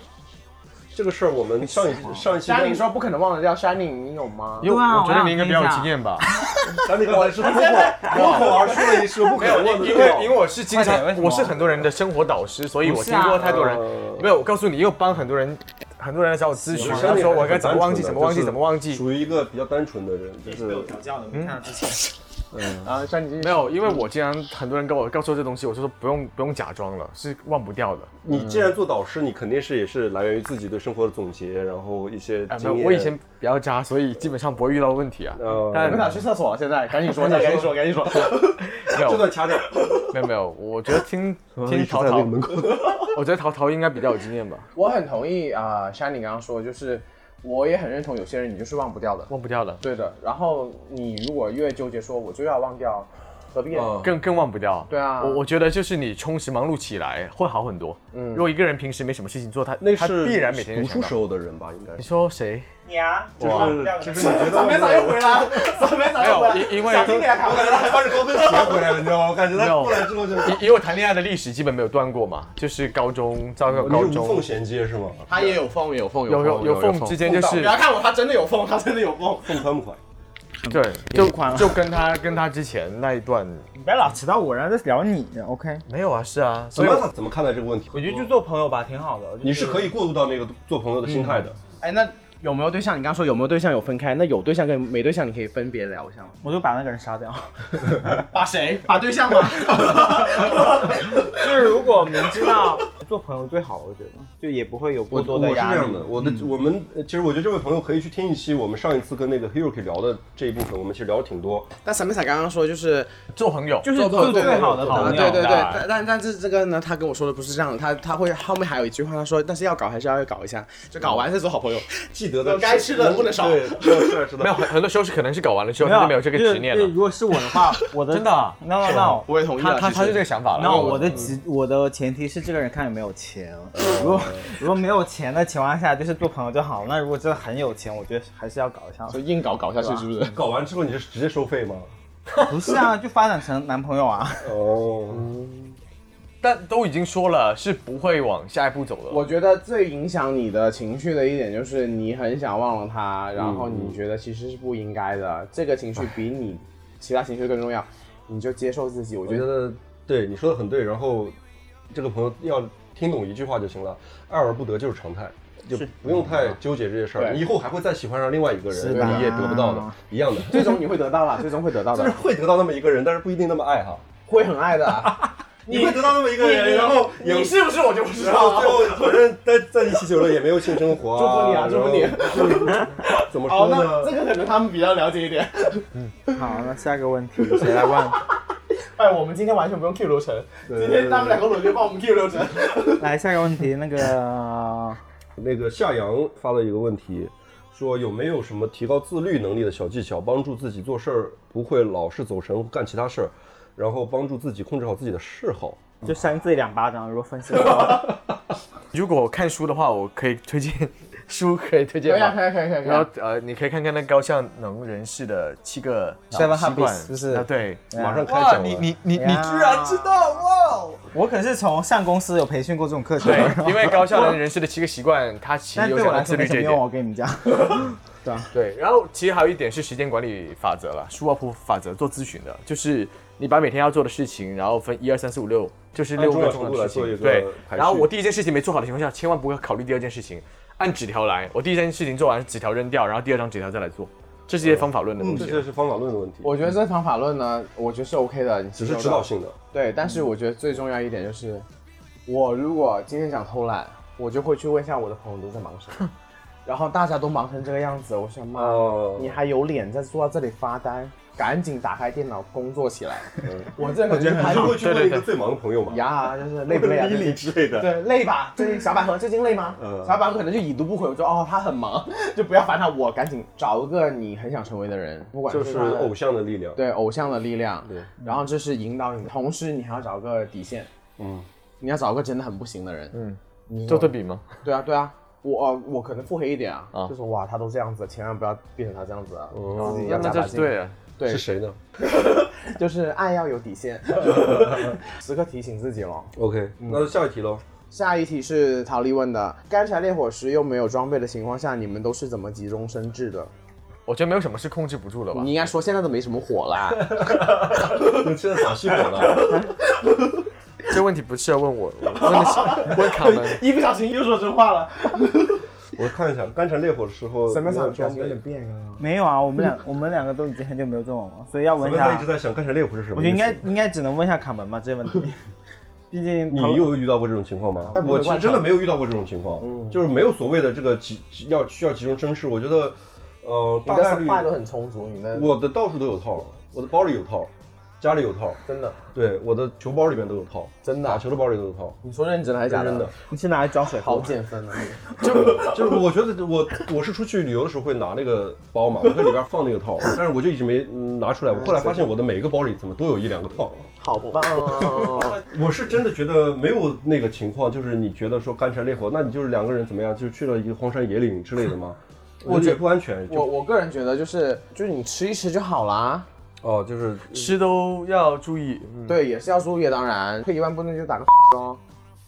Speaker 6: 这个事儿我们上一上一期
Speaker 4: 山 h 说不可能忘得掉 s h i n i n 你有吗？
Speaker 8: 因为我觉
Speaker 7: 啊我
Speaker 8: 得
Speaker 7: 想
Speaker 8: 你应该比
Speaker 7: 听一
Speaker 8: 较有
Speaker 7: 下
Speaker 8: 经验吧。
Speaker 6: 咱那个是脱口脱口而出了一说不可能忘得
Speaker 8: 因为因为
Speaker 6: 掉。
Speaker 8: 我是经
Speaker 7: 快
Speaker 8: 常
Speaker 7: 点为什，么
Speaker 8: 我是很多人的生活导师，所以我
Speaker 7: 不是
Speaker 8: 听
Speaker 7: 啊
Speaker 8: 过太多人
Speaker 6: 呃。
Speaker 8: 没有，我告诉你，又帮很多人，很多人来找我咨询，他说我该怎么忘记，怎么忘记，怎么忘记。
Speaker 6: 属于一个比较单纯的人，就是
Speaker 7: 教的，没看到之前。
Speaker 4: 啊 s h i n i n
Speaker 8: 没有，因为我经常很多人跟我告诉我这东西，我就说不用不用假装了，是忘不掉的。
Speaker 6: 你既然做导师，你肯定是也是来源于自己对生活的总结，然后一些
Speaker 8: 哎，没有，
Speaker 6: 经验。
Speaker 8: 我以前比较渣，所以基本上不会遇到问题啊。
Speaker 6: 呃，
Speaker 4: 你们俩去厕所了，现在 赶紧说，赶紧说，赶紧说。
Speaker 8: 没
Speaker 6: 这
Speaker 8: 有
Speaker 6: 段掐掉，
Speaker 8: 没有没有，我觉得 听听
Speaker 6: 在
Speaker 8: 淘
Speaker 6: 那
Speaker 8: 淘
Speaker 6: 个，门口。
Speaker 8: 我觉得淘淘应该比较有经验吧，
Speaker 4: 我很同意啊 s h i n i n 刚刚说的，就是我也很认同，有些人你就是忘不掉的。
Speaker 8: 忘不掉的。
Speaker 4: 对的，然后你如果越纠结说我就要忘掉，
Speaker 10: 何必呢？
Speaker 8: 更更忘不掉。
Speaker 10: 对啊
Speaker 8: 我我觉得就是你充实忙碌起来会好很多。嗯，如果一个人平时没什么事情做，他
Speaker 6: 那
Speaker 8: 他
Speaker 6: 是
Speaker 8: 必然每天
Speaker 6: 读
Speaker 8: 就
Speaker 6: 书
Speaker 8: 想到
Speaker 6: 时候的人吧，应该
Speaker 8: 你
Speaker 6: 是。
Speaker 8: 说谁？
Speaker 7: 你啊，
Speaker 8: 哇
Speaker 6: 就是就是你觉得
Speaker 10: 早又回来，怎么早
Speaker 8: 没有，因因为
Speaker 10: 卡回来，
Speaker 9: 穿着高跟鞋回来了，你知道吗？我感觉
Speaker 8: 没
Speaker 9: 他
Speaker 8: 有
Speaker 9: 过来之后就，
Speaker 8: 因因为我谈恋爱的历史基本没有断过嘛，就是高中到
Speaker 6: 你
Speaker 8: 高
Speaker 6: 是无缝
Speaker 8: 中，
Speaker 6: 衔接是吗？
Speaker 4: 他也有缝，有缝，
Speaker 8: 有有有缝之间就是
Speaker 4: 看我，他真的有缝，他真的有缝。
Speaker 6: 缝宽不宽？
Speaker 4: 嗯
Speaker 8: 对，
Speaker 7: 也
Speaker 8: 就是
Speaker 7: 宽了
Speaker 8: 就跟他跟他之前那一段
Speaker 7: 你不要老提到我，然后再聊你，OK？
Speaker 8: 没有啊，是啊，
Speaker 6: 怎
Speaker 8: 所以我
Speaker 6: 么怎么看待这个问题？
Speaker 7: 我觉得就做朋友吧，挺好的。我觉得
Speaker 6: 你是可以过渡到那个做朋友的心态的。
Speaker 4: 哎，那有没有对象？你刚说有没有对象有分开？那有对象跟没对象，你可以分别聊一下吗？
Speaker 7: 我就把那个人杀掉。
Speaker 4: 把谁？把对象吗？
Speaker 7: 就是如果明知道做朋友最好，我觉得就也不会有过
Speaker 6: 我
Speaker 7: 多
Speaker 6: 我
Speaker 7: 的
Speaker 6: 是这
Speaker 7: 压
Speaker 6: 样
Speaker 7: 力。
Speaker 6: 的，我的、我们呃其实我觉得这位朋友可以去听一期我们上一次跟那个 Hiroki 聊的这一部分，我们其实聊了挺多。
Speaker 4: 但 Samantha 刚刚说就是
Speaker 8: 做朋友
Speaker 4: 就是做
Speaker 7: 最好的
Speaker 4: 啊，
Speaker 7: 朋
Speaker 4: 对
Speaker 7: 友，
Speaker 4: 对对，
Speaker 8: 当然
Speaker 4: 但但但是这个呢，他跟我说的不是这样的，他他会后面还有一句话，他说，但是要搞还是要搞一下，就搞完再做好朋友。
Speaker 6: 记得的
Speaker 4: 该吃的不能少
Speaker 6: 对，是的，是的。
Speaker 8: 没有很很多时候是可能是搞完了之后他就没有嗯这个执念
Speaker 7: 对
Speaker 8: 了
Speaker 7: 如，果是我的 话，我的
Speaker 8: 真的啊
Speaker 7: no no no，
Speaker 4: 我也同意
Speaker 8: 他
Speaker 4: 了，
Speaker 8: 他
Speaker 4: 其实嗯
Speaker 8: 他就这个想法了。
Speaker 7: 那我的前我的前提是这个人看有没有钱，如果如果没有钱的情况下，就是做朋友就好。那如果真的很有钱，我觉得还是要搞一下。
Speaker 4: 就 硬搞搞下去，是不是？
Speaker 6: 搞完之后你是直接收费吗？
Speaker 7: 不是啊，就发展成男朋友啊。
Speaker 6: 哦，
Speaker 8: 但都已经说了是不会往下一步走的。
Speaker 4: 我觉得最影响你的情绪的一点就是你很想忘了他，然后你觉得其实是不应该的，这个情绪比你其他情绪更重要，你就接受自己。我
Speaker 6: 我
Speaker 4: 觉
Speaker 6: 觉
Speaker 4: 得
Speaker 6: 得对你说的很对。然后这个朋友要听懂一句话就行了，爱而不得就是常态。就不用太纠结这些事儿，
Speaker 4: 对
Speaker 6: 你以后还会再喜欢上另外一个人，
Speaker 7: 是吧
Speaker 6: 你也得不到
Speaker 4: 啊
Speaker 6: 的，一样的。
Speaker 4: 最终你会得 到啦，最终会得到
Speaker 6: 就是
Speaker 4: 的，
Speaker 6: 会得到那么一个人，但是不一定那么爱哈。
Speaker 4: 会很爱的啊。
Speaker 6: 你会得到那么一个人，然后也
Speaker 4: 你是不是我就不知
Speaker 6: 然
Speaker 4: 道
Speaker 6: 后
Speaker 4: 了？
Speaker 6: 最后反正在在一起久了也没有性生活、啊。
Speaker 4: 祝福你啊
Speaker 6: 祝福你！ 怎么
Speaker 4: 哦
Speaker 6: 说，
Speaker 4: 那
Speaker 6: 呢？
Speaker 4: 这个可能他们比较了解一点。
Speaker 7: 好，那下个问题谁来问？
Speaker 4: 哎，我们今天完全不用 Q 流程，
Speaker 6: 对
Speaker 4: 今天他们两个轮流帮我们 Q 流程。
Speaker 7: 来下个问题，那个
Speaker 6: 那个夏阳发了一个问题，说有没有什么提高自律能力的小技巧，帮助自己做事儿不会老是走神干其他事儿，然后帮助自己控制好自己的嗜好。
Speaker 4: 嗯
Speaker 7: 就扇自己两巴掌，如果分析的话，
Speaker 8: 如果看书的话，我可以推荐书，可以推荐吗？
Speaker 4: 以啊可以可以
Speaker 8: 然后呃，你可以看看那高效能人士的七个习
Speaker 7: Seven
Speaker 8: 惯，
Speaker 7: Habits，是不是
Speaker 8: 啊，对，
Speaker 6: 马上开
Speaker 8: 哇，
Speaker 6: 讲
Speaker 8: 你
Speaker 6: 了。
Speaker 8: 你你你
Speaker 7: 居然知道哇！
Speaker 8: 哦
Speaker 7: 我可是从上公司有培训过这种课程，
Speaker 8: 对，因为高效能人士的七个习惯，它 其
Speaker 7: 但
Speaker 8: 实
Speaker 7: 是
Speaker 8: 有
Speaker 7: 对我
Speaker 8: 讲
Speaker 7: 来
Speaker 8: 到
Speaker 7: 说
Speaker 8: 自
Speaker 7: 没
Speaker 8: 律
Speaker 7: 什么
Speaker 8: 这一
Speaker 7: 用，
Speaker 8: 点。
Speaker 7: 我跟你们讲。
Speaker 8: 对，然后其实还有一点是时间管理法则了，舒沃普法则做咨询的，就是你把每天要做的事情，然后分一二三四五六，就是
Speaker 6: 按
Speaker 8: 六
Speaker 6: 重
Speaker 8: 个
Speaker 6: 要
Speaker 8: 重
Speaker 6: 程度
Speaker 8: 要
Speaker 6: 来
Speaker 8: 的事
Speaker 6: 做一
Speaker 8: 情。
Speaker 6: 个
Speaker 8: 对，
Speaker 6: 排序
Speaker 8: 然后我第一件事情没做好的情况下，千万不要考虑第二件事情，按纸条来。我第一件事情做完，纸条扔掉，然后第二张纸条再来做，这是一些方法论的东
Speaker 6: 嗯，
Speaker 8: 西
Speaker 6: 这。就是方法论的问题，
Speaker 4: 我觉得这方法论呢，我觉得是 OK 的，你
Speaker 6: 只
Speaker 4: 只
Speaker 6: 是指导性的。
Speaker 4: 对，但
Speaker 6: 嗯
Speaker 4: 是我觉得最重要一点就是，我如果今天想偷懒，我就会去问一下我的朋友都在忙什 么，然后大家都忙成这个样子，我想妈，
Speaker 6: 哦
Speaker 4: 你还有脸在坐在这里发呆？赶紧打开电脑工作起来！
Speaker 6: 嗯
Speaker 4: 我这个人还
Speaker 6: 你就会去问一
Speaker 8: 对对
Speaker 6: 个
Speaker 8: 对
Speaker 6: 最忙的朋友嘛，
Speaker 4: 呀，就是累不 累啊？
Speaker 6: 理理之类的。
Speaker 4: 对，累吧？最近小百合最近累吗？
Speaker 6: 嗯
Speaker 4: 小百合可能就已读不回，我就哦，他很忙， 就不要烦他，我赶紧找一个你很想成为的人，不管
Speaker 6: 就是
Speaker 4: 他的
Speaker 6: 偶像的力量。
Speaker 4: 对偶像的力量，对，然后这是引导你，同时你还要找个底线，
Speaker 6: 嗯，
Speaker 4: 你要找个真的很不行的人，
Speaker 8: 嗯
Speaker 4: 嗯，
Speaker 8: 做对比吗？
Speaker 4: 对啊对啊，我呃我可能腹黑一点啊，
Speaker 8: 啊
Speaker 4: 就说哇他都这样子，千万不要变成他这样子啊，
Speaker 6: 哦
Speaker 4: 自己
Speaker 8: 那
Speaker 4: 要
Speaker 8: 那
Speaker 4: 加
Speaker 8: 这
Speaker 4: 把
Speaker 8: 是
Speaker 4: 劲，
Speaker 8: 对啊。
Speaker 4: 对
Speaker 6: 是，谁呢
Speaker 4: 就是爱要有底线， 时刻提醒自己咯。
Speaker 6: ？OK，那下一题喽。
Speaker 4: 下一题是陶丽问的，干柴烈火时又没有装备的情况下，你们都是怎么急中生智的？
Speaker 8: 我觉得没有什么是控制不住的吧
Speaker 4: 你。应该说现在都没什么火 啦，
Speaker 6: 你现在早熄火了，
Speaker 8: 这个问题不是要问我，我问的是问卡 门。
Speaker 4: 一不小心又说真话了。
Speaker 6: 我看一下，干柴烈火的时候，
Speaker 4: 什么
Speaker 6: 没有
Speaker 4: 场景
Speaker 6: 装备
Speaker 4: 有点变啊？
Speaker 7: 没有啊，我们两 我们两个都已经很久没有这种了，所以要
Speaker 6: 我
Speaker 7: 问一
Speaker 6: 们他一
Speaker 7: 下
Speaker 6: 直。在想干柴烈火是什么？
Speaker 7: 我觉得应该，应该只能问一下卡门吧，这个问题。 毕竟
Speaker 6: 你有遇到过这种情况吗？我其实真的没有遇到过这种情况，就是没有所谓的这个集集要需要集中争势。我觉得，呃，
Speaker 4: 你
Speaker 6: 大
Speaker 4: 的
Speaker 6: 概
Speaker 4: supply 都
Speaker 6: 率
Speaker 4: 很充足，你的
Speaker 6: 我的到处都有套了，我的包里有套，家里有套，
Speaker 4: 真的。
Speaker 6: 对，我的球包里面都有套，
Speaker 4: 真的啊
Speaker 6: 打球的包里都有套。
Speaker 4: 你说认真的还是假
Speaker 6: 认真的？
Speaker 7: 你是拿来装水
Speaker 4: 好
Speaker 7: 壶？
Speaker 4: 减分啊！
Speaker 6: 就是我觉得我我是出去旅游的时候会拿那个包嘛，我在里边放那个套，但是我就一直没嗯拿出来。我后来发现我的每一个包里怎么都有一两个套。
Speaker 4: 好棒哦！
Speaker 6: 我是真的觉得没有那个情况，就是你觉得说干柴烈火，那你就是两个人怎么样，就是去了一个荒山野岭之类的吗？我觉得也不安全。
Speaker 4: 我
Speaker 6: 就
Speaker 4: 我个人觉得就是就是你吃一吃就好啦。
Speaker 6: 哦，就是
Speaker 8: 吃都要注意，嗯、
Speaker 4: 对，也是要注意，当然退一万步那就打个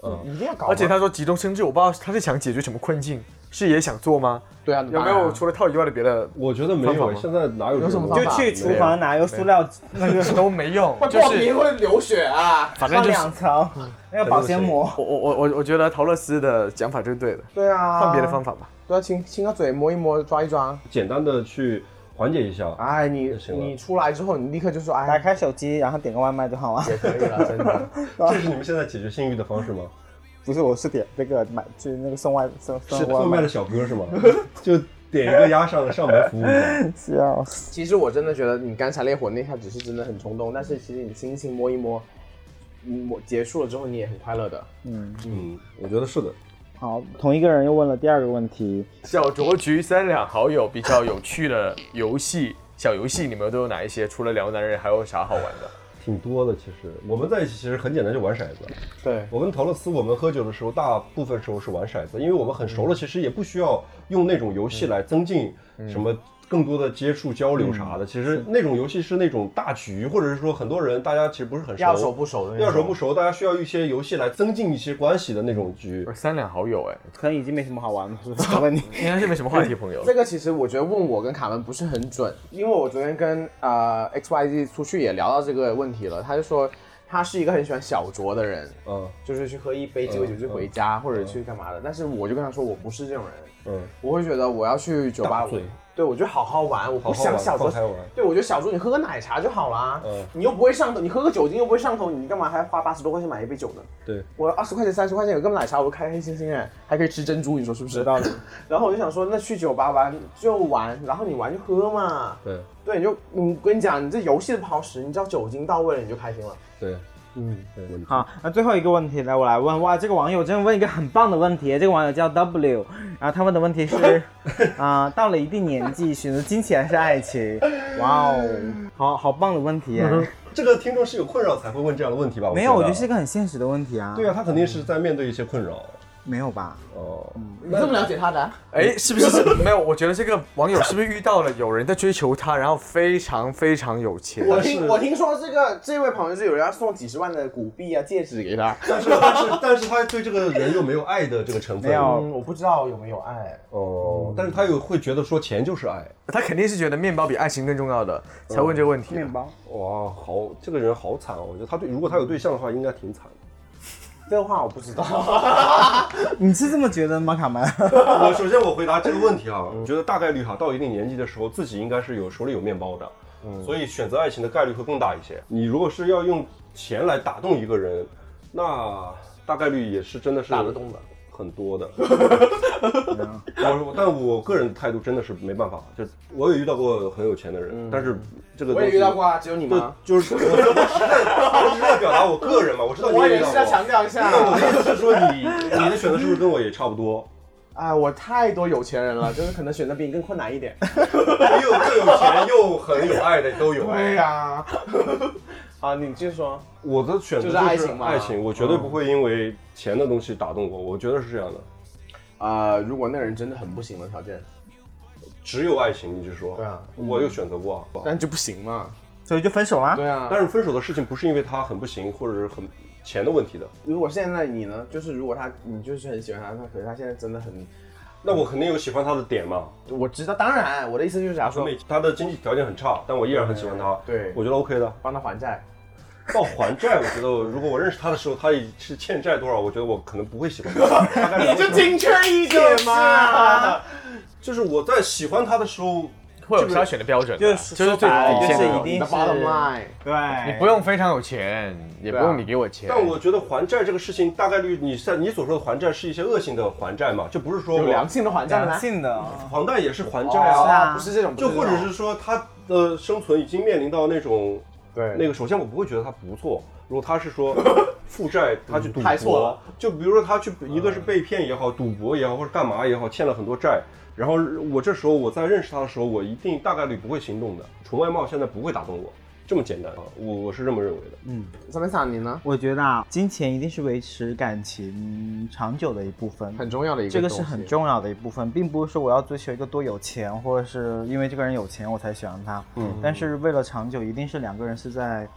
Speaker 4: 哦，一定要搞吗。
Speaker 8: 而且他说急中生智，我不知道他是想解决什么困境，是也想做吗？
Speaker 4: 对啊，
Speaker 8: 有
Speaker 4: 当
Speaker 8: 没
Speaker 4: 然
Speaker 8: 有除了套以外的别 的
Speaker 6: 我觉得没
Speaker 8: 方法
Speaker 6: 有，
Speaker 8: 吗
Speaker 6: 现在哪有这
Speaker 4: 有什么
Speaker 6: 种
Speaker 4: 方
Speaker 7: 就
Speaker 4: 法
Speaker 7: 去厨房拿个塑料，那个
Speaker 8: 都没 用？
Speaker 4: 会
Speaker 8: 就
Speaker 4: 破皮
Speaker 8: 是
Speaker 4: 会流血啊？
Speaker 8: 反正
Speaker 7: 放
Speaker 8: 就是
Speaker 7: 两层， 那个保鲜膜。
Speaker 8: 我我我我我觉得陶乐斯的讲法就是对的，
Speaker 4: 对啊，
Speaker 8: 换别的方法吧。
Speaker 4: 对啊，亲亲个嘴，摸一摸，抓一抓。
Speaker 6: 简单的去缓解一下？
Speaker 4: 哎，你
Speaker 6: 就行了
Speaker 4: 你出来之后，你立刻就说，
Speaker 7: 打
Speaker 4: 哎，
Speaker 7: 开手机，然后点个外卖就好了。
Speaker 4: 也可以了，真的。
Speaker 6: 这是你们现在解决性欲的方式吗？
Speaker 7: 不是，我是点那个买，就是那个送外送
Speaker 6: 是
Speaker 7: 送
Speaker 6: 外
Speaker 7: 外
Speaker 6: 卖的
Speaker 7: 卖。
Speaker 6: 小哥是吗？ 就点一个鸭上上门服务一下。
Speaker 7: 嗯笑死！
Speaker 4: 其实我真的觉得你干柴烈火那一下只是真的很冲动，但是其实你轻轻摸一摸，嗯摸结束了之后你也很快乐的。
Speaker 6: 嗯，我觉得是的。
Speaker 7: 好，同一个人又问了第二个问题，
Speaker 8: 小卓局三两好友比较有趣的游戏小游戏，你们都有哪一些？除了聊男人，还有啥好玩的？
Speaker 6: 挺多的，其实我们在一起其实很简单，就玩骰子。
Speaker 4: 对，
Speaker 6: 我跟陶乐斯，我们喝酒的时候，大部分时候是玩骰子，因为我们很熟了，其实也不需要用那种游戏来增进什么更多的接触交流啥的。其实那种游戏是那种大局，或者是说很多人大家其实不是很熟，
Speaker 4: 要熟不熟的那种
Speaker 6: 要熟不熟，大家需要一些游戏来增进一些关系的那种局
Speaker 8: 不。是三两好友哎，
Speaker 7: 可能已经没什么好玩了，是不是？我问你，
Speaker 8: 应该是没什么话题朋友了。
Speaker 4: 这个其实我觉得问我跟卡门不是很准，因为我昨天跟呃 X Y Z 出去也聊到这个问题了，他就说他是一个很喜欢小酌的人，
Speaker 6: 嗯
Speaker 4: 就是去喝一杯鸡尾酒就回家、或者去干
Speaker 6: 哦
Speaker 4: 嘛的，但是我就跟他说我不是这种人，
Speaker 6: 嗯，
Speaker 4: 我会觉得我要去酒吧
Speaker 6: 大醉，
Speaker 4: 对我就好好玩，我不
Speaker 6: 好好
Speaker 4: 想
Speaker 6: 玩
Speaker 4: 小酌
Speaker 6: 放开玩
Speaker 4: 对，我觉得小猪你喝个奶茶就好啦。
Speaker 6: 嗯
Speaker 4: 你又不会上头，你喝个酒精又不会上头，你干嘛还花八十多块钱买一杯酒呢？
Speaker 6: 对，
Speaker 4: 我二十块钱、三十块钱有个奶茶，我开开心心哎，还可以吃珍珠，你说是不是？知道的。然后我就想说，那去酒吧玩就玩，然后你玩就喝嘛。
Speaker 6: 对
Speaker 4: 对，你就你跟你讲，你这游戏都不好使，你只要酒精到位了，你就开心了。
Speaker 6: 对，嗯，对，我
Speaker 7: 好，那最后一个问题来，我来问。哇，这个网友真的问一个很棒的问题。这个网友叫 W，然后他问的问题是，啊、到了一定年纪，选择金钱还是爱情？哇哦，好好棒的问题耶！
Speaker 6: 这个听众是有困扰才会问这样的问题吧？
Speaker 7: 没有，我觉
Speaker 6: 觉
Speaker 7: 得是一个很现实的问题啊。
Speaker 6: 对啊，他肯定是在面对一些困扰。
Speaker 7: 没有吧？
Speaker 6: 哦，
Speaker 4: 你这么了解他的、
Speaker 8: 哎，是不是 这没有？我觉得这个网友是不是遇到了有人在追求他，然后非常非常有钱？
Speaker 4: 我听我听说这个这位朋友是有人要送几十万的古币啊、戒指给他，
Speaker 6: 但是但是但是他对这个人又没有爱的这个成分，
Speaker 7: 没有
Speaker 4: 嗯，我不知道有没有爱。
Speaker 6: 哦，但是他有会觉得说钱就是爱，
Speaker 8: 他肯定是觉得面包比爱情更重要的，才问这个问题。啊
Speaker 7: 面包。
Speaker 6: 哇，好，这个人好惨哦！我觉得他对，如果他有对象的话，应该 挺惨。
Speaker 4: 这个话我不知道，
Speaker 7: 你是这么觉得吗，卡门？
Speaker 6: 我首先我回答这个问题啊，我觉得大概率哈，到一定年纪的时候，自己应该是有手里有面包的，所以选择爱情的概率会更大一些。嗯你如果是要用钱来打动一个人，那大概率也是真的是
Speaker 4: 打得动的。
Speaker 6: 很多的。 我但我个人的态度真的是没办法，就我也遇到过很有钱的人，但是这个
Speaker 4: 我也
Speaker 6: 东西
Speaker 4: 遇到过啊，只有你
Speaker 6: 对
Speaker 4: 吗？，
Speaker 6: 就是我 我只是我只是在表达我个人嘛，我知道你
Speaker 4: 我
Speaker 6: 也遇
Speaker 4: 也
Speaker 6: 到
Speaker 4: 是要强
Speaker 6: 过。
Speaker 4: 调一下。
Speaker 6: 但我的意思是说你，你的选择是不是跟我也差 不多？
Speaker 4: 哎，我太多有钱人了，就是可能选择比你更困难一点。
Speaker 6: 又又有钱又很有爱的都有。
Speaker 4: 呀、 好，你继续说。
Speaker 6: 我的选择
Speaker 4: 就是是爱情嘛
Speaker 6: 爱情，我绝对不会因为钱的东西打动我，我觉得是这样的。
Speaker 4: 啊，如果那个人真的很不行的条件，
Speaker 6: 只有爱情，你就说，
Speaker 4: 对啊嗯
Speaker 6: 我有选择过啊。
Speaker 4: 但就不行嘛。
Speaker 7: 所以就分手啦。
Speaker 4: 对啊，
Speaker 6: 但是分手的事情不是因为他很不行或者是很钱的问题的，
Speaker 4: 如果现在你呢，就是如果他你就是很喜欢他，那可是他现在真的很，
Speaker 6: 那我肯定有喜欢他的点嘛。
Speaker 4: 我知道，当然我的意思就是假如
Speaker 6: 他
Speaker 4: 说
Speaker 6: 没他的经济条件很差，但我依然很喜欢他，
Speaker 4: 对
Speaker 6: 我觉得 OK 的。
Speaker 4: 帮他还债，
Speaker 6: 到还债，我觉得如果我认识他的时候，他已是欠债多少，我觉得我可能不会喜欢他。你就
Speaker 4: 精确一点嘛。
Speaker 6: 就是我在喜欢他的时候，
Speaker 8: 会有筛选的标准的，
Speaker 7: 就是
Speaker 8: 就是
Speaker 7: 说
Speaker 8: 最
Speaker 7: 白了
Speaker 8: 底
Speaker 7: 就
Speaker 8: 线
Speaker 7: 是
Speaker 8: 的
Speaker 7: 一
Speaker 8: 东西。
Speaker 7: 定
Speaker 4: 的
Speaker 7: 是
Speaker 4: bottom line，
Speaker 7: 对，
Speaker 8: 你不用非常有钱，也不
Speaker 4: 对啊
Speaker 8: 用你给我钱。
Speaker 6: 但我觉得还债这个事情，大概率你在你所说的还债是一些恶性的还债嘛，就不是说
Speaker 4: 有良
Speaker 6: 我
Speaker 4: 性的还债
Speaker 7: 良
Speaker 4: 吗？
Speaker 7: 性的。
Speaker 6: 房贷也是还
Speaker 4: 哦
Speaker 6: 债啊，
Speaker 7: 啊
Speaker 4: 不是这种，
Speaker 6: 就
Speaker 4: 不
Speaker 6: 或
Speaker 4: 这
Speaker 6: 者
Speaker 4: 种
Speaker 6: 是说他的生存已经面临到那种
Speaker 4: 对
Speaker 6: 那个首先我不会觉得他不错。如果他是 说负债，他去赌
Speaker 4: 太错
Speaker 6: 博
Speaker 4: 了，
Speaker 6: 就比如说他去一个是被骗也好，赌博也好，或者干嘛也好，欠了很多债。然后我这时候我在认识他的时候，我一定大概率不会行动的。纯外貌现在不会打动我，这么简单啊，我我是这么认为的。
Speaker 7: 嗯，
Speaker 4: 萨梅萨，你呢？
Speaker 7: 我觉得啊，金钱一定是维持感情长久的一部分，
Speaker 4: 很重要的一个
Speaker 7: 这个是
Speaker 4: 东西
Speaker 7: 很重要的一部分，并不是说我要追求一个多有钱，或者是因为这个人有钱我才喜欢他。嗯，但是为了长久，一定是两个人是在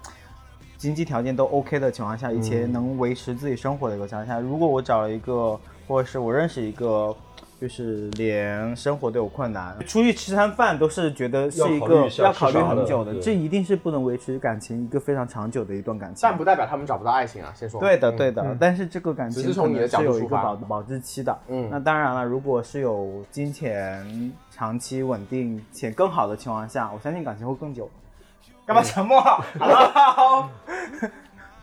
Speaker 7: 经济条件都 OK 的情况下，以
Speaker 4: 嗯
Speaker 7: 及能维持自己生活的一个情况下。如果我找了一个，或者是我认识一个。就是连生活都有困难，出去吃餐饭都是觉得是一
Speaker 6: 要考虑
Speaker 7: 个
Speaker 6: 一下
Speaker 7: 要考虑
Speaker 6: 是啥的
Speaker 7: 很久的，
Speaker 6: 对
Speaker 7: 这一定是不能维持感情一个非常长久的一段感情。
Speaker 4: 但不代表他们找不到爱情啊，先说。
Speaker 7: 对的，对的，但是这个感
Speaker 4: 只
Speaker 7: 情
Speaker 4: 是从
Speaker 7: 可
Speaker 4: 你
Speaker 7: 能
Speaker 4: 的角
Speaker 7: 是
Speaker 4: 度
Speaker 7: 有一
Speaker 4: 出
Speaker 7: 个
Speaker 4: 发
Speaker 7: 保保质期的。
Speaker 4: 嗯
Speaker 7: 那当然了，如果是有金钱长期稳定且更好的情况下，我相信感情会更久。干
Speaker 4: 嗯
Speaker 7: 嘛沉默？啊 好，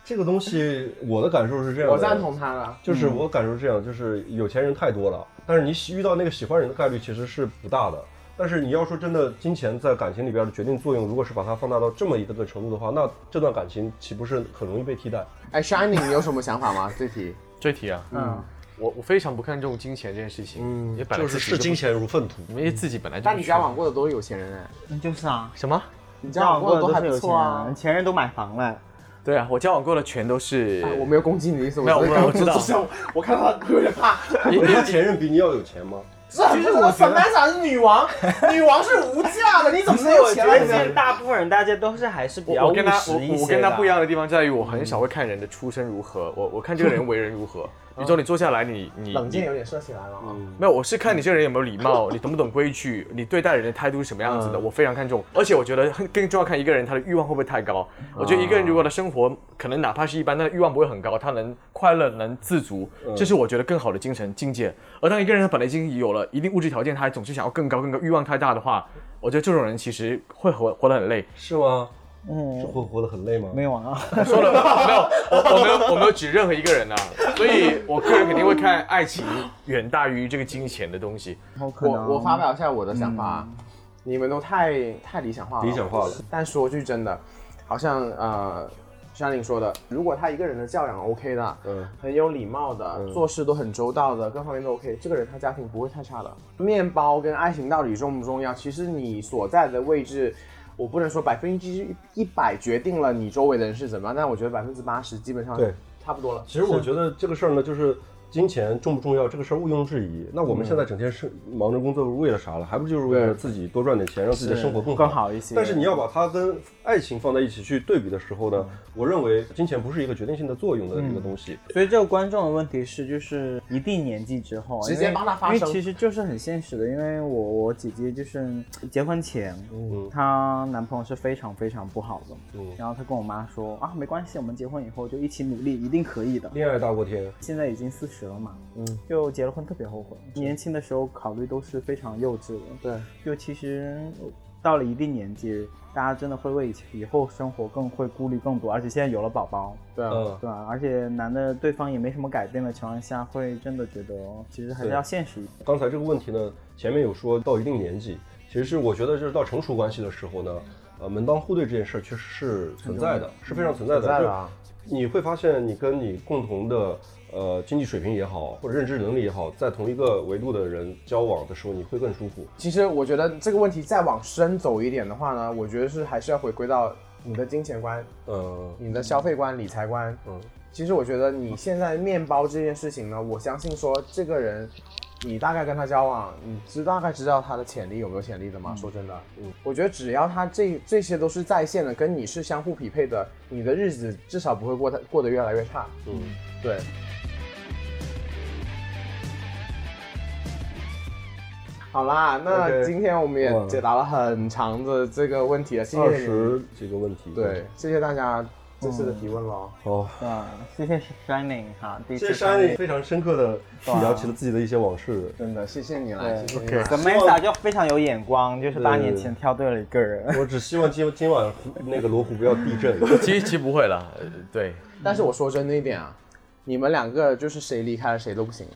Speaker 6: 这个东西我的感受是这样的，
Speaker 4: 嗯我赞同他了。
Speaker 6: 就是我感受是这样，就是有钱人太多了，但是你喜遇到那个喜欢人的概率其实是不大的。但是你要说真的，金钱在感情里边的决定作用，如果是把它放大到这么一个程度的话，那这段感情岂不是很容易被替代？
Speaker 4: 哎，Shining，你有什么想法吗？这题
Speaker 8: 这题啊，嗯，我我非常不看重金钱这件事情，嗯，也本来
Speaker 6: 就是
Speaker 8: 自己
Speaker 6: 视金钱如粪土。
Speaker 8: 不，因为自己本来就
Speaker 4: 但
Speaker 8: 不
Speaker 4: 你
Speaker 8: 缺
Speaker 4: 交往过的都是有钱人哎，
Speaker 7: 嗯就是啊，
Speaker 8: 什么？
Speaker 4: 你交
Speaker 7: 交
Speaker 4: 往
Speaker 7: 往过的
Speaker 4: 过的都
Speaker 7: 都
Speaker 4: 还
Speaker 7: 是
Speaker 4: 不
Speaker 7: 有
Speaker 4: 错
Speaker 7: 钱
Speaker 4: 啊
Speaker 7: 人，。前任都买房了。
Speaker 8: 对啊，我交往过的全都是
Speaker 4: 哎我没有攻击你的意思，
Speaker 8: 啊没有
Speaker 4: 只是
Speaker 8: 我
Speaker 4: 刚
Speaker 8: 我知道
Speaker 4: 就像我看到他有点怕。
Speaker 6: 你他 前任比你要有钱吗？
Speaker 4: 是啊，就是我 Samantha 是女 王，女王是无价的，你怎么能有
Speaker 7: 我
Speaker 4: 钱
Speaker 7: 觉
Speaker 4: 来
Speaker 7: 得
Speaker 4: 钱？
Speaker 7: 现在大部分人大家都是还是比较
Speaker 8: 我
Speaker 7: 务
Speaker 8: 我跟他
Speaker 7: 实一些
Speaker 8: 我
Speaker 7: 的
Speaker 8: 我跟他不一样的地方在于，我很少会看人的出身如何，我我看这个人为人如何。宇宙，你坐下来，你你
Speaker 4: 冷
Speaker 8: 你
Speaker 4: 箭有点射起来了啊！
Speaker 8: 没有，我是看你这个人有没有礼 貌，你懂不懂规矩，你对待人的态度是什么样子的，我非常看重。而且我觉得很更重要看一个人他的欲望会不会太高。我觉得一个人如果他生活可能哪怕是一般，但欲望不会很高，他能快乐能自足，这是我觉得更好的精神境界。而当一个人他本来已经有了一定物质条件，他还总是想要更高更高，欲望太大的话，我觉得这种人其实会活活得很累。
Speaker 6: 是吗？是
Speaker 7: 嗯，
Speaker 6: 会活得很累吗？
Speaker 7: 没有啊，
Speaker 8: 说了没有？我我没有我没有指任何一个 人啊，所以我个人肯定会看爱情远大于这个金钱的东西。
Speaker 7: 然后可
Speaker 4: 我
Speaker 7: 能嗯
Speaker 4: 我发表一下我的想法啊，你们都太太理想化了，
Speaker 6: 理想化了。
Speaker 4: 但说句真的，好像呃，山林说的，如果他一个人的教养 OK 的，
Speaker 6: 嗯
Speaker 4: 很有礼貌的，做事都很周到的，各方面都 OK，这个人他家庭不会太差的。面包跟爱情到底重不重要？其实你所在的位置。我不能说百分之一百决定了你周围的人是怎么样，但我觉得百分之八十基本上
Speaker 6: 对
Speaker 4: 差不多了。
Speaker 6: 其实我觉得这个事儿呢，就是金钱重不重要这个事儿毋庸置疑。那我们现在整天是忙着工作，为了啥了？还不就是为了自己多赚点钱，让自己的生活更
Speaker 7: 更好一些
Speaker 6: 但是你要把它跟爱情放在一起去对比的时候呢，我认为金钱不是一个决定性的作用的一个东西。
Speaker 7: 所以这个观众的问题是，就是一定年纪之后，啊
Speaker 4: 直接
Speaker 7: 因为
Speaker 4: 帮他发声
Speaker 7: 因为其实就是很现实的，因为我我姐姐就是结婚前，
Speaker 6: 嗯
Speaker 7: 她男朋友是非常非常不好的，然后她跟我妈说啊，没关系，我们结婚以后就一起努力，一定可以的。
Speaker 6: 恋爱大过天，
Speaker 7: 现在已经四十了嘛，嗯，就结了婚特别后悔，年轻的时候考虑都是非常幼稚的，
Speaker 4: 对，
Speaker 7: 就其实到了一定年纪，大家真的会为以前以后生活更会顾虑更多，而且现在有了宝宝，
Speaker 4: 对啊，
Speaker 6: 嗯，
Speaker 7: 对吧？而且男的对方也没什么改变的情况下，会真的觉得其实还是要现实一点。
Speaker 6: 刚才这个问题呢，前面有说到一定年纪，其实我觉得就是到成熟关系的时候呢，呃，门当户对这件事儿确实是存在的，是非常存在的。
Speaker 4: 存在的啊
Speaker 6: 就是你会发现，你跟你共同的呃经济水平也好，或者认知能力也好，在同一个维度的人交往的时候，你会更舒服。
Speaker 4: 其实我觉得这个问题再往深走一点的话呢，我觉得是还是要回归到你的金钱观、
Speaker 6: 呃，
Speaker 4: 你的消费观、理财观。嗯，其实我觉得你现在面包这件事情呢，我相信说这个人，你大概跟他交往，你知大概知道他的潜力有没有潜力的吗？说真的，嗯，我觉得只要他这这些都是在线的，跟你是相互匹配的，你的日子至少不会过得过得越来越差。嗯，对。好啦，那
Speaker 6: OK
Speaker 4: 今天我们也
Speaker 6: 哇
Speaker 4: 解答了很长的这个问题了，谢
Speaker 6: 二
Speaker 4: 谢你们。
Speaker 6: 十几个问题，
Speaker 4: 嗯
Speaker 6: 嗯
Speaker 4: 对，，谢谢大家这次的提问喽。
Speaker 6: 好，
Speaker 7: 对，谢谢 Shining 哈，第一
Speaker 6: 谢谢
Speaker 7: 次
Speaker 6: 山里非常深刻的聊起了自己的一些往事。
Speaker 4: 真的，谢谢你啦，
Speaker 7: 对
Speaker 4: 谢谢你啦。
Speaker 7: 跟 Mesa 就非常有眼光，就是八
Speaker 6: 对
Speaker 7: 年前挑对了一个人。
Speaker 6: 我只希望今今晚湖那个罗湖不要地震。
Speaker 8: 其实其实不会啦，呃对，
Speaker 4: 但是我说真的一点啊，你们两个就是谁离开了谁都不行，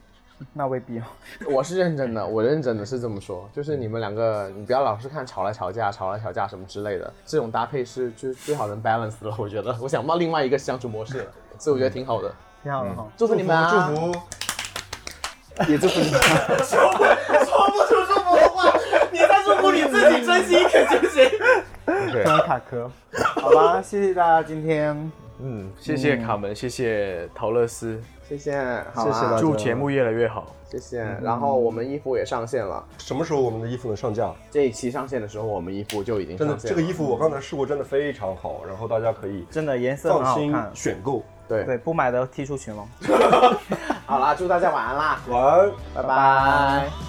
Speaker 7: 那未必哦。
Speaker 4: 我是认真的，我认真的是这么说，就是你们两个，你不要老是看吵来吵架、吵来吵架什么之类的，这种搭配是就是最好能 balance 了。我觉得，我想不到另外一个相处模式了，所以我觉得挺好的。
Speaker 7: 挺
Speaker 6: 嗯
Speaker 7: 好的哈。
Speaker 4: 嗯祝福你们啊！
Speaker 11: 祝福，
Speaker 7: 也祝福你们。
Speaker 8: OK，
Speaker 7: 非常卡壳。好吧，谢谢大家今天，
Speaker 8: 嗯，谢谢卡门，谢谢陶乐斯，
Speaker 4: 谢谢，嗯好
Speaker 7: 谢谢
Speaker 4: 啊
Speaker 7: 大家
Speaker 8: 祝节目越来越好。
Speaker 4: 谢谢。然后我们衣服也上线了，
Speaker 6: 什么时候我们的衣服能上架？
Speaker 4: 这一期上线的时候，我们衣服就已经
Speaker 6: 真的，
Speaker 4: 上线
Speaker 6: 这
Speaker 4: 了。
Speaker 6: 个衣服我刚才试过，真的非常好，然后大家可以
Speaker 7: 真的颜色很
Speaker 6: 放
Speaker 7: 好
Speaker 6: 心
Speaker 7: 看。
Speaker 6: 选购。
Speaker 4: 对
Speaker 7: 对，不买的踢出群了。
Speaker 4: 好啦，祝大家晚安啦，
Speaker 6: 晚安。
Speaker 4: 拜拜